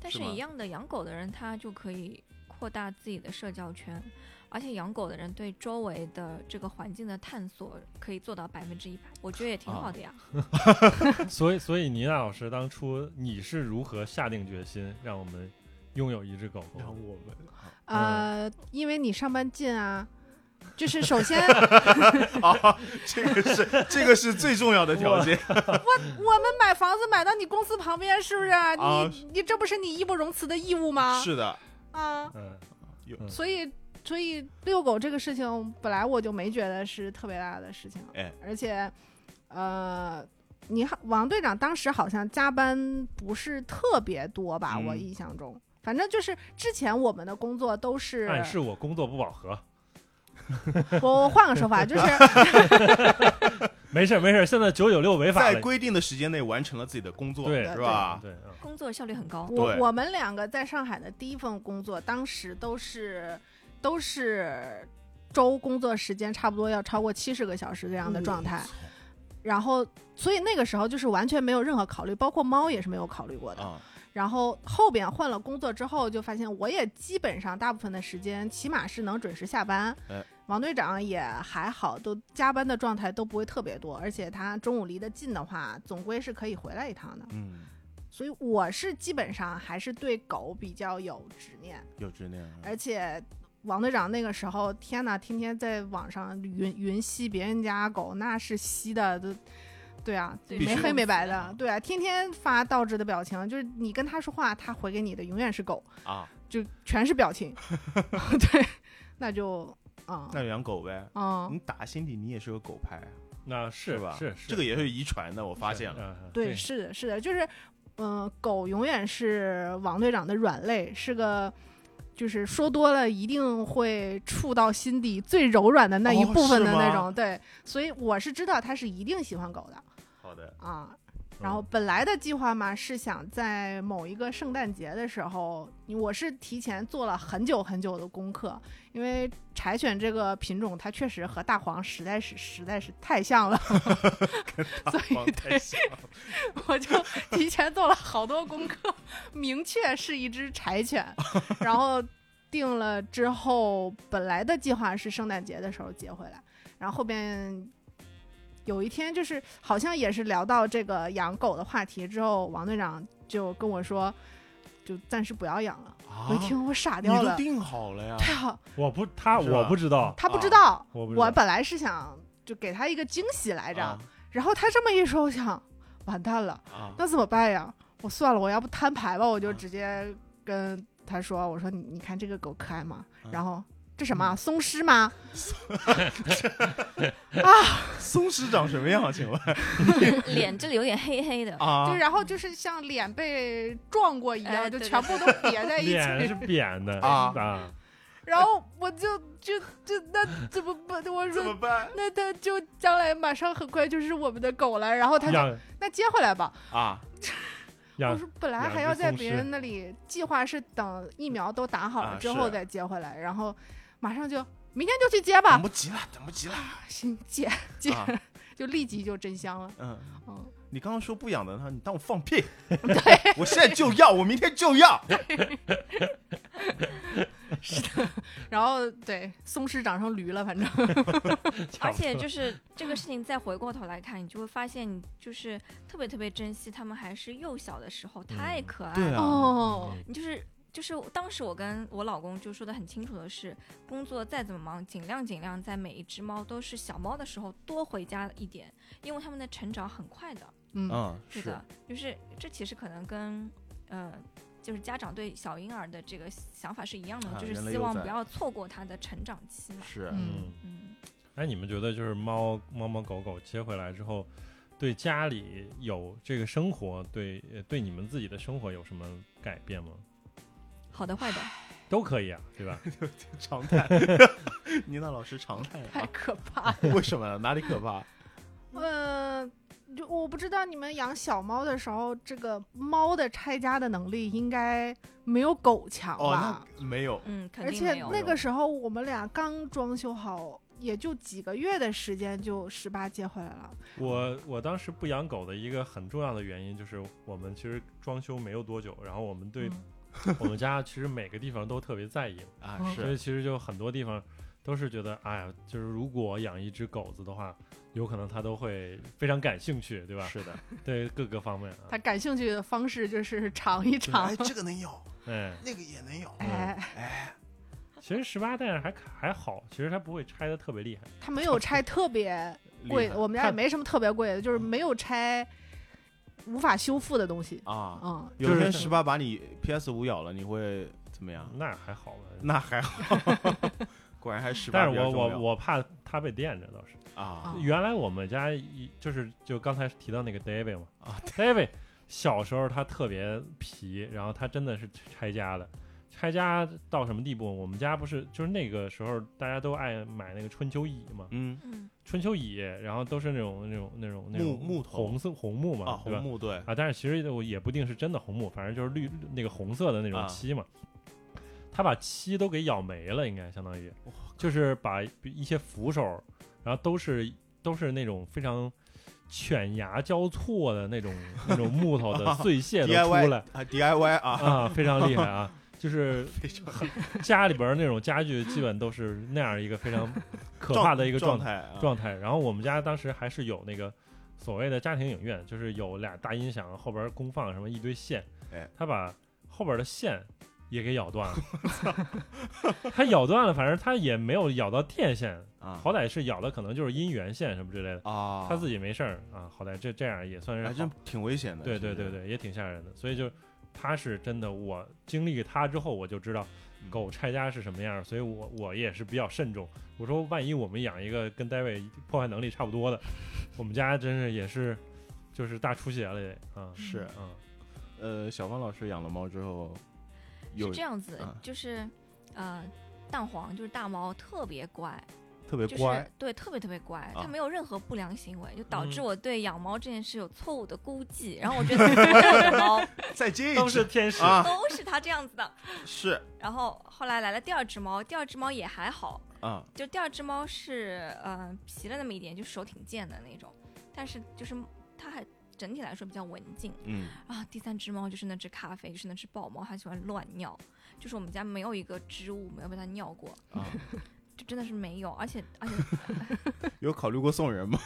但
是
是，
吗
一样的养狗的人，他就可以扩大自己的社交圈，而且养狗的人对周围的这个环境的探索可以做到百分之一百，我觉得也挺
啊
好的呀。
嗯 所以所以倪娜老师当初你是如何下定决心让我们拥有一只狗狗？
我们
呃，因为你上班近啊，就是 首先
啊， 这个是这个是最重要的条件。
我们买房子买到你公司旁边，是不是？
啊
你你这不是你义不容辞的义务吗？
是的，
啊，
嗯，
所以所以遛狗这个事情，本来我就没觉得是特别大的事情，
哎
而且呃，你好，王队长当时好像加班不是特别多吧？
嗯
我印象中，反正就是之前我们的工作都是
暗示我工作不饱和，
我我换个说法，就是
没事儿没事儿，现在九九六违法
在
了，
规定的时间内完成了自己的工作，
对
是吧？
对，嗯
工作效率很 高，
我
对
我们两个在上海的第一份工作，当时都是都是周工作时间差不多要超过七十个小时这样的
嗯
状
嗯
态，然后所以那个时候就是完全没有任何考虑，包括猫也是没有考虑过的。
啊，
然后后边换了工作之后，就发现我也基本上大部分的时间，起码是能准时下班。
哎
王队长也还好，都加班的状态都不会特别多，而且他中午离得近的话，总归是可以回来一趟的。
嗯，
所以我是基本上还是对狗比较有执念，
有执念啊。
而且王队长那个时候，天呐，天天在网上云云吸别人家狗，那是吸的都。对啊，
对
没
必须
黑没白的，对啊，天天发倒置的表情，就是你跟他说话，他回给你的永远是狗，
啊，
就全是表情，对，那就啊、啊
那就养狗呗。
啊，
你打心底你也是个狗派啊，
那是
吧？
是
这个也是遗传的，我发现了。
了，嗯
对，是的，是的，就是，嗯、狗永远是王队长的软肋，是个，就是说多了一定会触到心底最柔软的那一
哦
部分
是
的那
吗
种，对，所以我是知道他是一定喜欢狗的
好的，
啊。然后
嗯
本来的计划嘛，是想在某一个圣诞节的时候，我是提前做了很久很久的功课，因为柴犬这个品种它确实和大黄实在是实在是太像了，所以
哦
对
太香了
我就提前做了好多功课， 明确是一只 柴犬，然后定了之后，本来的计划是圣诞节的时候接回来，然后后边有一天就是好像也是聊到这个养狗的话题之后，王队长就跟我说，就暂时不要养了。
啊
我一听我傻
你都
掉了，
定好了呀，
对啊，
我不他
是吧
我不知道，
他不知
啊
道，
我不知
嗯我
道，
本来是想就给他一个惊喜来着，
啊
然后他这么一说，我想完蛋了。
啊，
那怎么办呀？我算了，我要不摊牌吧，我就
啊
直接跟他说：“我说你你看这个狗可爱吗？”
嗯
啊
然后这什么啊松狮吗？
松狮长什么样啊？请 问
脸这里有点黑黑的，
啊
就然后就是像脸被撞过一样，
哎
就
对对
全部都叠 在一
脸
起。
是扁的
啊
啊，
然后我就就就那怎么办？我
怎么
说
办
那他就将来马上很快就是我们的狗了。然后他就
养
那接回来吧。
啊？
我
养
说本来
两
还
只
要在
松
别
狮
人那里，计划是等疫苗都打好了
啊
之
是
后再接回来，然后马上就明天就去接吧
等。不及了，等不及了
行，接接、
啊！
就立即就真香了。
嗯，
嗯，
你刚刚说不养的他，你当我放 屁？ 我现在就要，我明天就要。
然后对松狮长成驴了，反正
而且就是这个事情，再回过头来看，你就会发现，你就是特别特别珍惜他们还是幼小的时候，太
嗯
可爱
对
了。
啊
哦，
你就是就是当时我跟我老公就说的很清楚的是，工作再怎么忙，尽量尽量在每一只猫都是小猫的时候多回家一点，因为它们的成长很快的。
嗯，
嗯，
是的，就是这其实可能跟呃。就是家长对小婴儿的这个想法是一样的，
啊
就是
人类
希
幼
望
崽
不要错过它的成长期嘛。
是
嗯
嗯。
嗯，
哎，你们觉得就是猫猫猫狗狗接回来之后，对家里有这个生活，对呃对你们自己的生活有什么改变吗？
好的坏的，
都可以啊，对 吧？
常态。 妮娜老师常态
太
啊？
可怕 了。
为什么？哪里可 怕？
嗯、就我不知道你们养小猫的时候，这个猫的拆家的能力应该没有狗强吧？
哦，那没有，
嗯，肯
而
定
且
没有
那个时候我们俩刚装修好，也就几个月的时间就十八接回来了。
我我当时不养狗的一个很重要的原因就是我们其实装修没有多久，然后我们对
嗯
我们家其实每个地方都特别在意，
啊
嗯
所
是
以其实就很多地方都是觉得，哎呀，就是如果养一只狗子的话，有可能它都会非常感兴趣，对吧？
是的，
对各个方面啊
他，感兴趣的方式就是 尝一尝
哎，，这个能有，
哎，
那个也能有，
哎，
其实十八代还还好，其实它不会拆的特别厉害。
他没有拆特别贵
厉
的，
害啊
我们家也没什么特别贵的，就是没有拆无法修复的东西。
啊！
嗯，
有一
就是嗯
天十八把你 PS 五咬了，你会怎么样？
那还好吧。
那还好， 果然还是十八
但
比
是
较
我
重要
我我怕它被电着倒是。
啊
哦
原来我们家一就是就刚才提到那个 David 嘛
啊
，David 小时候他特别皮，然后他真的是拆家的。拆家到什么地步？我们家不是就是那个时候大家都爱买那个春秋椅嘛，
嗯
嗯，
春秋椅，然后都是那种那种那种那种
木木头
红色红木嘛，
啊
对吧
红木对
啊，但是其实我也不一定是真的红木，反正就是绿那个红色的那种
啊
漆嘛。他把漆都给咬没了，应该相当于，就是把一些扶手，然后都是都是那种非常犬牙交错的那种那种木头
啊
的碎屑都出
，DIY
来
啊 DIY 啊，
啊，非常厉害啊！就是
非常
家里边儿那种家具基本都是那样一个非常可怕的一个
状
状态。
啊
状态。然后我们家当时还是有那个所谓的家庭影院，就是有俩大音响，后边功放什么一堆线，
哎
他把后边的线也给咬断 了。他咬断了，反正他也没有咬到电线，
啊
好歹是咬的可能就是音源线什么之类的，
啊，
他自己没事儿啊。好歹这这样也算是
还
好
真挺危险的，
对对
其实
对，对，也挺吓人的。所以就他是真的，我经历他之后，我就知道
嗯
狗拆家是什么样儿，所以我我也是比较慎重。我说，万一我们养一个跟 David 破坏能力差不多的，我们家真是也是就是大出血了也啊，
是，
嗯，
呃，小芳老师养了猫之后，
是
有
这样子
啊，
就是呃，蛋黄就是大猫特别乖，
特别
就 是
乖，
对特别特别乖，它
啊
没有任何不良行为，就导致
嗯
我对养猫这件事有错误的估计。然 后我觉得所有的猫
再接
都
一
是
只
天使，
啊，
都是它这样子的。
是
然后后来来了第二只猫，第二只猫也还好，
啊，
就第二只猫是呃皮了那么一点，就手挺贱的那种，但是就是它还整体来说比较文静。
嗯，
啊，第三只猫就是那只咖啡，就是那只豹猫，它喜欢乱尿，就是我们家没有一个织物没有被它尿过，
啊，
就真的是没有，而且而且
有考虑过送 人吗？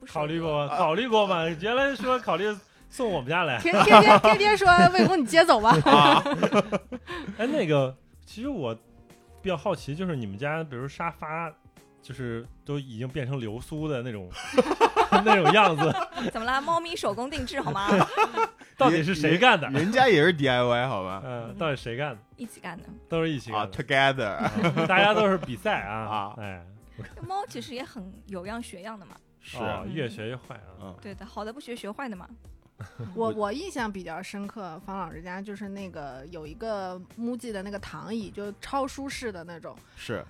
不是
考虑
我
过吗？考虑过吗？原来说考虑送我们家来，
天天天天天说魏公你接走吧，
哎，那个，其实我比较好奇，就是你们家，比如沙发，就是都已经变成流苏的那 种那种样子，
怎么啦？猫咪手工定制好吗？
到底是谁干的？
人家也是 DIY 好 吧？
嗯，到底谁干的？
一起干的。
都是一起
啊
干的，
，Together
嗯大家都是比赛啊
啊，
哎，
猫其实也很有样学样的 嘛，
是，
哦
嗯
越学越坏啊，
对的，好的不学学坏的嘛。
我我印象比较深刻，方老师家就是那个有一个 MUJI 的那个躺椅，就超舒适的那种。
是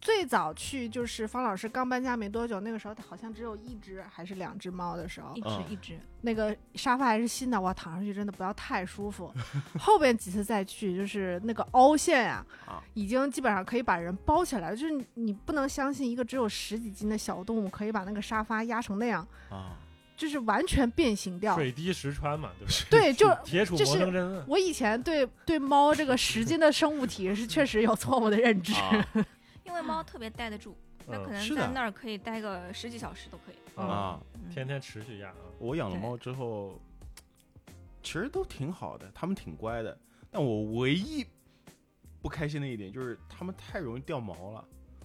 最早去就是方老师刚搬家没多久，那个时候好像只有一只还是两只猫的时候
哦
一，只
嗯
一只，
那个沙发还是新的，哇，躺上去真的不要太舒服。 后边几次再去，就是那个凹陷呀、
啊
已经基本上可以把人包起来了，就是你你不能相信一个只有十几斤的小动物可以把那个沙发压成那样，
啊，
就是完全变形掉。
嗯水滴石穿嘛，对 吧？
对，就是
铁杵
这
磨
是
成针啊，
我以前对对猫这个十斤的生物体是确实有错误的认知。
啊
因为猫特别待得住，那可
嗯，
能
是
在
的
那儿可以待个十几小时都可以。
啊，
啊，
嗯
天天持续压啊，
我养了
对
猫之后，其实都挺好的，它们挺乖的。但我唯一不开心的一点就是它们太容易掉毛了，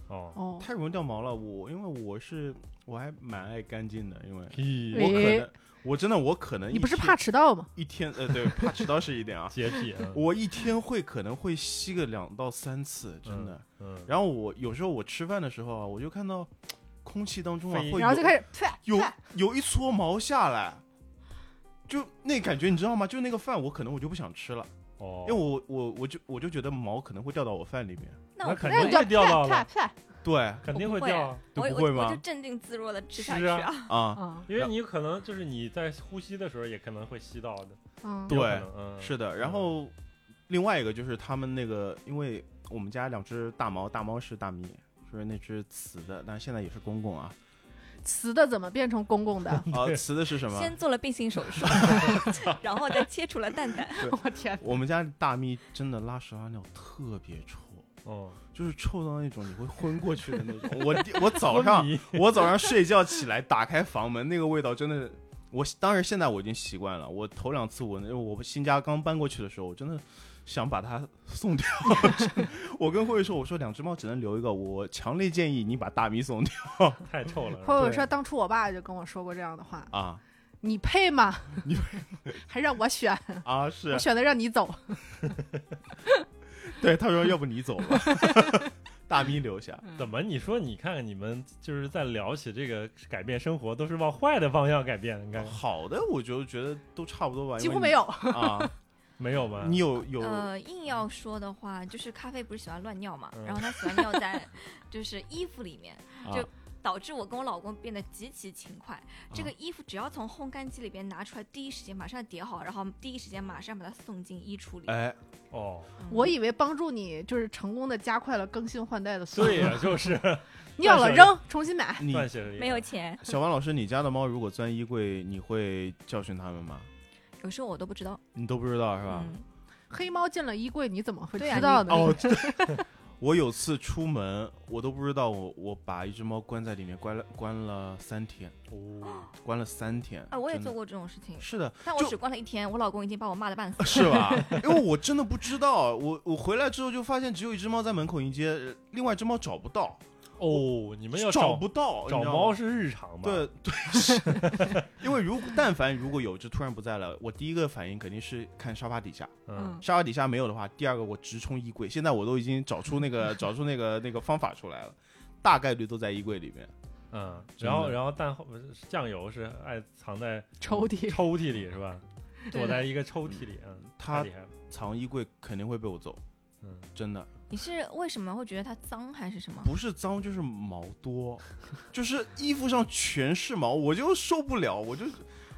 哦，
哦，
太容易掉毛了。我因为我是我还蛮爱干净的，因为
嘿，
哎
我可能我真的我可能
你不是
一天
怕迟到吗？
一天呃对怕迟到是一点啊
洁癖 啊，
我一天会可能会吸个两到三次，真的。
嗯，
然后我有时候我吃饭的时候啊，我就看到空气当中啊
飞
会有
然后就开始啪
有
啪
有一撮毛下来，就那感觉你知道吗？就那个饭我可能我就不想吃了，
哦
因为，我我我就我就觉得毛可能会掉到我饭里面，
那我
肯
不
那
定
会
你就
会掉到
啪
了，
啪
对
肯定
我不会
掉啊。
都
我
不
我
会
我
吗？
就镇定自若的吃下
是
去
啊
啊。
啊，
啊
因为你可能就是你在呼吸的时候也可能会吸到的，
嗯
对
有可能嗯，
是的。然后另外一个就是他们那个，因为我们家两只大猫，大猫是大咪，就是那只雌的，但现在也是公公 啊。
雌的怎么变成公公的？
啊，雌的是什么？
先做了变性手 术，然后再切除了蛋蛋。
我天，
我们家大咪真的拉屎拉尿特别臭，
哦，
就是臭到那种你会昏过去的 那种。我我早
昏
上
迷
我早上睡觉起来，打开房门，那个味道真的，我当然现在我已经习惯了。我头两次闻，因为我新家刚搬过去的时候，我真的想把它送掉。我跟慧慧说，我说两只猫只能留一个，我强烈建议你把大咪送掉
太臭了，
或者
嗯对
说当初我爸就跟我说过这样的话，
啊
你配吗？
你
配还让我选，
啊！是
我选的让你走。
对，他说要不你走吧， 大咪留下。
嗯怎么你说你看看你们就是在聊起这个改变生活，都是往坏的方向改变，你看
好的，我就觉得都差不多吧，
几乎没有。
有
嗯
啊。
没有吗？
你有啊有
呃，硬要说的话，就是咖啡不是喜欢乱尿嘛，
嗯
然后它喜欢尿在就是衣服里面，
啊
就导致我跟我老公变得极其勤快。这个衣服只要从烘干机里边拿出来，第一时间马上叠好，然后第一时间马上把它送进衣橱里。
哎
哦，
嗯
我以为帮助你就是成功的加快了更新换代的速度。
对 呀，就是
尿了
但是
扔，重新买。
你
断舍离
没有钱，
小王老师，你家的猫如果钻衣柜，你会教训它们吗？
有时候我都不知道，
你都不知道是吧？
嗯，
黑猫进了衣柜，你怎么会
对呀
知道呢？
哦，真的我有次出门，我都不知道我我把一只猫关在里面，关了关了三天，
哦，
关了三天
啊，我也
真的
做过这种事情，
是的，
但我
就。
只关了一天，我老公已经把我骂的半死
是吧？ 因为我真的不知道，我我回来之后就发现只有一只猫在门口迎接，呃另外一只猫找不到。
哦，你们要
找
找
不到，
找
哦你知道
猫
吗
是日常吧？
对对， 因为如果但凡如果有只突然不在了，我第一个反应肯定是看沙发底下，
嗯，
沙发底下没有的话，第二个我直冲衣柜。现在我都已经找出那 个找出那个那个方法出来了，大概率都在衣柜里面。
嗯，
真的
然后然后蛋后酱油是爱藏在
抽 屉
抽屉里是吧？
对
躲在一个抽屉里，嗯，
他
太厉害了，
藏衣柜肯定会被我揍，
嗯，
真的
你是为什么会觉得它脏还是什么？
不是脏就是毛 多，就是衣服上全是毛，我就受不了，我就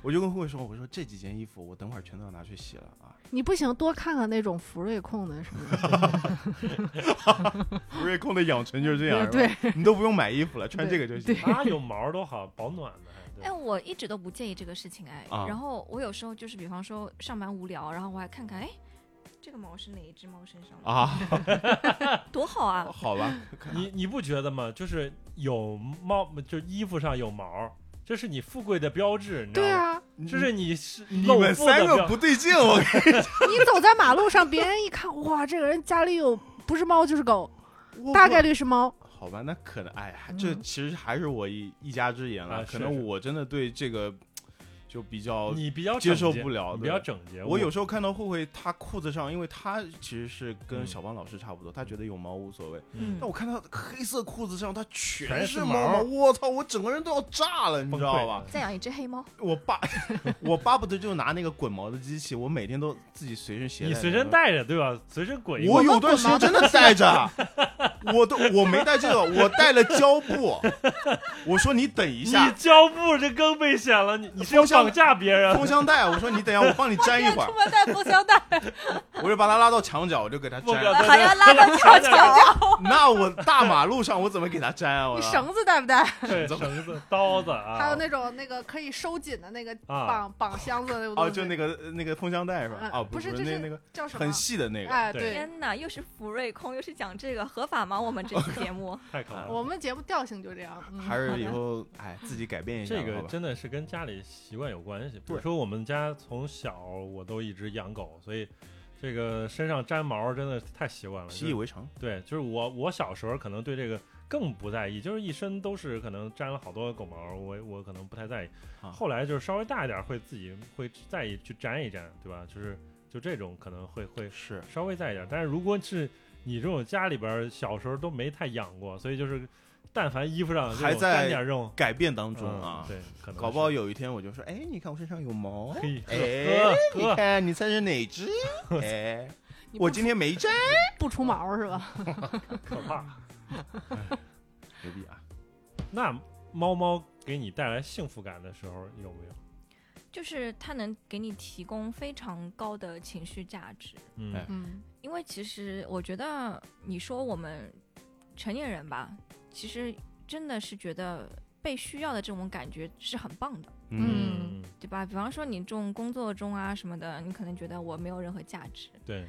我就跟慧慧说，我说这几件衣服我等会儿全都要拿去洗了 啊。
你不行，多看看那种福瑞控的什么的。
福瑞控的养成就是这 样，
对，
是吧，你都不用买衣服了，穿这个就行。
对
它有毛多好，保暖的还。对
哎，我一直都不介意这个事情哎。
啊
然后我有时候就是，比方说上班无聊，然后我还看看，哎，这个毛是哪一只猫身上的，
啊，哦
多好啊！
好吧，看
你你不觉得吗？就是有毛，就衣服上有毛，这是你富贵的标志，你知
对
道吗？
啊，
这是你是
你
露
们
富的
三个
标
不对劲，我
你走在马路上，别人一看，哇，这个人家里有不是猫就是狗，
我
大概率是猫。
好吧，那可能哎呀
嗯，
这其实还是我一一家之言了。
啊
可
是
能
是
我真的对这个就比较，
你比较
接
整
受
洁
不了
你比
对
较整洁。
我有时候看到慧慧她裤子上，因为她其实是跟
嗯
小王老师差不多，她觉得有毛无所谓。
嗯
但我看她黑色裤子上，她
全
全
是
是毛，我操，我整个人都要炸了，你
崩
知
溃
道吧
了？
再养一只黑猫，
我爸， 我巴不得就拿那个滚毛的机器，我每天都自己随身携带。
你随身。带着对吧？随身滚 一
我
滚。
有段时间真的 带着，啊我都我没带这个，我带了胶布。我说你等一
你
下，
胶布这更危险了，你你是要
风箱
绑架别人？
封箱带，我说你等一下，我帮你粘 一会儿，
门带封箱袋，
我就把它拉到墙角，我就给它
不
粘。
了，
还要拉到墙角。
那我大马路上我怎么给它粘啊？我
你绳子带不带？
对绳子、刀子啊，
还有那种那个可以收紧的那个
啊
绑绑箱子的那个东
哦，
西，
就那个那个封箱带是吧
嗯？
哦，
不
是
是
不
就
那
是
那个
叫什么
很？细的那个，
哎，
对
对，
天哪，又是福瑞控，又是讲这个，合法吗？我们这期 节目
太可怕了。
我们节目调性就这样。嗯
还
好
是
的
以后哎自己改变一下
这
好
个
吧
真的是跟家里习惯有关系。比如
对
说我们家从小我都一直养狗，所以这个身上粘毛真的是太习惯了。
习以为常。
对，就是我我小时候可能对这个更不在意，就是一身都是可能沾了好多狗毛，我我可能不太在意。
啊
后来就是稍微大一点，会自己会在意去沾一沾，对吧？就是就这种可能会会
是
稍微在意点。但是如果是你这种家里边儿小时候都没太养过，所以就是但凡衣服上
还
就
在
沾点肉。
改变当中
嗯
啊，
对，可能
搞不好
是
有一天我就说，哎，你看我身上有毛，
可以
哎，
喝
你
喝
看你猜是哪只？哎，
你不
我今天没摘，
不出毛 是吧？
可怕。
牛逼啊！
那猫猫给你带来幸福感的时候有没有？
就是它能给你提供非常高的情绪价值，
嗯，
哎
嗯，
因为其实我觉得你说我们成年人吧，其实真的是觉得被需要的这种感觉是很棒的，
嗯
对吧？比方说你这种工作中啊什么的，你可能觉得我没有任何价值，
对，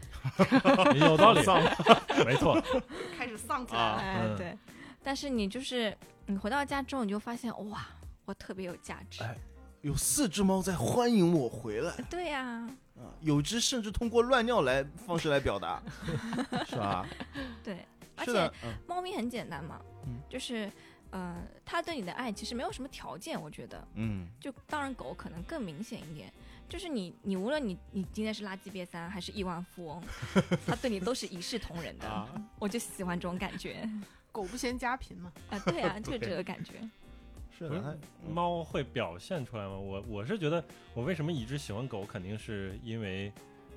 你 有 道理，没错，
开始丧起
来了
哎、
嗯
对。但是你就是你回到家之后，你就发现哇，我特别有价值。
哎有四只猫在欢迎我回来
对呀、
啊，有只甚至通过乱尿来方式来 表达，是吧？
对，而
是
且
的，嗯
猫咪很简单嘛，
嗯
就是呃，它对你的爱其实没有什么条件，我觉得。
嗯，
就当然狗可能更明显一点，就是你你无论你你今天是垃圾瘪三还是亿万富翁，它对你都是一视同仁的。
嗯
啊
我就喜欢这种感觉
狗不嫌家贫嘛。
啊，对啊，就是这个感觉。
是
不
的
是，
它
猫会表现出来吗？我我是觉得，我为什么一直喜欢狗，肯定是因为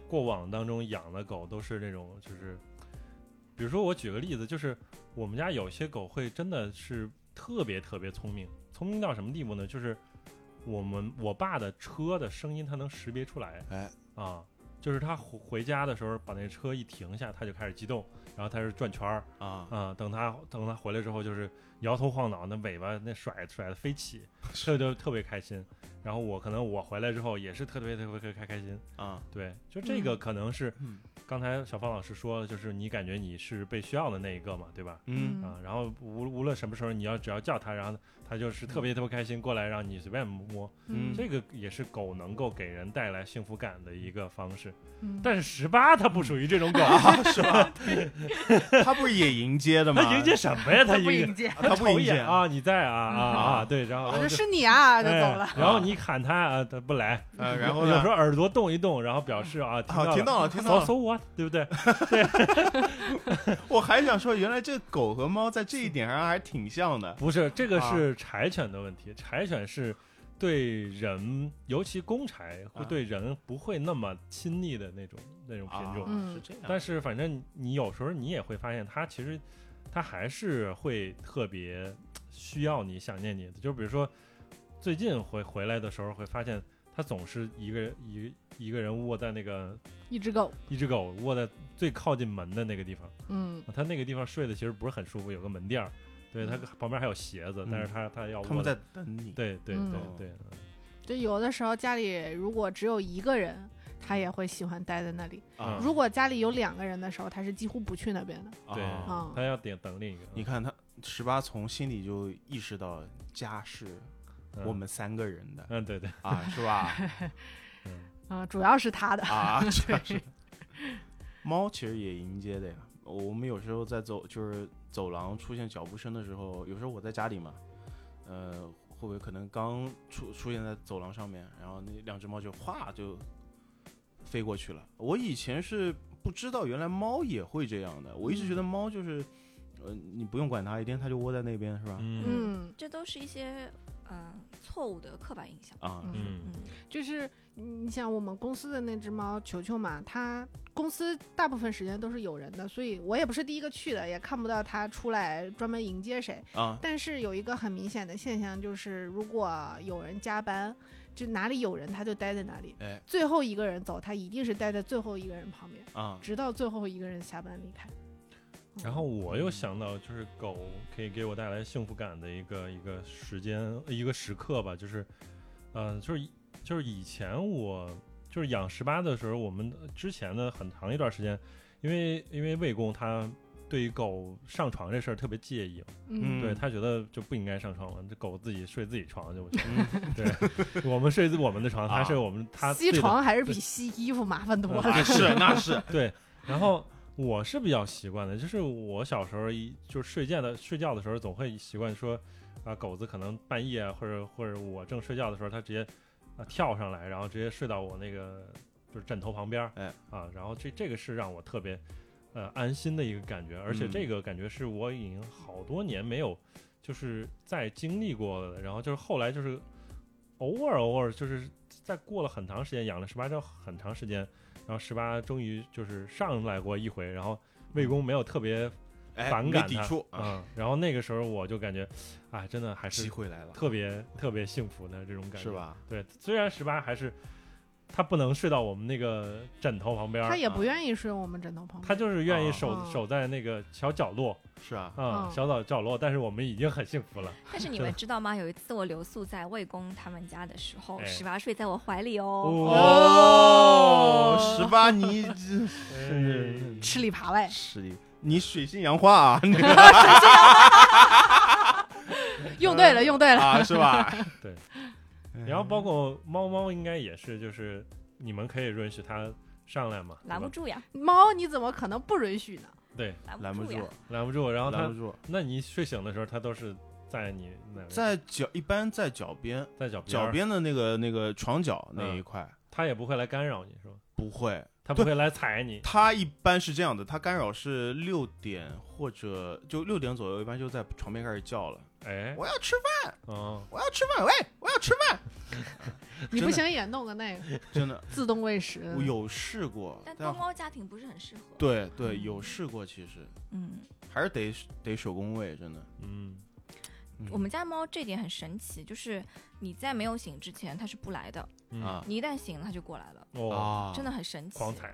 过往当中养的狗都是那种，就是，比如说我举个例子，就是我们家有些狗会真的是特别特别聪明，聪明到什么地步呢？就是我们我爸的车的声音它能识别出来，
哎
啊，就是它回回家的时候把那车一停下，它就开始激动，然后它是转圈儿，
啊，
啊、等他等他回来之后，就是摇头晃脑，那尾巴那甩甩的飞起，这就特别开心。然后我可能我回来之后也是特别特别特别开开心，
啊，
对，就这个
嗯
可能是
嗯
刚才小芳老师说的，就是你感觉你是被需要的那一个嘛，对吧？
嗯，
啊，然后无无论什么时候，你要只要叫它，然后它就是特别特别开心，过来让你随便摸，
嗯
这个也是狗能够给人带来幸福感的一个方式。是。
嗯，
但是十八它不属于这种狗，
啊，是吧？嗯他不是也迎接 的吗？啊
它迎接什么呀？它
他不
迎
迎
接，
接，
它
它不
瞅
迎
一
接
眼啊！你在啊
嗯
啊啊！对，然后
我说是你啊，就
哎
走了。
然后你喊它啊，它不来。
呃，然后
有
呢
时？候耳朵动一动，然后表示啊，听
好，听
到了。
到了，听到
So so
了。
what，对不 对？
我还想说，原来这狗和猫在这一点上还挺像的。
不是，这个是柴犬的问题。柴犬是对人，尤其公柴，会
啊
对人不会那么亲昵的那种那种品种。
啊
嗯
是这样。
但是反正你有时候你也会发现，它其实它还是会特别需要你、想念你的。就比如说最近回回来的时候，会发现它总是一个人一个一个人窝在那个
一只狗，
一只狗窝在最靠近门的那个地方。
嗯，
它那个地方睡的其实不是很舒服，有个门垫儿，对它旁边还有鞋子，
嗯
但是它它要
他们
窝
在等你。
对对
嗯
对
哦
对，嗯
就有的时候家里如果只有一个人，它也会喜欢待在那里；
啊
嗯
如果家里有两个人的时候，它是几乎不去那边的。
对
啊，
啊
它要等等另一个。
你看他十八从心里就意识到家是
嗯
我们三个人的
嗯对对，
啊，是吧？
嗯，主要是它的。
啊，这是。 猫其实也迎接的呀。我们有时候在走，就是走廊出现脚步声的时候，有时候我在家里嘛，呃，会不会可能刚出出现在走廊上面，然后那两只猫就哗就飞过去了。我以前是不知道，原来猫也会这样的。我一直
嗯
觉得猫就是，呃，你不用管它，一天它就窝在那边，是吧？
嗯
嗯，
这都是一些呃错误的刻板印象。
啊，
嗯
嗯
嗯，
就是你想我们公司的那只猫球球嘛，它公司大部分时间都是有人的，所以我也不是第一个去的，也看不到它出来专门迎接谁。
啊，
但是有一个很明显的现象就是，如果有人加班，就哪里有人它就待在哪里，
哎
最后一个人走，它一定是待在最后一个人旁边，
啊，
直到最后一个人下班离开。嗯
然后我又想到，就是狗可以给我带来幸福感的一个一个时间一个时刻吧，就是，嗯、就是就是以前我就是养十八的时候，我们之前的很长一段时间，因为因为魏公他对于狗上床这事儿特别介意嘛，
嗯
对他觉得就不应该上床了，这狗自己睡自己床就，
嗯
对我们睡我们的床，它
啊
睡我们它自
吸
己的
床还是比吸衣服麻烦多
啊
了。
那是那是，
对，然后我是比较习惯的，就是我小时候一就是睡觉的睡觉的时候，总会习惯说，啊，狗子可能半夜啊或者或者我正睡觉的时候，它直接啊跳上来，然后直接睡到我那个就是枕头旁边儿，
哎
啊，然后这这个是让我特别呃安心的一个感觉，而且这
嗯
个感觉是我已经好多年没有就是在经历过的，然后就是后来就是偶尔偶尔就是在过了很长时间养了十八周很长时间，然后十八终于就是上来过一回，然后魏公没有特别
哎，
反
没
感
抵
它
触啊，
嗯，然后那个时候我就感觉，啊，真的还
机
是
会来了，
特别特别幸福的这种感觉，
是？吧？
对，虽然十八还是他不能睡到我们那个枕头旁边儿，
它也
啊
不愿意睡我们枕头旁边。
他就是愿意守、
哦
守在那个小角落
是啊，
啊、
哦
小角角落，但是我们已经很幸福了。
但是你们知道吗？有一次我留宿在魏公他们家的时候，
哎
十八睡在我怀里
哦
哦。
哦，十八你 这
是
吃里扒外，
是的你水性杨花啊，那个
用对了，用对了。
啊是吧？
对
嗯，
然后包括猫猫应该也是，就是你们可以允许它上来嘛，
拦
对
不
吧
住呀，
猫你怎么可能不 允许呢？
对，
拦
拦
不
不
住
住呀，，
拦不住。然后
拦不
它，
住，
那你睡醒的时候，它都是在你那
在脚一般在脚边，
在脚边儿
脚，边的那个那个床角那一块
它也不会来干扰你，是吧？
不会，
它不
对
会来踩你。
它一般是这样的，它干扰是六点或者就六点左右，一般就在床边开始叫了，
哎，
我要吃饭，
嗯，
我要吃饭，喂，我要吃饭，
你
真
不
的哎
行也弄个那个
真的，
自动 喂食。
我有试过，
但
但
多猫家庭不是很适合。，
对对有试过，其实
嗯，
还是得得手工喂，真的，
嗯，
嗯
我们家猫这点很神奇，就是你在没有醒之前它是不来的，
嗯，
啊
你一旦醒了它就过来了，
哦，
啊，
真的很神奇。
狂踩，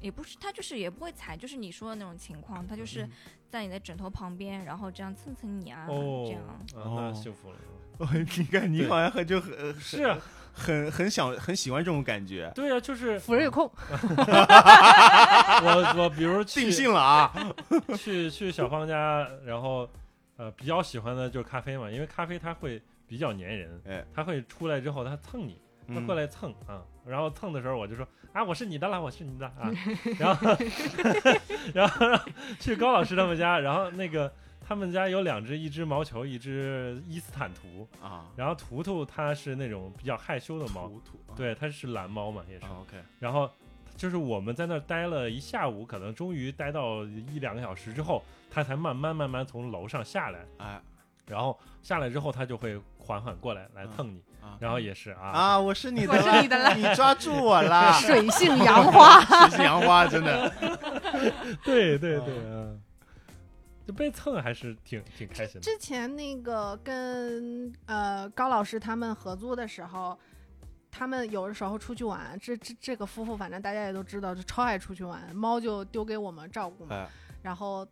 也不是，它就是也不会踩，就是你说的那种情况，它就是在你的枕头旁边，然后这样蹭蹭你啊，
哦
这样。，
啊
哦
那幸福了。
你看，你
对
好像很就很
是啊，
很很想很喜欢这种感觉，
对啊， 就是
福瑞控，
我我比如
定
去
性 了啊！
去去小芳家，然后呃比较喜欢的就是咖啡嘛，因为咖啡它会比较粘人，
哎
它会出来之后它蹭你，他过
嗯
来蹭啊，然后蹭的时候我就说啊，我是你的啦，我是你的啊，然后 然后然后去高老师他们家，然后那个他们家有两只，一只毛球，一只伊斯坦图，
啊，
然后图图它是那种比较害羞的猫，
土土，
对，它是蓝猫嘛也是，
啊，OK，
然后就是我们在那儿待了一下午，可能终于待到一两个小时之后，它才慢慢慢慢从楼上下来，
哎
然后下来之后它就会缓缓过来来蹭你，
啊
然后也是啊
啊，我是你的
我是
啦，
你 的啦，
你抓住我啦
水性杨花，
水性杨花，真的，
对对对，嗯，就被蹭还是挺挺开心的。
之前那个跟呃高老师他们合租的时候，他们有的时候出去玩，这这这个夫妇反正大家也都知道，就超爱出去玩，猫就丢给我们照顾嘛。
哎
然后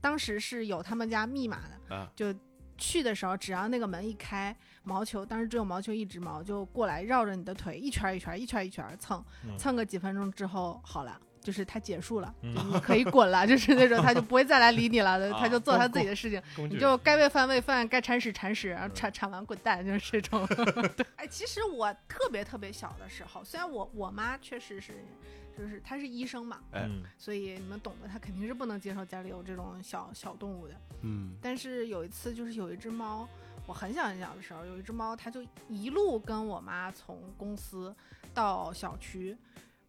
当时是有他们家密码的，
啊
就去的时候只要那个门一开，毛球当时只有毛球一只毛就过来绕着你的腿一圈儿一圈儿一圈儿一圈儿蹭，
嗯
蹭个几分钟之后好了。就是它结束了，
嗯
就你可以滚了，就是那种它就不会再来理你了，它就做它自己的事情。
工具
你
人
就该喂饭喂饭，该铲屎铲屎，然后
嗯
铲铲完滚蛋，就是这种。对，哎，其实我特别特别小的时候，虽然我我妈确实是，就是她是医生嘛，
哎
嗯
所以你们懂的，她肯定是不能接受家里有这种小小动物的。
嗯
但是有一次，就是有一只猫，我很小很小的时候，有一只猫，它就一路跟我妈从公司到小区。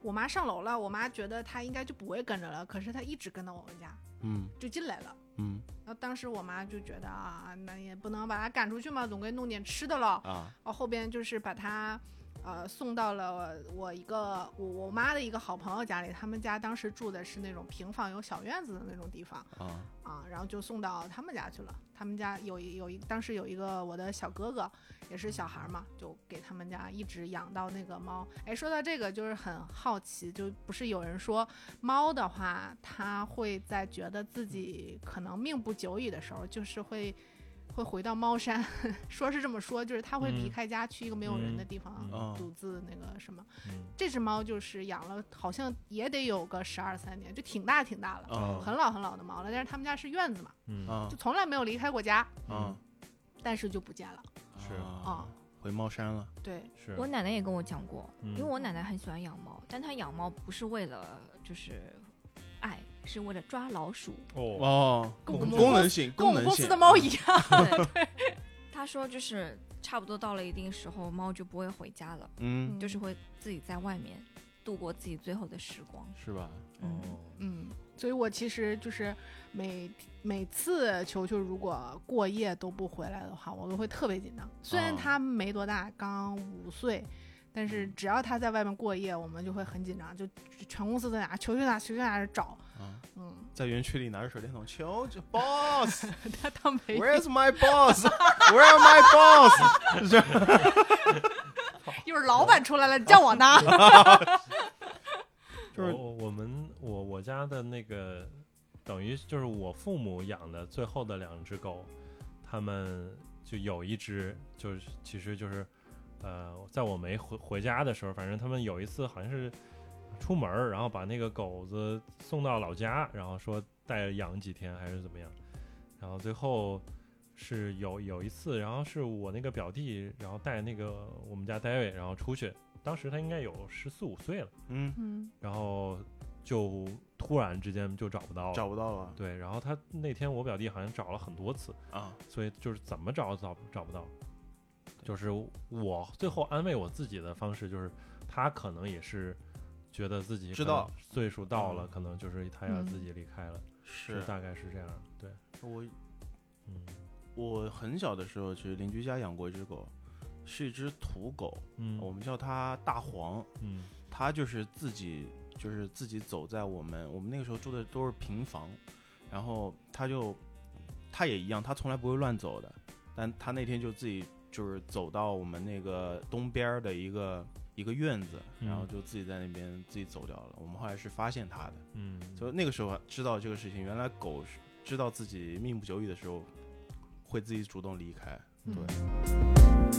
我妈上楼了，我妈觉得它应该就不会跟着了，可是它一直跟到我们家，
嗯
就进来了。
嗯
然后当时我妈就觉得啊，那也不能把它赶出去嘛，总归弄点吃的了。
啊
哦，后边就是把它，呃，送到了我一个我我妈的一个好朋友家里，他们家当时住的是那种平房有小院子的那种地方
啊
啊，然后就送到他们家去了。他们家有一有一当时有一个我的小哥哥，也是小孩儿嘛，就给他们家一直养到那个猫。哎，说到这个就是很好奇，就不是有人说猫的话，它会在觉得自己可能命不久矣的时候，就是会会回到猫山， 说是这么说，就是它会离
嗯
开家去一个没有人的地方，
嗯
嗯
独自那个什么。
嗯
这只猫就是养了，好像也得有个十二三年，就挺大挺大
哦
了，
啊
很老很老的猫了。但是他们家是院子嘛，
嗯，
啊
就从来没有离开过家，
啊，
但是就不见了
是
啊、
回猫山了，
对，
是
我奶奶也跟我讲过，因为
嗯
我奶奶很喜欢养猫，但她养猫不是为了就是爱，是为了抓老鼠。
哦，
哦，
跟
我们
功能性，
跟我
功
们
能
公
性啊
司的猫一样。
对， 她说就是差不多到了一定时候，猫就不会回家了，
嗯，
就是会自己在外面度过自己最后的时光。
哦
是吧？
嗯，
嗯，所以我其实就是每每次球球如果过夜都不回来的话，我都会特别紧张。虽然
哦
他没多大，刚五岁，但是只要他在外面过夜，我们就会很紧张，就全公司都在哪球球哪球球哪找。
啊，
嗯，
在园区里拿着手电筒，求求 boss，
他倒没有，
Where's my boss? Where my boss?
一会儿老板出来了，你叫我呢。
就是我哦我们我我家的那个，等于就是我父母养的最后的两只狗，他们就有一只就是其实就是，呃，在我没回回家的时候，反正他们有一次好像是出门儿，然后把那个狗子送到老家，然后说带养几天还是怎么样，然后最后。是有有一次，然后是我那个表弟，然后带那个我们家 David，然后出去，当时他应该有十四五岁了，
嗯，
嗯，
然后就突然之间就找不到了。
找不到了
对，然后他那天我表弟好像找了很多次，
啊，
所以就是怎么找找找不到。就是我最后安慰我自己的方式就是，他可能也是觉得自己
知
可能
道
岁数到了，
嗯
可能就是他要
嗯
自己离开了，
是
就大概是这样。对，
我
嗯
我很小的时候，其实邻居家养过一只狗，是一只土狗，我
嗯
们叫它大黄，
嗯
它就是自己就是自己走在我们我们那个时候住的都是平房，然后它就它也一样，它从来不会乱走的，但它那天就自己就是走到我们那个东边儿的一个一个院子，然后
嗯
就自己在那边自己走掉了。我们后来是发现它的。
嗯，
就那个时候啊知道这个事情，原来狗是知道自己命不久矣的时候，会自己主动离开。
嗯
对，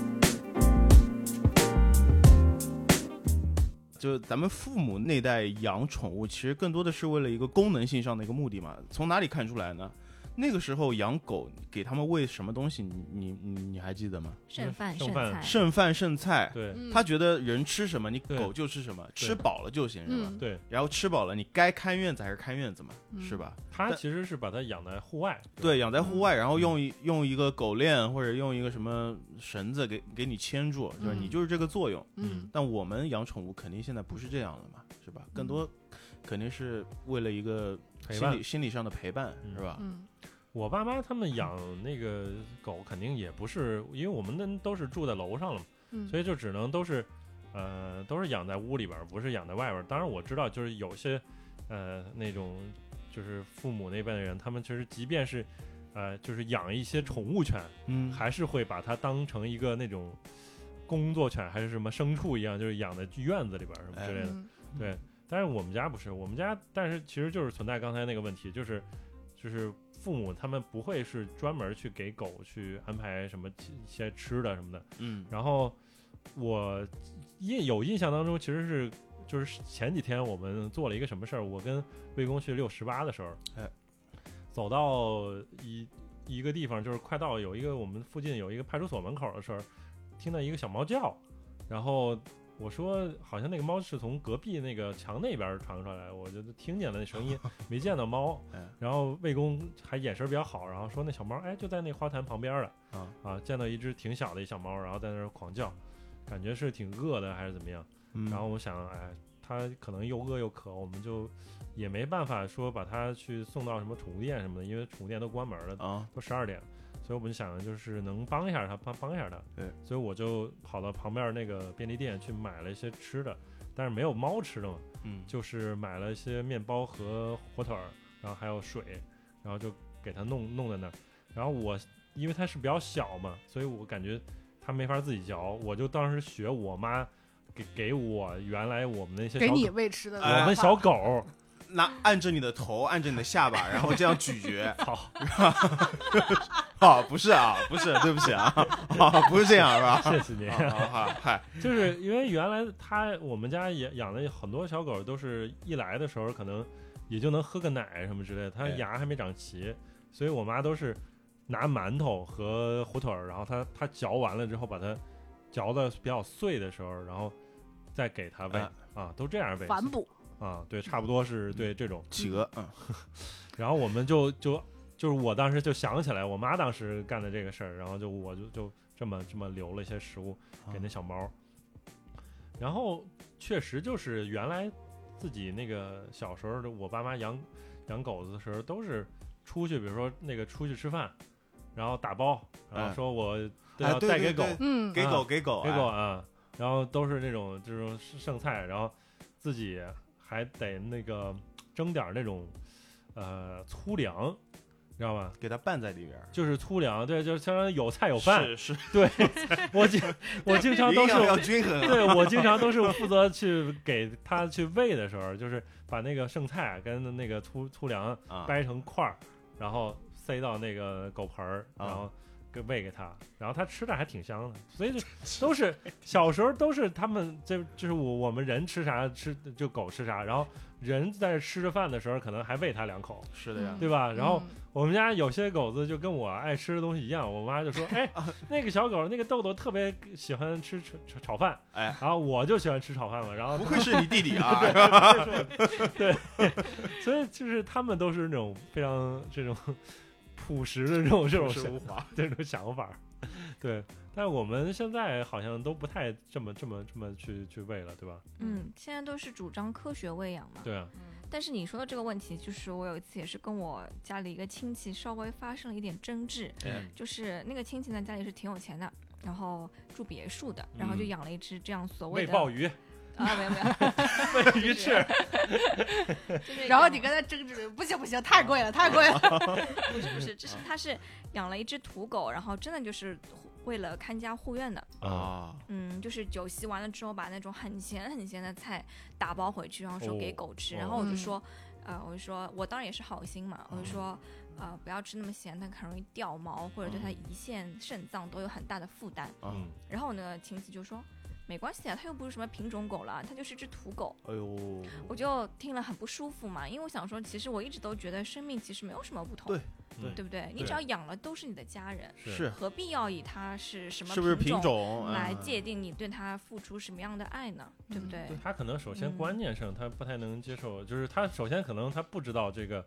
就咱们父母那代养宠物，其实更多的是为了一个功能性上的一个目的嘛。从哪里看出来呢？那个时候养狗给他们喂什么东西，你你你你还记得吗？
剩饭
剩
剩
饭
哎
菜，
剩饭剩菜，
对
嗯
他觉得人吃什么，你
对
狗就吃什么，
对
吃饱了就行，是吧？
嗯
对，
然后吃饱了，你该看院子还是看院子嘛，
嗯
是吧？
他
但
其实是把它养在户外，
对，
吧，
养在户外，然后
嗯
用一用一个狗链或者用一个什么绳子给给你牵住，是吧？
嗯
你就是这个作用。
嗯
但我们养宠物肯定现在不是这样了嘛，是吧？更多肯定是为了一个
陪
心
伴
理心理上的陪伴，
嗯
是吧？
嗯
我爸妈他们养那个狗，肯定也不是，因为我们那都是住在楼上了嘛，
嗯，
所以就只能都是，呃，都是养在屋里边儿，不是养在外边儿。当然我知道，就是有些，呃，那种就是父母那辈的人，他们其实即便是，呃，就是养一些宠物犬，
嗯
还是会把它当成一个那种工作犬还是什么牲畜一样，就是养在院子里边儿什么之类的。
嗯
对，但是我们家不是，我们家但是其实就是存在刚才那个问题，就是就是父母他们不会是专门去给狗去安排什么一些吃的什么的。
嗯
然后我印有印象当中，其实是就是前几天我们做了一个什么事儿，我跟魏公去遛十八的时候，
哎，
走到一一个地方，就是快到有一个我们附近有一个派出所门口的时候，听到一个小猫叫，然后。我说，好像那个猫是从隔壁那个墙那边传出来的，我就听见了那 声音，没见到猫。
哎
然后魏公还眼神比较好，然后说那小猫，哎，就在那花坛旁边儿了。
啊
啊，见到一只挺小的一小猫，然后在那儿狂叫，感觉是挺饿的还是怎么样。
嗯
然后我想，哎，它可能又饿又渴，我们就也没办法说把它去送到什么宠物店什么的，因为宠物店都关门了，
啊
都十二点了。所以我们想就是能帮一下它，帮帮一下它。
对，
所以我就跑到旁边那个便利店去买了一些吃的，但是没有猫吃的嘛，
嗯
就是买了一些面包和火腿儿，然后还有水，然后就给它弄弄在那儿。然后我因为它是比较小嘛，所以我感觉它没法自己嚼，我就当时学我妈给给我原来我们那些小
给
狗
你哎喂吃的，
我们小狗，。
拿按着你的头，按着你的下巴，然后这样咀嚼
好，
啊，不是啊，不是，对不起啊，啊，不是这样是吧？
谢谢你。
啊，啊嗨，
就是因为原来它我们家也养了很多小狗，都是一来的时候可能也就能喝个奶什么之类的，它
哎
牙还没长齐，所以我妈都是拿馒头和火腿儿，然后它它嚼完了之后，把它嚼的比较碎的时候，然后再给它喂
哎
啊，都这样喂
反哺，
啊，对，差不多是对这种。
企鹅，嗯，
然后我们就就就是我当时就想起来我妈当时干的这个事儿，然后就我就就这么这么留了一些食物
啊
给那小猫。然后确实就是原来自己那个小时候的我爸妈养养狗子的时候，都是出去，比如说那个出去吃饭，然后打包，然后
哎
说我都
哎
要
对
带给
对
狗，
对
嗯
给狗
啊
给狗
给狗
哎
啊，然后都是那种这种剩菜，然后自己还得那个蒸点儿那种呃粗粮，你知道吧？
给它拌在里边儿。
就是粗粮，对，就是相当于有菜有饭。
是 是，
我经 我经常都
营
是
养要均 衡啊。
对我经常都是负责去给它去喂的时候，就是把那个剩菜啊跟那个粗粗粮
啊，
掰成块儿，然后塞到那个狗盆儿，
啊
然后给喂给它，然后它吃的还挺香的，所 以就都是小时候都是他们这就是我我们人吃啥吃就狗吃啥，然后人在吃着饭的时候可能还喂它两口，
是的呀
对吧？然后
嗯
我们家有些狗子就跟我爱吃的东西一样，我妈就 说：“哎，那个小狗那个豆豆特别喜欢吃炒炒炒饭，
哎，
然后我就喜欢吃炒饭嘛。”然后
不愧是你弟弟 啊！
对，所以就是他们都是那种非常这种朴实的这种这种
朴实
想
无华
这种想法儿，对。但我们现在好像都不太这么这么这么去去喂了，对吧？
嗯，现在都是主张科学喂养嘛。
对啊，
但是你说的这个问题，就是我有一次也是跟我家里一个亲戚稍微发生了一点争执，
哎
嗯
就是那个亲戚呢家里是挺有钱的，然后住别墅的，然后就
嗯
养了一只这样所谓
喂
的
鲍 鱼，
啊，没有没 有，
喂鱼翅，
就是
然后
养
你跟他争执，不行不行，太贵了，太贵了。
不是不是，这
嗯
是他是养了一只土狗，然后真的就是为了看家护院的，
啊，
嗯，就是酒席完了之后把那种很咸很咸的菜打包回去，然后说给
哦
狗吃，
哦
然后我就
嗯
说，呃，我就说我当然也是好心嘛，我就说。呃，不要吃那么咸，它很容易掉毛，或者对它胰腺、肾脏都有很大的负担。
嗯，
然后呢，亲戚就说，没关系啊，它又不是什么品种狗啦，它就是只土狗。
哎呦，
我就听了很不舒服嘛，因为我想说，其实我一直都觉得生命其实没有什么不同。
对
对
对不对？你只要养了都是你的家人，
是
何必要以它是什么
是不是品
种
种嗯
来界定你对它付出什么样的爱呢？对不
嗯
对
对？他可能首先
嗯
观念上他不太能接受，就是他首先可能他不知道这个，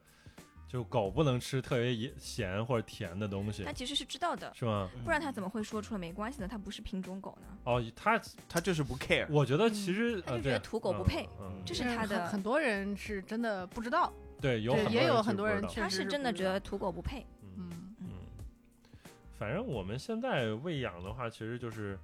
就狗不能吃特别盐咸或者甜的东西
它，其实是知道的，
是吗？
不然它怎么会说出来没关系呢？它不是品种狗呢？
哦，他
他就是不 care，
我觉得其实
他
呃这
就觉得
样
土狗不
嗯
配
嗯，
这是
但
它
很
的
很多人是真的不知道，
对，有
对
很
也有很
多
多
人是
人
不知道
确
它
实
是
是
真
不
的
知
觉
道
得土狗不配。
嗯
嗯
嗯，反正我们现在喂养的话，其实就是，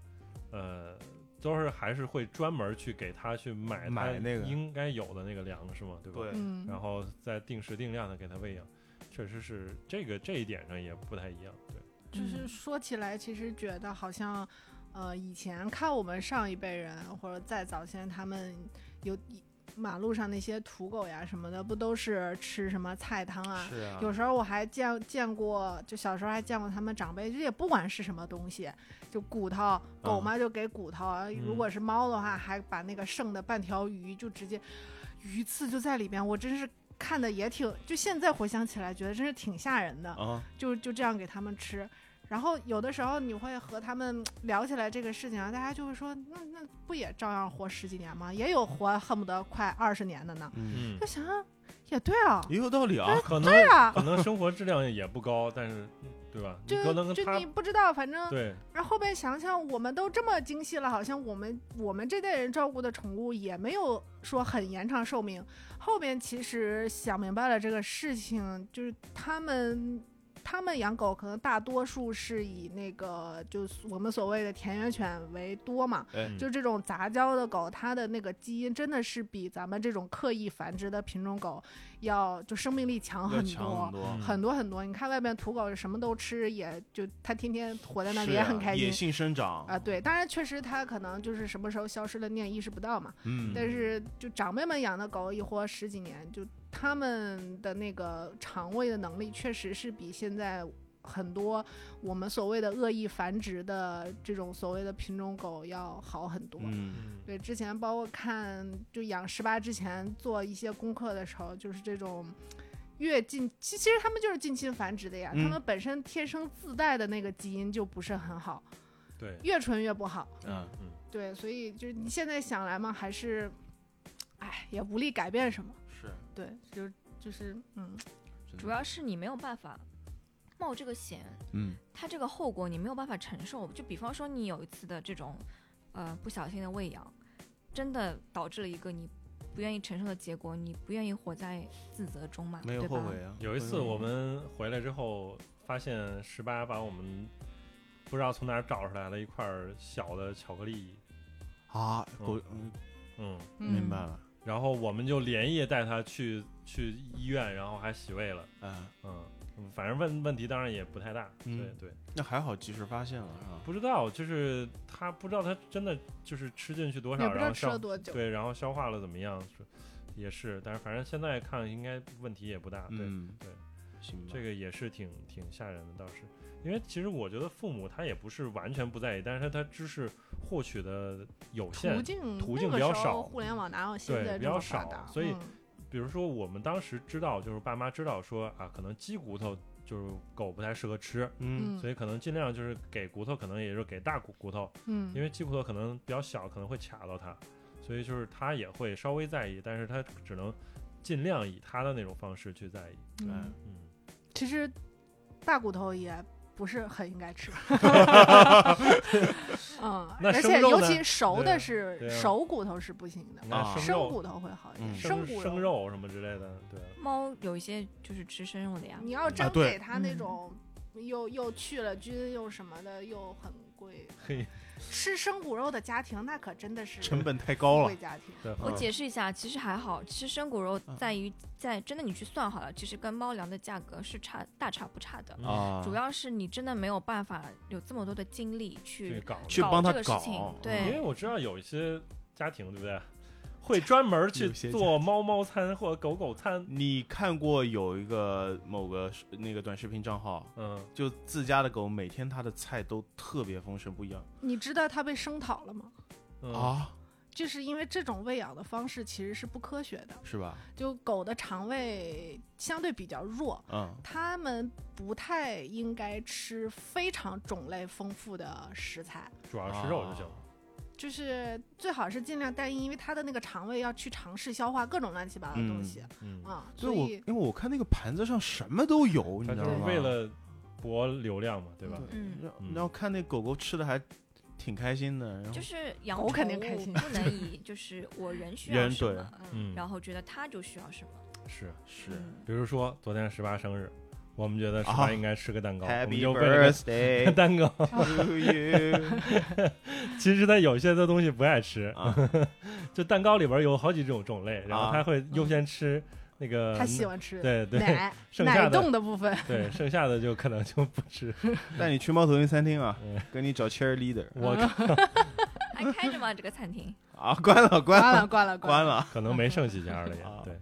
呃，都是还是会专门去给它去买它
买那个
应该有的那个粮食嘛，对吧？
对，
嗯，
然后再定时定量的给它喂养，确实是这个这一点上也不太一样，对，
就是说起来，其实觉得好像，呃，以前看我们上一辈人或者再早先他们有马路上那些土狗呀什么的，不都是吃什么菜汤啊？
是啊，
有时候我还见见过，就小时候还见过他们长辈，就也不管是什么东西，就骨头，
嗯
狗嘛就给骨头，如果是猫的话，还把那个剩的半条鱼就直接鱼刺就在里边，我真是看的也挺，就现在回想起来觉得真是挺吓人的。
啊，
就就这样给他们吃。然后有的时候你会和他们聊起来这个事情啊，大家就会说，那那不也照样活十几年吗？也有活恨不得快二十年的呢。
嗯，
嗯
就，想想也对啊，
也有道理啊，
可能
对啊，
可能生活质量也不高，但是对吧？你可能跟
就就
它
你不知道，反正
对
然后后边想想，我们都这么精细了，好像我们我们这代人照顾的宠物也没有说很延长寿命。后边其实想明白了这个事情，就是他们他们养狗可能大多数是以那个就是我们所谓的田园犬为多嘛，
哎，
嗯
就这种杂交的狗，它的那个基因真的是比咱们这种刻意繁殖的品种狗要就生命力强
嗯
要
很
强很。
多
多，
很多很多，你看外面土狗什么都吃，也就它天天活在那里
是
也
啊
很开心
野。性生长
啊，，对，当然确实它可能就是什么时候消失了，你也意识不到嘛。
嗯，
但是就长辈们养的狗一活十几年，就他们的那个肠胃的能力确实是比现在很多我们所谓的恶意繁殖的这种所谓的品种狗要好很多。
嗯，
嗯
对，之前包括看就养十八之前做一些功课的时候，就是这种越近，其其实他们就是近亲繁殖的呀，
嗯
他们本身天生自带的那个基因就不是很好，
对，
越纯越不好。
嗯
嗯，
对，所以就是你现在想来嘛，还是，哎，也无力改变什么。
是，
对，就就是嗯，
真的
主要是你没有办法冒这个险，
嗯
它这个后果你没有办法承受。就比方说你有一次的这种呃不小心的喂养，真的导致了一个你不愿意承受的结果，你不愿意活在自责中嘛，
没有
对
后
吧？
悔啊，
有一次我们回来之后，发现十八把我们不知道从哪儿找出来了一块儿小的巧克力，
啊，
嗯
狗，嗯
嗯，
明白了，
然后我们就连夜带它去去医院，然后还洗胃了，
嗯，
嗯，反正问问题当然也不太大，
嗯
对对，
那还好及时发现了是啊吧？
不知道就是它不知道它真的就是吃进去多
也
少，
不知
然
道
后
吃了
消
多久。
对，然后消化了怎么样，是也是，但是反正现在看应该问题也不大，啊对，
嗯，
对，
行吧，
这个也是挺挺吓人的，倒是，因为其实我觉得父母他也不是完全不在意，但是他他知识获取的有
途
限，
径
途
那
径
个
比较
时候
少
互联网哪有现
对
在
比
这
较
么发
少
达？
所以
嗯
比如说我们当时知道，就是爸妈知道说啊，可能鸡骨头就是狗不太适合吃，
嗯，
嗯
所以可能尽量就是给骨头，可能也就是给大骨骨头，
嗯，
因为鸡骨头可能比较小，可能会卡到它，所以就是他也会稍微在意，但是他只能尽量以他的那种方式去在意，
嗯
嗯，
其实大骨头也不是很应 该吃，嗯，
那
而
生
且
肉
尤
呢
其熟
对啊
的是
对啊
熟骨头是不行的，
那
啊
生
生
肉、
骨头会好一点，
嗯
生
骨
生肉什么之类的，对。
猫有一些就是吃生肉的呀，
你要真
对
给它那
嗯
种又又去了菌又什么的，又很贵。
嘿，
吃生骨肉的家庭，那可真的是
成本太高
贵
了，
家庭。
对，
我
嗯
解释一下，其实还好，吃生骨肉
嗯
在于在真的你去算好了，其实跟猫粮的价格是差大差不差的。
嗯
啊，
主要是你真的没有办法有这么多的精力
去
去
搞
去帮他
这个事
搞嗯
情，
因为
对，
我知道有一些家庭，对不对？会专门去
有些家
做猫猫餐或者狗狗餐，
你看过有一个某个视那个短视频账号，
嗯，
就自家的狗每天它的菜都特别丰盛不一样
你知道它被声讨了吗？
嗯，
啊，
就是因为这种喂养的方式其实是不科学的。
是吧？
就狗的肠胃相对比较弱，
嗯，
它们不太应该吃非常种类丰富的食材，
主要吃肉就行了。
啊
就是最好是尽量单一，因为它的那个肠胃要去尝试消化各种乱七八糟的东西
嗯，
啊、
对
所
我，
以
因为我看那个盘子上什么都有，你
他
知
就
道
是
吗？
为了博流量嘛，对吧？
嗯
然后
嗯
然后看那狗狗吃的还挺开心的，然后
就是养
狗肯定
宠
开
物
心
不能以就是我人需要
人
什
对
么，
嗯，
然后觉得它就需要什么。
是，
是
嗯
比如说昨天十八生日，我们觉得十
啊
八应该吃个蛋糕，我们
Happy
就为了
birthday
蛋糕。
to you
其实他有些的东西不爱吃，
啊，
就蛋糕里边有好几种种类，然后他会
嗯
优先吃那个，
它喜欢 吃
呃对对，
奶
剩下
奶
的
冻的部分。
对剩下的就可能就不 吃。
带你去猫头鹰餐厅啊
嗯，
给你找 cheerleader
我
还开着吗？这个餐厅？
啊，关了关
关
了
了关了
关
了，
了，
可能没剩几家了也
啊
对，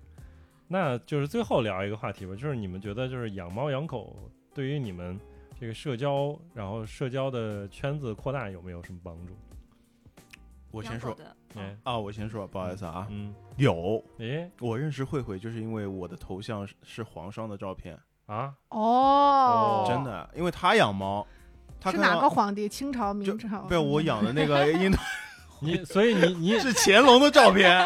那就是最后聊一个话题吧，就是你们觉得就是养猫养狗对于你们这个社交，然后社交的圈子扩大有没有什么帮助？
我
养
先
狗
说
的，
哦
哎，
啊，我先说，不好意思啊，
嗯，
有
诶
我认识慧慧，就是因为我的头像是是皇上的照片，
啊，
哦，
真的，因为她养猫，她
是
看到
哪个皇帝？清朝、明
就
朝？
不是我养的那个英
你所以你你
是乾隆的照片，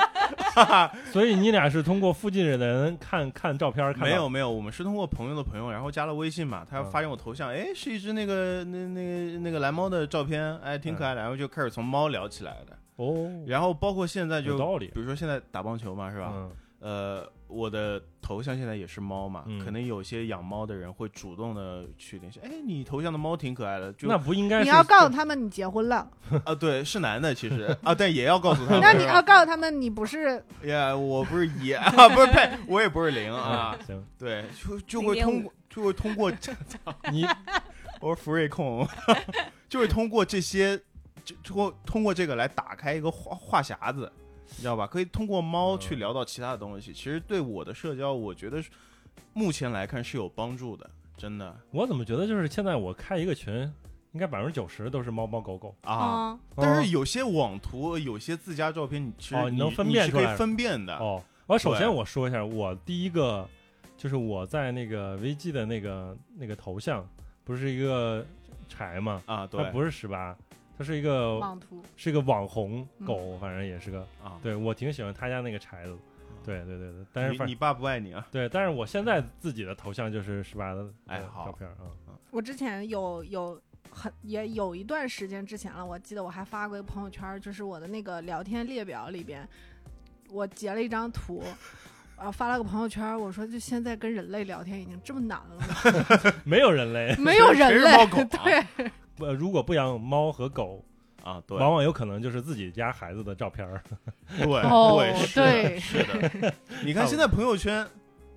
所以你俩是通过附近的人看看照片儿 看到
没有没有，我们是通过朋友的朋友，然后加了微信嘛，他
嗯
发现我头像，哎，是一只那个那那个那个蓝猫的照片，哎，挺可爱
嗯
的，然后就开始从猫聊起来的，
哦，
然后包括现在就
有道理
比如说现在打棒球嘛，是吧？
嗯
呃，我的头像现在也是猫嘛，
嗯
可能有些养猫的人会主动的去联系，哎，你头像的猫挺可 爱的，就
那不应该
你
是
要告诉他们你结婚了，
啊，对，是男的其实啊，但也要告诉他们，
那你啊
是
要
吧
告诉他们你不是
呀，我不是也啊， 不是呸，我也不是零 啊
啊，，行，
对，就就会通过就会通过
你
我是福瑞控，就是通过这些，就通通过这个来打开一个话话匣子，你知道吧？可以通过猫
嗯
去聊到其他的东西。其实对我的社交，我觉得是目前来看是有帮助的，真的
我怎么觉得就是现在我开一个群，应该百分之九十都是猫猫狗 狗哦
哦
啊。
嗯
但是有些网图、有些自家照片，你其实
哦你能分
你
辨
是
出
可
来
以
的
分辨的。
哦，我首
对
先我说一下，我第一个就是我在那个 VG 的那个那个头像，不是一个柴嘛，
啊，对
它不是十八，它是一个
妄图？
是一个网红
嗯
狗，反正也是个，
啊，
对我挺喜欢他家那个柴的，对对对对，但是
哦你
反
你爸不爱你啊？
对，但是我现在自己的头像就是十八的
哎
呃
好
照片啊，
我之前有有很也有一段时间之前了，我记得我还发过一个朋友圈，就是我的那个聊天列表里边，我截了一张图。啊，发了个朋友圈，我说就现在跟人类聊天已经这么难了 吗，
没有人类，
没有人
谁
类
是猫狗，啊
对，
呃，如果不养猫和狗，
啊，对，
往往有可能就是自己家孩子的照片儿，
对，
哦
对，哎是的
对
是的。你看现在朋友圈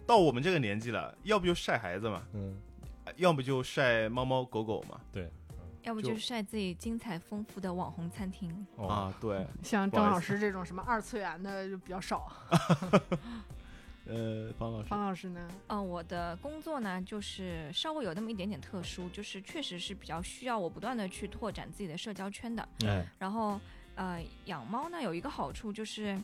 到我们这个年纪了，要不就晒孩子嘛，
嗯，
要不就晒猫猫狗狗嘛。
要不
就
就是晒自己精彩丰富的网红餐厅。
哦，
啊，对，
像
不好
张
意
老
思
师这种什么二次元的就比较少。
呃，方老师
方老师呢？
嗯、我的工作呢，就是稍微有那么一点点特殊，就是确实是比较需要我不断的去拓展自己的社交圈的。
哎，
然后，呃，养猫呢有一个好处就是，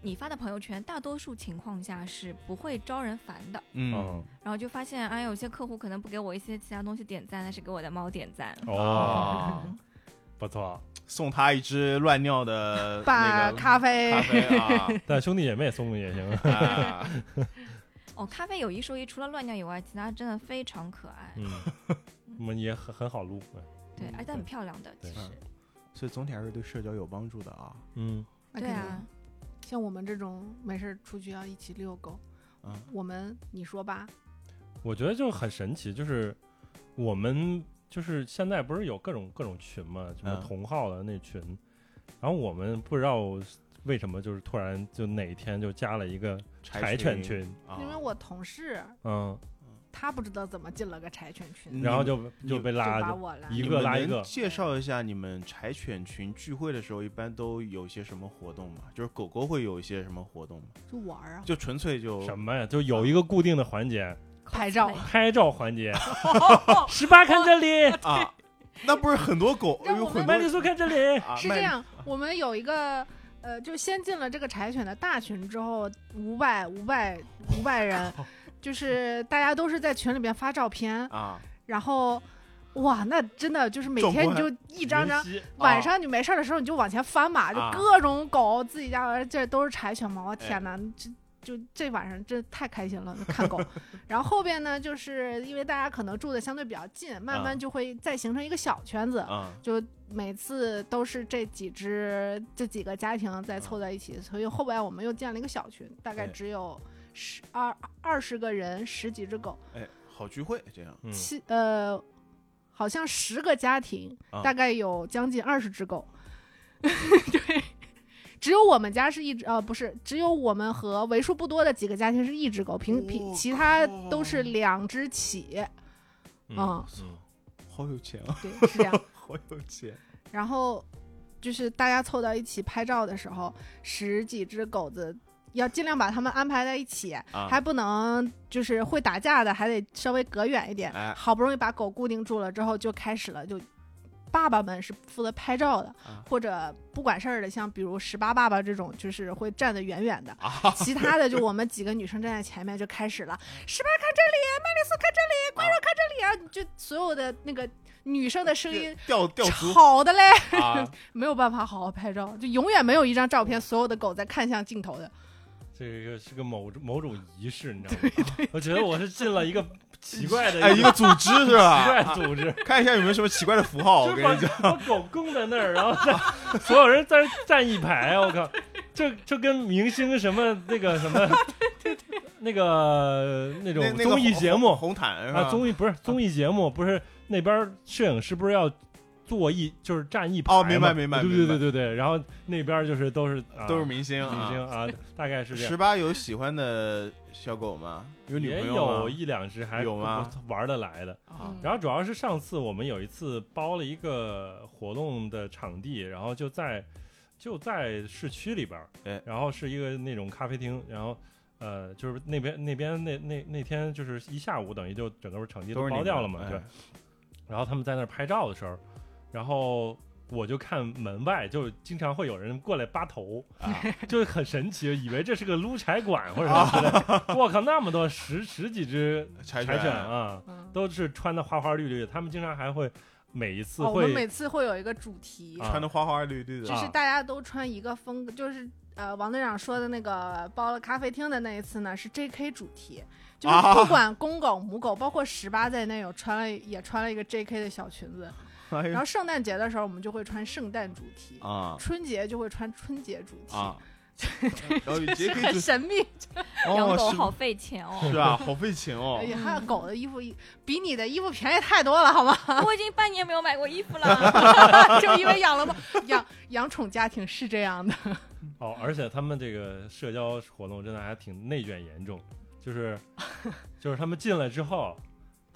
你发的朋友圈大多数情况下是不会招人烦的。
嗯
哦，
然后就发现，哎，有些客户可能不给我一些其他东西点赞，但是给我的猫点赞。
哦，
啊，
不错，
送他一只乱尿 的
把
那个
咖啡
咖啡 啊
但兄弟姐妹送送也 行，
啊，
哦，咖啡有一说一，除了乱尿以外，其他真的非常可爱。
嗯，我们也很很好录，嗯
对，而且很漂亮的，
对
其实。
所以总体还是对社交有帮助的啊。
嗯，
那
对
肯定
啊，
像我们这种没事儿出去要一起遛狗，
嗯，
我们你说吧，
我觉得就很神奇，就是我们就是现在不是有各种各种群嘛，什么
嗯
同号的那群，然后我们不知道为什么就是突然就哪一天就加了一个柴犬群，
啊
因，为我同事
嗯，
他不知道怎么进了个柴犬群，
嗯
然后就
你
就被
就
拉
把
着，
我拉
一
你
个
们
拉一
能
个
介绍一下你们柴犬群聚会的时候一般都有些什么活动吗？就是狗狗会有一些什么活动吗？
就玩儿啊，
就纯粹就
什么呀，就有一个固定的环节，
拍照啊
cosplay
拍照环 节，十八看这里，
啊？那不是很多狗，
让
有
我
很
们
麦
多
丽苏看这里，
啊
是
卖
这样，我们有一个呃，就先进了这个柴犬的大群之后，五百五百五百人，就是大家都是在群里边发照片，
啊，
然后哇，那真的就是每
壮
天你
观
就 一张张。
云溪
晚上你没事儿的时候，你就往前翻
啊
嘛，
哎
就各种狗，自己家玩意儿，这都是柴犬嘛，我天哪，这就这晚上真太开心了，看狗。然后后边呢，就是因为大家可能住的相对比较近，慢慢就会再形成一个小圈子，
啊
就每次都是这几只这几个家庭在
啊
凑在一起，所以后边我们又建了一个小群，大概
对
只有十二二十个人，十几只狗，
哎，好聚会这样
嗯
七呃，好像十个家庭、
啊
大概有将近二十只狗， 对，只有我们家是一只呃不是，只有我们和为数不多的几个家庭是一只狗，平平
我
其他
靠
都是两只起，
嗯
嗯
嗯
好有钱啊，
对，是这样。
好有钱，
然后就是大家凑到一起拍照的时候，十几只狗子。要尽量把它们安排在一起，
啊
还不能就是会打架的，还得稍微隔远一点。
哎
好不容易把狗固定住了之后，就开始了，就爸爸们是负责拍照的，
啊
或者不管事儿的，像比如十八爸爸这种，就是会站得远远的。
啊，
其他的就我们几个女生站在前面就开 始了，十八看这里，麦丽素看这里，关若看这里啊，就所有的那个女生的声音
掉掉足
吵的嘞，
啊，
没有办法好好拍照，就永远没有一张照
嗯
片，所有的狗在看向镜头的。
这个是个某某种仪式，你知道吗？我觉得我是进了一个奇怪的
哎，一个组织是
奇怪的
吧？
组织，
看一下有没有什么奇怪的符号，我
就
跟
是
你讲，
把 把狗供在那儿，然后在 所有人在那儿站一排，啊我靠，这这跟明星什么那个什么 那个那
那
种
那个
综艺节目
红红毯是
啊，
吧？
综艺不是综艺节目，不是那边儿摄影师不是要坐一就是站一排
哦明白
嘛
明白
对对
明
对
白
对对，然后那边儿就是都是啊
都是明星
明
啊。
星啊，大概是这样
十。八有喜欢的小狗吗？有女
也
朋友
有
吗？
一两只还
有吗
不玩得来的。
啊
嗯
然后主要是上次我们有一次包了一个活动的场地，然后就在就在市区里边儿
哎，
然后是一个那种咖啡厅，然后呃就是那边那边那那那天就是一下午，等于就整个场地
都是你
包
们
掉了嘛，
哎
对。然后他们在那儿拍照的时候，然后我就看门外就经常会有人过来扒头，
啊
就是很神奇，以为这是个撸柴馆或者什么之类 的。我靠，那么多十十几只
柴
柴
犬
犬啊，
嗯，
都是穿的花花绿绿的。他们经常还会每一次
哦，我们
会
每次会有一个主题，
啊
穿的花花绿绿的
就
啊
是大家都穿一个风格，就是呃，王队长说的那个包了咖啡厅的那一次呢，是 J.K. 主题，就是
啊
不管公狗、母狗，包括十八在内，有穿了也穿了一个 J.K. 的小裙子。
哎
然
呦
后圣诞节的时候，我们就会穿圣诞主题，
啊
春节就会穿春节主题，
啊！然后杰
是
克
很
就
神秘。
养狗
哦，
好费钱哦。
是是啊，好费钱哦
哎。呀，还有狗的衣服比你的衣服便宜太多了，好吗？
啊我已经半年没有买过衣服 了。
就因为养了猫，养养宠家庭是这样的。
哦，而且他们这个社交活动真的还挺内卷严重，就是 就是他们进来之后。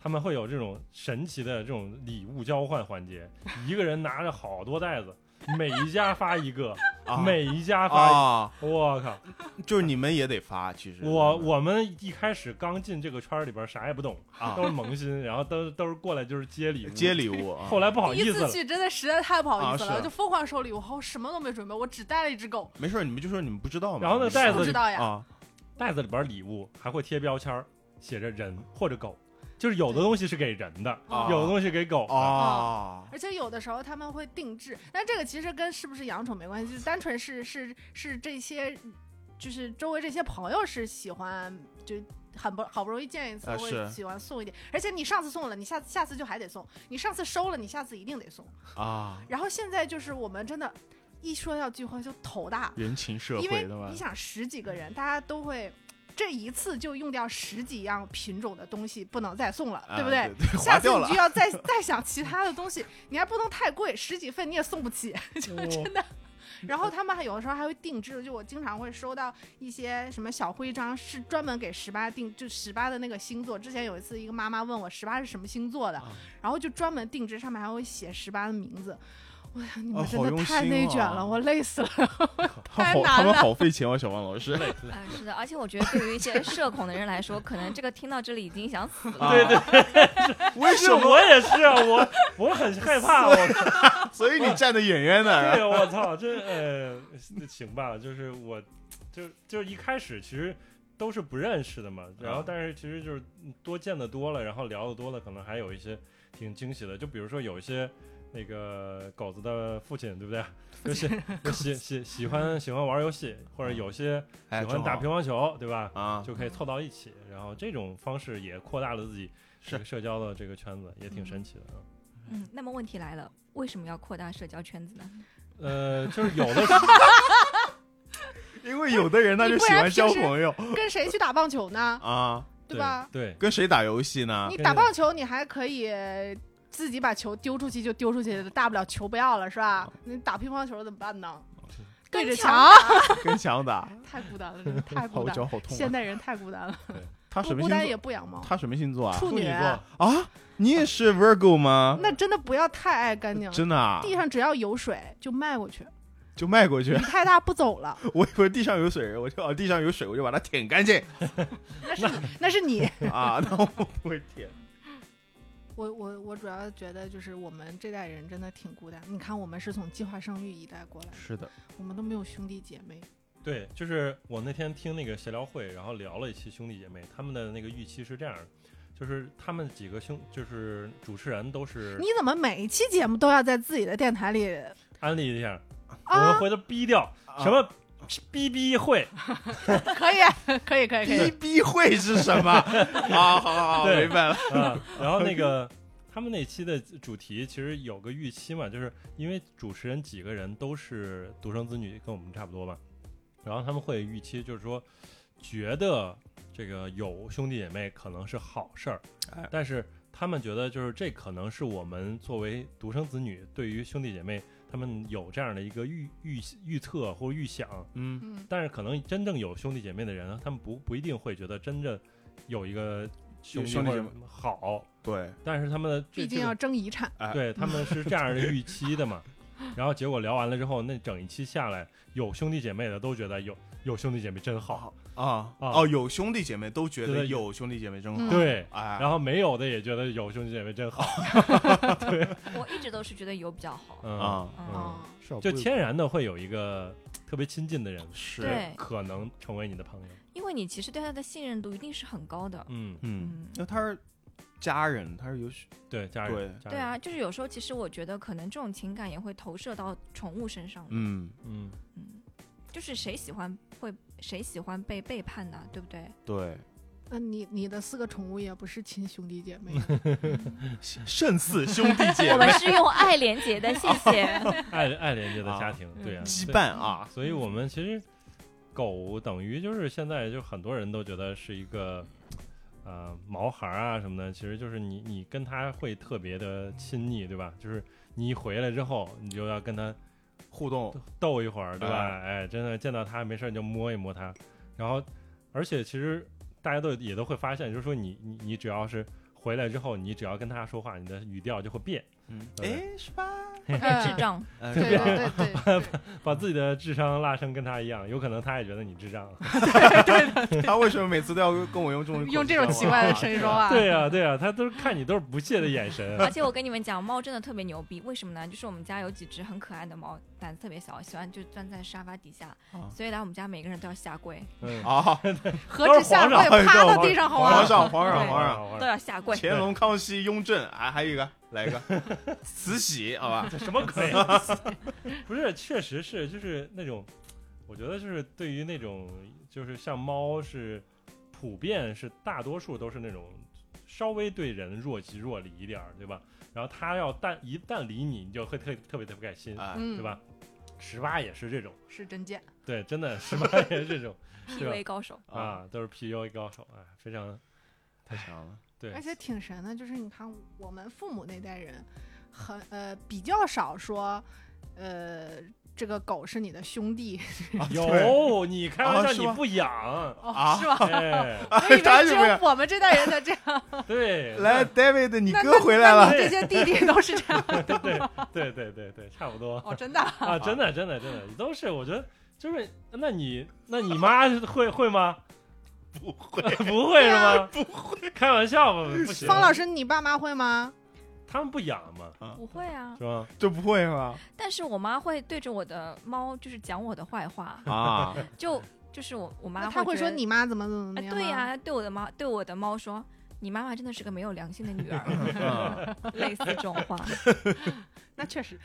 他们会有这种神奇的这种礼物交换环节，一个人拿着好多袋子，每一家发一个，
啊
每一家发
啊，
一个，我靠！
就是你们也得发，其实
我我们一开始刚进这个圈儿里边儿啥也不懂，
啊
都是萌新，然后都都是过来就是接礼物，
接礼物啊，
后来不好
第
意
一
思
次
了，
去真的实在太不好意思
啊
了，
是
就疯狂收礼物，我什么都没准备，我只带了一只狗，
没事儿，你们就说你们不知道嘛。
然后那
没事
袋
儿
子
不知道呀。
啊，
袋子里边儿礼物还会贴标签儿，写着人或者狗，就是有的东西是给人的，
啊
有的东西给狗的。
啊，
而且有的时候他们会定制，但这个其实跟是不是养宠没关系，就是单纯是是是这些，就是周围这些朋友是喜欢，就很不好不容易见一次
啊
会
是
喜欢送一点，而且你上次送了，你下下次就还得送，你上次收了，你下次一定得送。
啊，
然后现在就是我们真的，一说要聚会就头大，
人情社
因
会
为
的吧
你？想十几个人，大家都会。这一次就用掉十几样品种的东西，不能再送了，
啊
对不
对？对
下
划
次
掉
你
了
就要再再想其他的东西，你还不能太贵，十几份你也送不起。
真的，
然后他们还有的时候还会定制，就我经常会收到一些什么小徽章，是专门给十八定，就十八的那个星座。之前有一次，一个妈妈问我十八是什么星座的
啊，
然后就专门定制，上面还会写十八的名字。哎呀，你
啊
们真
好
的
用
太
心
内
啊
卷了，我累死了。
他
太
好，
难
他们
了
好费钱啊，小王老师。
嗯，是的，而且我觉得对于一些社恐的人来说，可能这个听到这里已经想死了。
对
对，
啊 为
是我也是啊，我我很 害怕，我
所以你站得远远的，
对，我操，这呃，那行吧，就是我，就就是一开始其实都是不认识的嘛，然后
嗯
但是其实就是多见的多了，然后聊的多了，可能还有一些挺惊喜的，就比如说有一些。那个狗子的父亲，对不对？就喜就喜喜喜欢喜欢玩游戏，或者有些
哎
喜欢打乒乓球，对吧？
啊，
就可以凑到一起，然后这种方式也扩大了自己这个社交的这个圈子，也挺神奇的啊。
嗯，那么问题来了，为什么要扩大社交圈子呢？
呃，就是有的
因为有的人他
你
就
不
喜
然
欢交
平时
朋友
跟谁去打棒球呢？
啊，
对吧？
对，
跟谁打游戏呢？
你
跟
打
着
棒球，你还可以自己把球丢出去就丢出去，大不了球不要了，是吧？
哦
你打乒乓球怎么办呢？对着墙，
跟强打，
太孤单了，真的
好
太孤
我
单。
脚
了。
好痛
现
啊。
代人太孤单了，
他
不
什么
孤
星
单也
座？
不养猫。
他什么星座啊？
处
女
女，
座
啊，你也是 Virgo 吗？
那真的不要太爱干净了。
真的啊，
地上只要有水就迈过去，
就迈过去
雨。太大不走 了，
我以为地上有水，我就啊地上有水，我就把它舔 干净
那是你。
啊。那我不会舔。
我我我主要觉得就是我们这代人真的挺孤单。你看，我们是从计划生育一代过来的，
是的，
我们都没有兄弟姐妹。
对，就是我那天听那个闲聊会，然后聊了一期兄弟姐妹，他们的那个预期是这样的，就是他们几个兄，就是主持人都是
你怎么每一期节目都要在自己的电台里
安利一下，我们
啊？
回头逼掉、
啊
什么逼逼会，
可以，啊 可以，可以，可
逼
以。
逼会是什么？啊，好好好，
对
明白了。
啊，然后 那个他们那期的主题其实有个预期嘛，就是因为主持人几个人都是独生子女，跟我们差不多吧，然后他们会预期就是说，觉得这个有兄弟姐妹可能是好事儿
哎，
但是他们觉得就是这可能是我们作为独生子女对于兄弟姐妹。他们有这样的一个预预预测或预想，
嗯，
嗯，
但是可能真正有兄弟姐妹的人呢，他们不不一定会觉得真正有一个兄
兄弟
或者
姐妹
好，
对，
但是他们的这
毕竟
这
要
个
争遗产。
哎
对他们是这样的预期的嘛。然后结果聊完了之后，那整一期下来，有兄弟姐妹的都觉得有有兄弟姐妹真好，
啊
啊
哦，有兄弟姐妹都觉
觉
得
得
有兄弟姐妹真
嗯
好。
对。
哎，
然后没有的也觉得有兄弟姐妹真好，
我一直都是觉得有比较好。
嗯，
啊，
哦
嗯，
嗯
是啊
就
不
天然的会有一个特别亲近的人，
是，
对，
可能成为你的朋友。
因为你其实对他的信任度一定是很高的。
嗯，
嗯，
嗯，
那他是家人，他是有
对，家人，家
对
人，
啊，就是有时候其实我觉得可能这种情感也会投射到宠物身上的。
嗯，
嗯，
嗯，就是谁喜欢会谁喜欢被背叛呢？对不对？
对，
那你你的四个宠物也不是亲兄弟姐妹，
嗯
胜似兄弟姐
我们
妹
是用爱连接的，谢 谢。
爱爱连接的家
啊
庭，对啊，
羁
对
绊啊，
所以我们其实狗等于就是现在就很多人都觉得是一个呃毛孩儿啊什么的，其实就是你你跟它会特别的亲昵，对吧？就是你一回来之后，你就要跟它
互动
逗一会儿，对吧？哎，真的见到它没事儿你就摸一摸它，然后而且其实大家都也都会发现，就是说你你你只要是回来之后，你只要跟它说话，你的语调就会变，
嗯，
对
哎，是吧？
嗯
智障，
哎
对
是
对
吧
对对对，
把自己的智商拉升跟它一样，有可能它也觉得你智障。
他为什么每次都要跟我用这种
用这种奇怪的声音说话，
对呀、对呀、他都是看你都是不屑的眼 神。
啊
啊
而且我跟你们讲，猫真的特别牛逼，为什么呢？就是我们家有几只很可爱的猫，胆子特别小，喜欢就钻在沙发底下，
啊
所以来我们家每个人都要下跪，
嗯，
啊？
何止下跪，趴到地上好
皇
吗？
上，皇上，
对
皇上，
皇
都要下 跪。
乾隆、康熙、雍正，啊，还有一个，来一个慈禧，好吧？
这什么鬼？啊 不是，确实是，就是那种，我觉得就是对于那种，就是像猫是普遍是大多数都是那种稍微对人若即若离一点儿，对吧？然后它要但一旦理你，你就会特特别特别开心，
哎，
嗯，
对？吧？十八也是这种，
是真贱，
对，真的十八也是这 种对吧
PUA 高手，
嗯
啊，都是 PUA 高手啊，非常
哎太强了，
对
而，且挺神的。就是你看我们父母那代人，很呃比较少说，呃这个狗是你的兄弟？
啊对
有，你开
啊
玩
是
笑，你
吗
不养
哦，
啊
是吧？
哎，
我以为
啥
只
也不
有
养
我们这代人才这样，
对，
来，David，你
那
哥回来
那
了
你这些弟弟都是这样
对对对对对对，差不多
哦，真的啊
啊，真的真的真的都是，我觉得就是，那你那你妈会会吗？
不会
不会是吗？不会，开玩笑吧，不行，
方老师，你爸妈会吗？
他们不养嘛，
不会啊，
是吧？
就不会 吗？
但是我妈会对着我的猫就是讲我的坏话，
啊，
就就是我我妈
那他会
觉
说
得
你妈怎么怎么
啊，
怎么样？
对呀、，对我的猫，对我的猫说，你妈妈真的是个没有良心的女儿，
嗯
类似这种话。
那确实，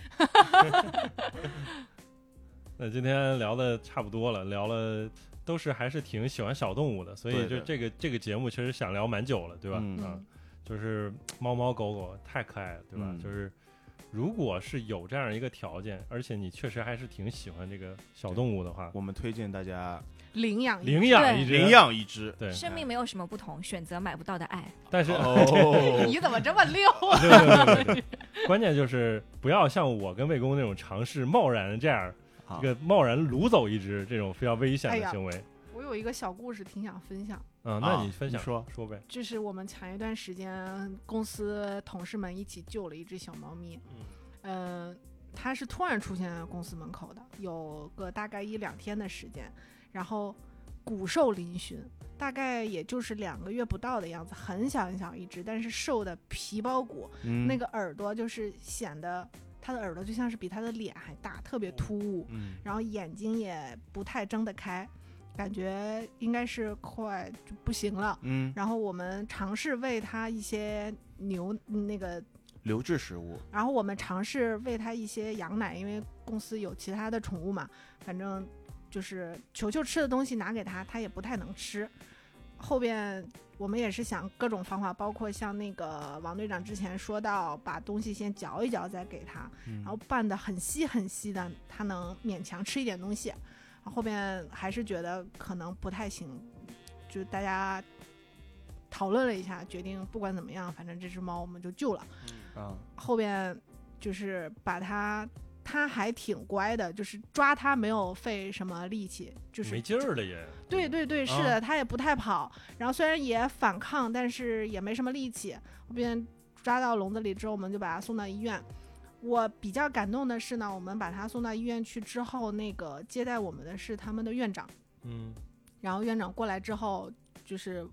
那今天聊的差不多了，聊了都是还是挺喜欢小动物的，所以
对
就
对
这个这个节目其实想聊蛮久了，对吧？
嗯
啊，就是猫猫狗狗太可爱了，对吧？
嗯
就是如果是有这样一个条件，而且你确实还是挺喜欢这个小动物的话，
我们推荐大家
领养一
领养
对
一只，
领养一只。
对，
生命没有什么不同，选择买不到的爱。
但是、
哦，
你怎么这么溜 啊？
对对对对对，关键就是不要像我跟魏公那种尝试贸然这样，
好
这个贸然掳走一只这种非常危险
哎
的
呀
行为。
我有一个小故事挺想分享，
嗯，
啊
那你分享、
你说
说呗。
就是我们前一段时间公司同事们一起救了一只小猫咪，
嗯
嗯、它是突然出现在公司门口的，有个大概一两天的时间，然后骨瘦嶙峋，大概也就是两个月不到的样子，很小很小一只，但是瘦的皮包骨，
嗯
那个耳朵就是显得它的耳朵就像是比它的脸还大，特别突兀。
嗯
然后眼睛也不太睁得开，感觉应该是快就不行了。
嗯，
然后我们尝试喂它一些牛那个，
流质食物，
然后我们尝试喂它一些羊奶，因为公司有其他的宠物嘛，反正就是球球吃的东西拿给它，它也不太能吃。后边我们也是想各种方法，包括像那个王队长之前说到，把东西先嚼一嚼再给它，
然
然后拌的很稀很稀的，它能勉强吃一点东西。然后后面还是觉得可能不太行，就大家讨论了一下，决定不管怎么样，反正这只猫我们就救了。
啊，
后边就是把它，它还挺乖的，就是抓它没有费什么力气，就是
没劲儿了也。
对对对，是的，它也不太跑，然后虽然也反抗，但是也没什么力气。后边抓到笼子里之后，我们就把它送到医院。我比较感动的是呢，我们把它送到医院去之后，那个接待我们的是他们的院长，
嗯，
然后院长过来之后，就是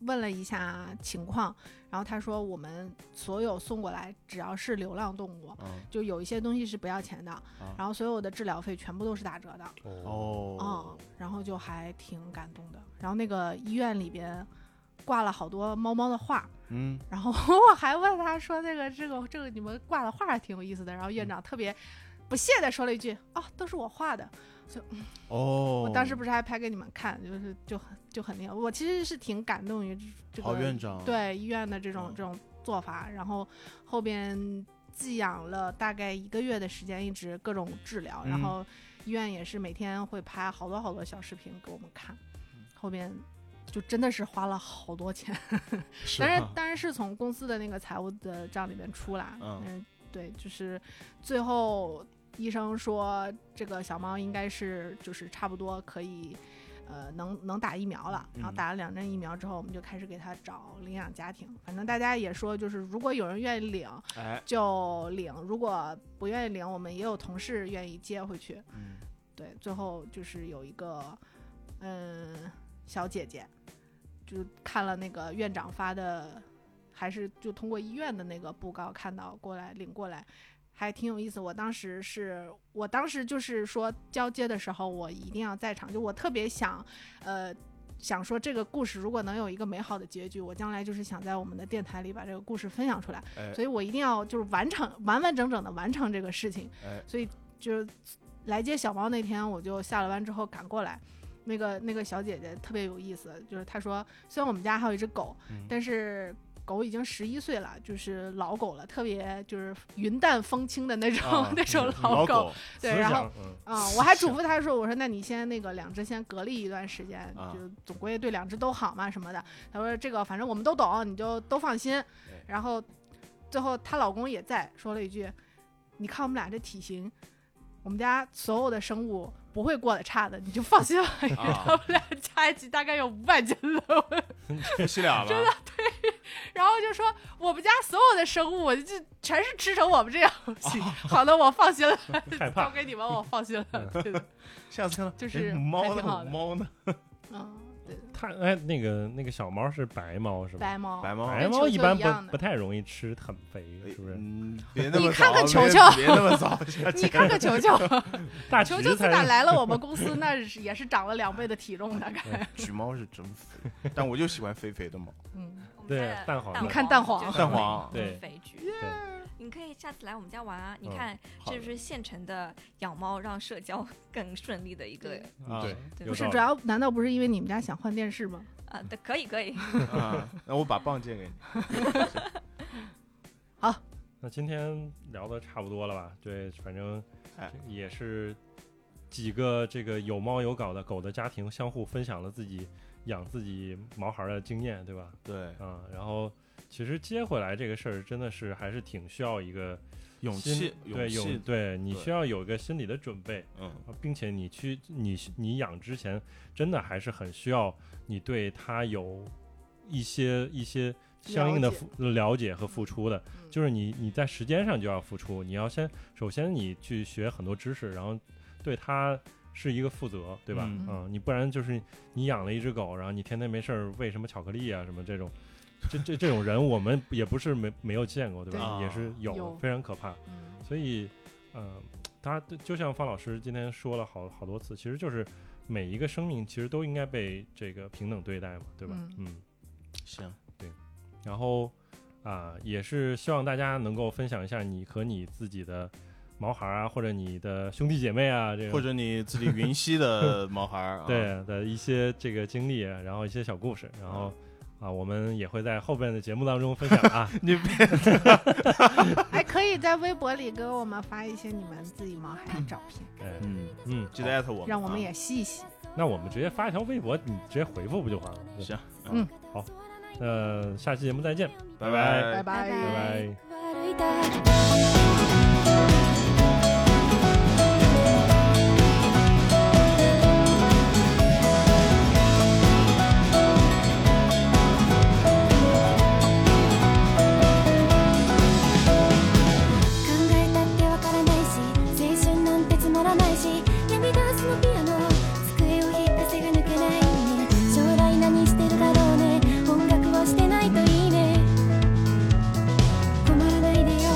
问了一下情况，然后他说我们所有送过来，只要是流浪动物，
嗯
就有一些东西是不要钱的，然后所有的治疗费全部都是打折的。嗯
哦，，
然后就还挺感动的。然后那个医院里边挂了好多猫猫的画，
嗯，
然后 我还问他说：“那个这个这个你们挂的画还挺有意思的。”然后院长特别不屑的说了一句：“哦，都是我画的。
哦，
我当时不是还拍给你们看，就是就很就很厉害。我其实是挺感动于这这
好
个
院长，，
对医院的这种
嗯
这种做法，然后后边寄养了大概一个月的时间，一直各种治疗，然
嗯
后医院也是每天会拍好多好多小视频给我们看，
嗯
后边。就真的是花了好多钱，
是啊
但是
吧
当然是从公司的那个财务的账里面出来，
嗯
嗯，对，就是最后医生说这个小猫应该是就是差不多可以，呃，能能打疫苗了。然后
嗯
打了两针疫苗之后，我们就开始给它找领养家庭。反正大家也说，就是如果有人愿意领
哎，
就领，如果不愿意领，我们也有同事愿意接回去。
嗯
对，最后就是有一个嗯小姐姐，就是看了那个院长发的，还是就通过医院的那个布告看到过来领过来，还挺有意思。我当时是我当时就是说交接的时候，我一定要在场，就我特别想呃。想说这个故事如果能有一个美好的结局，我将来就是想在我们的电台里把这个故事分享出来，
哎
所以我一定要就是完成完完整整的完成这个事情。
哎，
所以就是来接小猫那天，我就下了班之后赶过来。那个那个小姐姐特别有意思，就是她说，虽然我们家还有一只狗，
嗯
但是狗已经十一岁了，就是老狗了，特别就是云淡风轻的那种、
啊
那种
老
狗。
狗，
对，
思
然后
想嗯
啊、我还嘱咐她说，我说那你先那个两只先隔离一段时间，
啊
就总归对两只都好嘛什么的。她说这个反正我们都懂，你就都放心。然后最后她老公也在，说了一句，你看我们俩这体型，我们家所有的生物不会过得差的，你就放 心吧。我
啊，
们俩加一起大概有五百斤了，
夫妻俩吧，
然后就说我们家所有的生物就全是吃成我们这样。行好的，我放心了，
害怕
交给你们，我放心了。对的，嗯
下次看到
就是
哎母猫
还
呢，
挺好
母
的
猫呢，
嗯，对的，
它哎，那个那个小猫是白猫是
哦
吧？
白猫，
白猫，哎
白
跟
猫
球
一
球
般
一样
不
的
不太容易吃，很肥，是不是？
嗯， 别那么
你看看
早
球球
别别那么 早，下
你
去
看看球球，
大橘
球球自打
才
来了我们公司，那是也是长了两倍的体重，大概。
橘猫是真肥， 但我就喜欢肥肥的 猫，嗯
嗯，
我们
对
家的
蛋黄
你看蛋黄
就是
蛋黄
对
肥橘。你可以下次来我们家玩啊！你
嗯
看，
好
这
的
是现成的养猫让社交更顺利的一个
啊
对，
对
有
不是，
道
主
理
要难道不是因为你们家想换电视吗？
啊，对，可以可以，
啊，那我把棒借给你，
那今天聊的差不多了吧？对，反正
哎
这也是几个这个有猫有狗的狗的家庭相互分享了自己养自己毛孩儿的经验，对吧？
对，
啊、然后其实接回来这个事儿真的是还是挺需要一个
勇
心
气，勇
对有
气，
对你
对
需要有一个心理的准备，
嗯，
啊并且你去你你养之前，真的还是很需要你对它有一些一些相应的
了解
付了解和付出的，
嗯
就是你你在时间上就要付出，你要先首先你去学很多知识，然后对它。是一个负责，对吧？
嗯
你不然就是你养了一只狗，然后你天天没事儿喂什么巧克力啊，什么这种，这这这种人我们也不是没没有见过，对吧？
对
也是有，
啊有
非常可怕。
嗯
所以，呃，他就像方老师今天说了好好多次，其实就是每一个生命其实都应该被这个平等对待嘛，对吧？嗯
嗯
行，
然后啊、也是希望大家能够分享一下你和你自己的毛孩儿啊，或者你的兄弟姐妹啊，这个
或者你自己云溪 的毛孩儿，啊，
对的一些这个经历，然后一些小故事，然后。
嗯
啊，我们也会在后边的节目当中分享啊。
你别
还哎可以在微博里给我们发一些你们自己毛孩的照 片，
哎
嗯，
嗯，
记得艾特我，
让我们
啊
也吸一吸。
那我们直接发一条微博，你直接回复不就完了？对
行，
嗯，
好，那下期节目再见，
拜
拜
拜拜
拜拜。
歩いて考えたってわからないし青春なんてつまらないし涙すのピアノ机を引っせが抜けないね将来何してるだろうね音楽をしてないといいね困らないでよ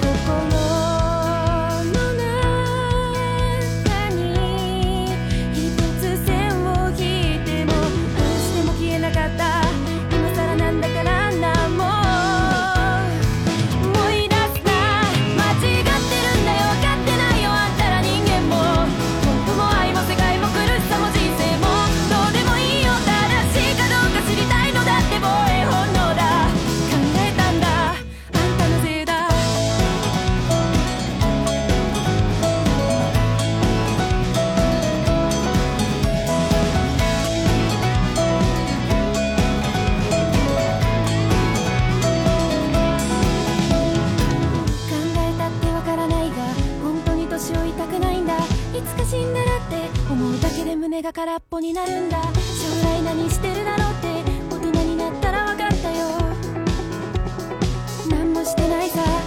心の中に一つ線を引いてもどうしても消えなかった今更なんだからなもう思い出すな間違ってるんだよ分かってないよあんたら人間も本当も愛も世界も苦しさも人生もどうでもいいよ正しいかどうか知りたいのだって防衛本能だ考えたんだあんたのせいだ考えたってわからないが本当に年老いたくないんだいつか死んだらって思うだけで胸が空っぽになるんだ将来何してるだろうって大人になったらわかったよ何もしてないさ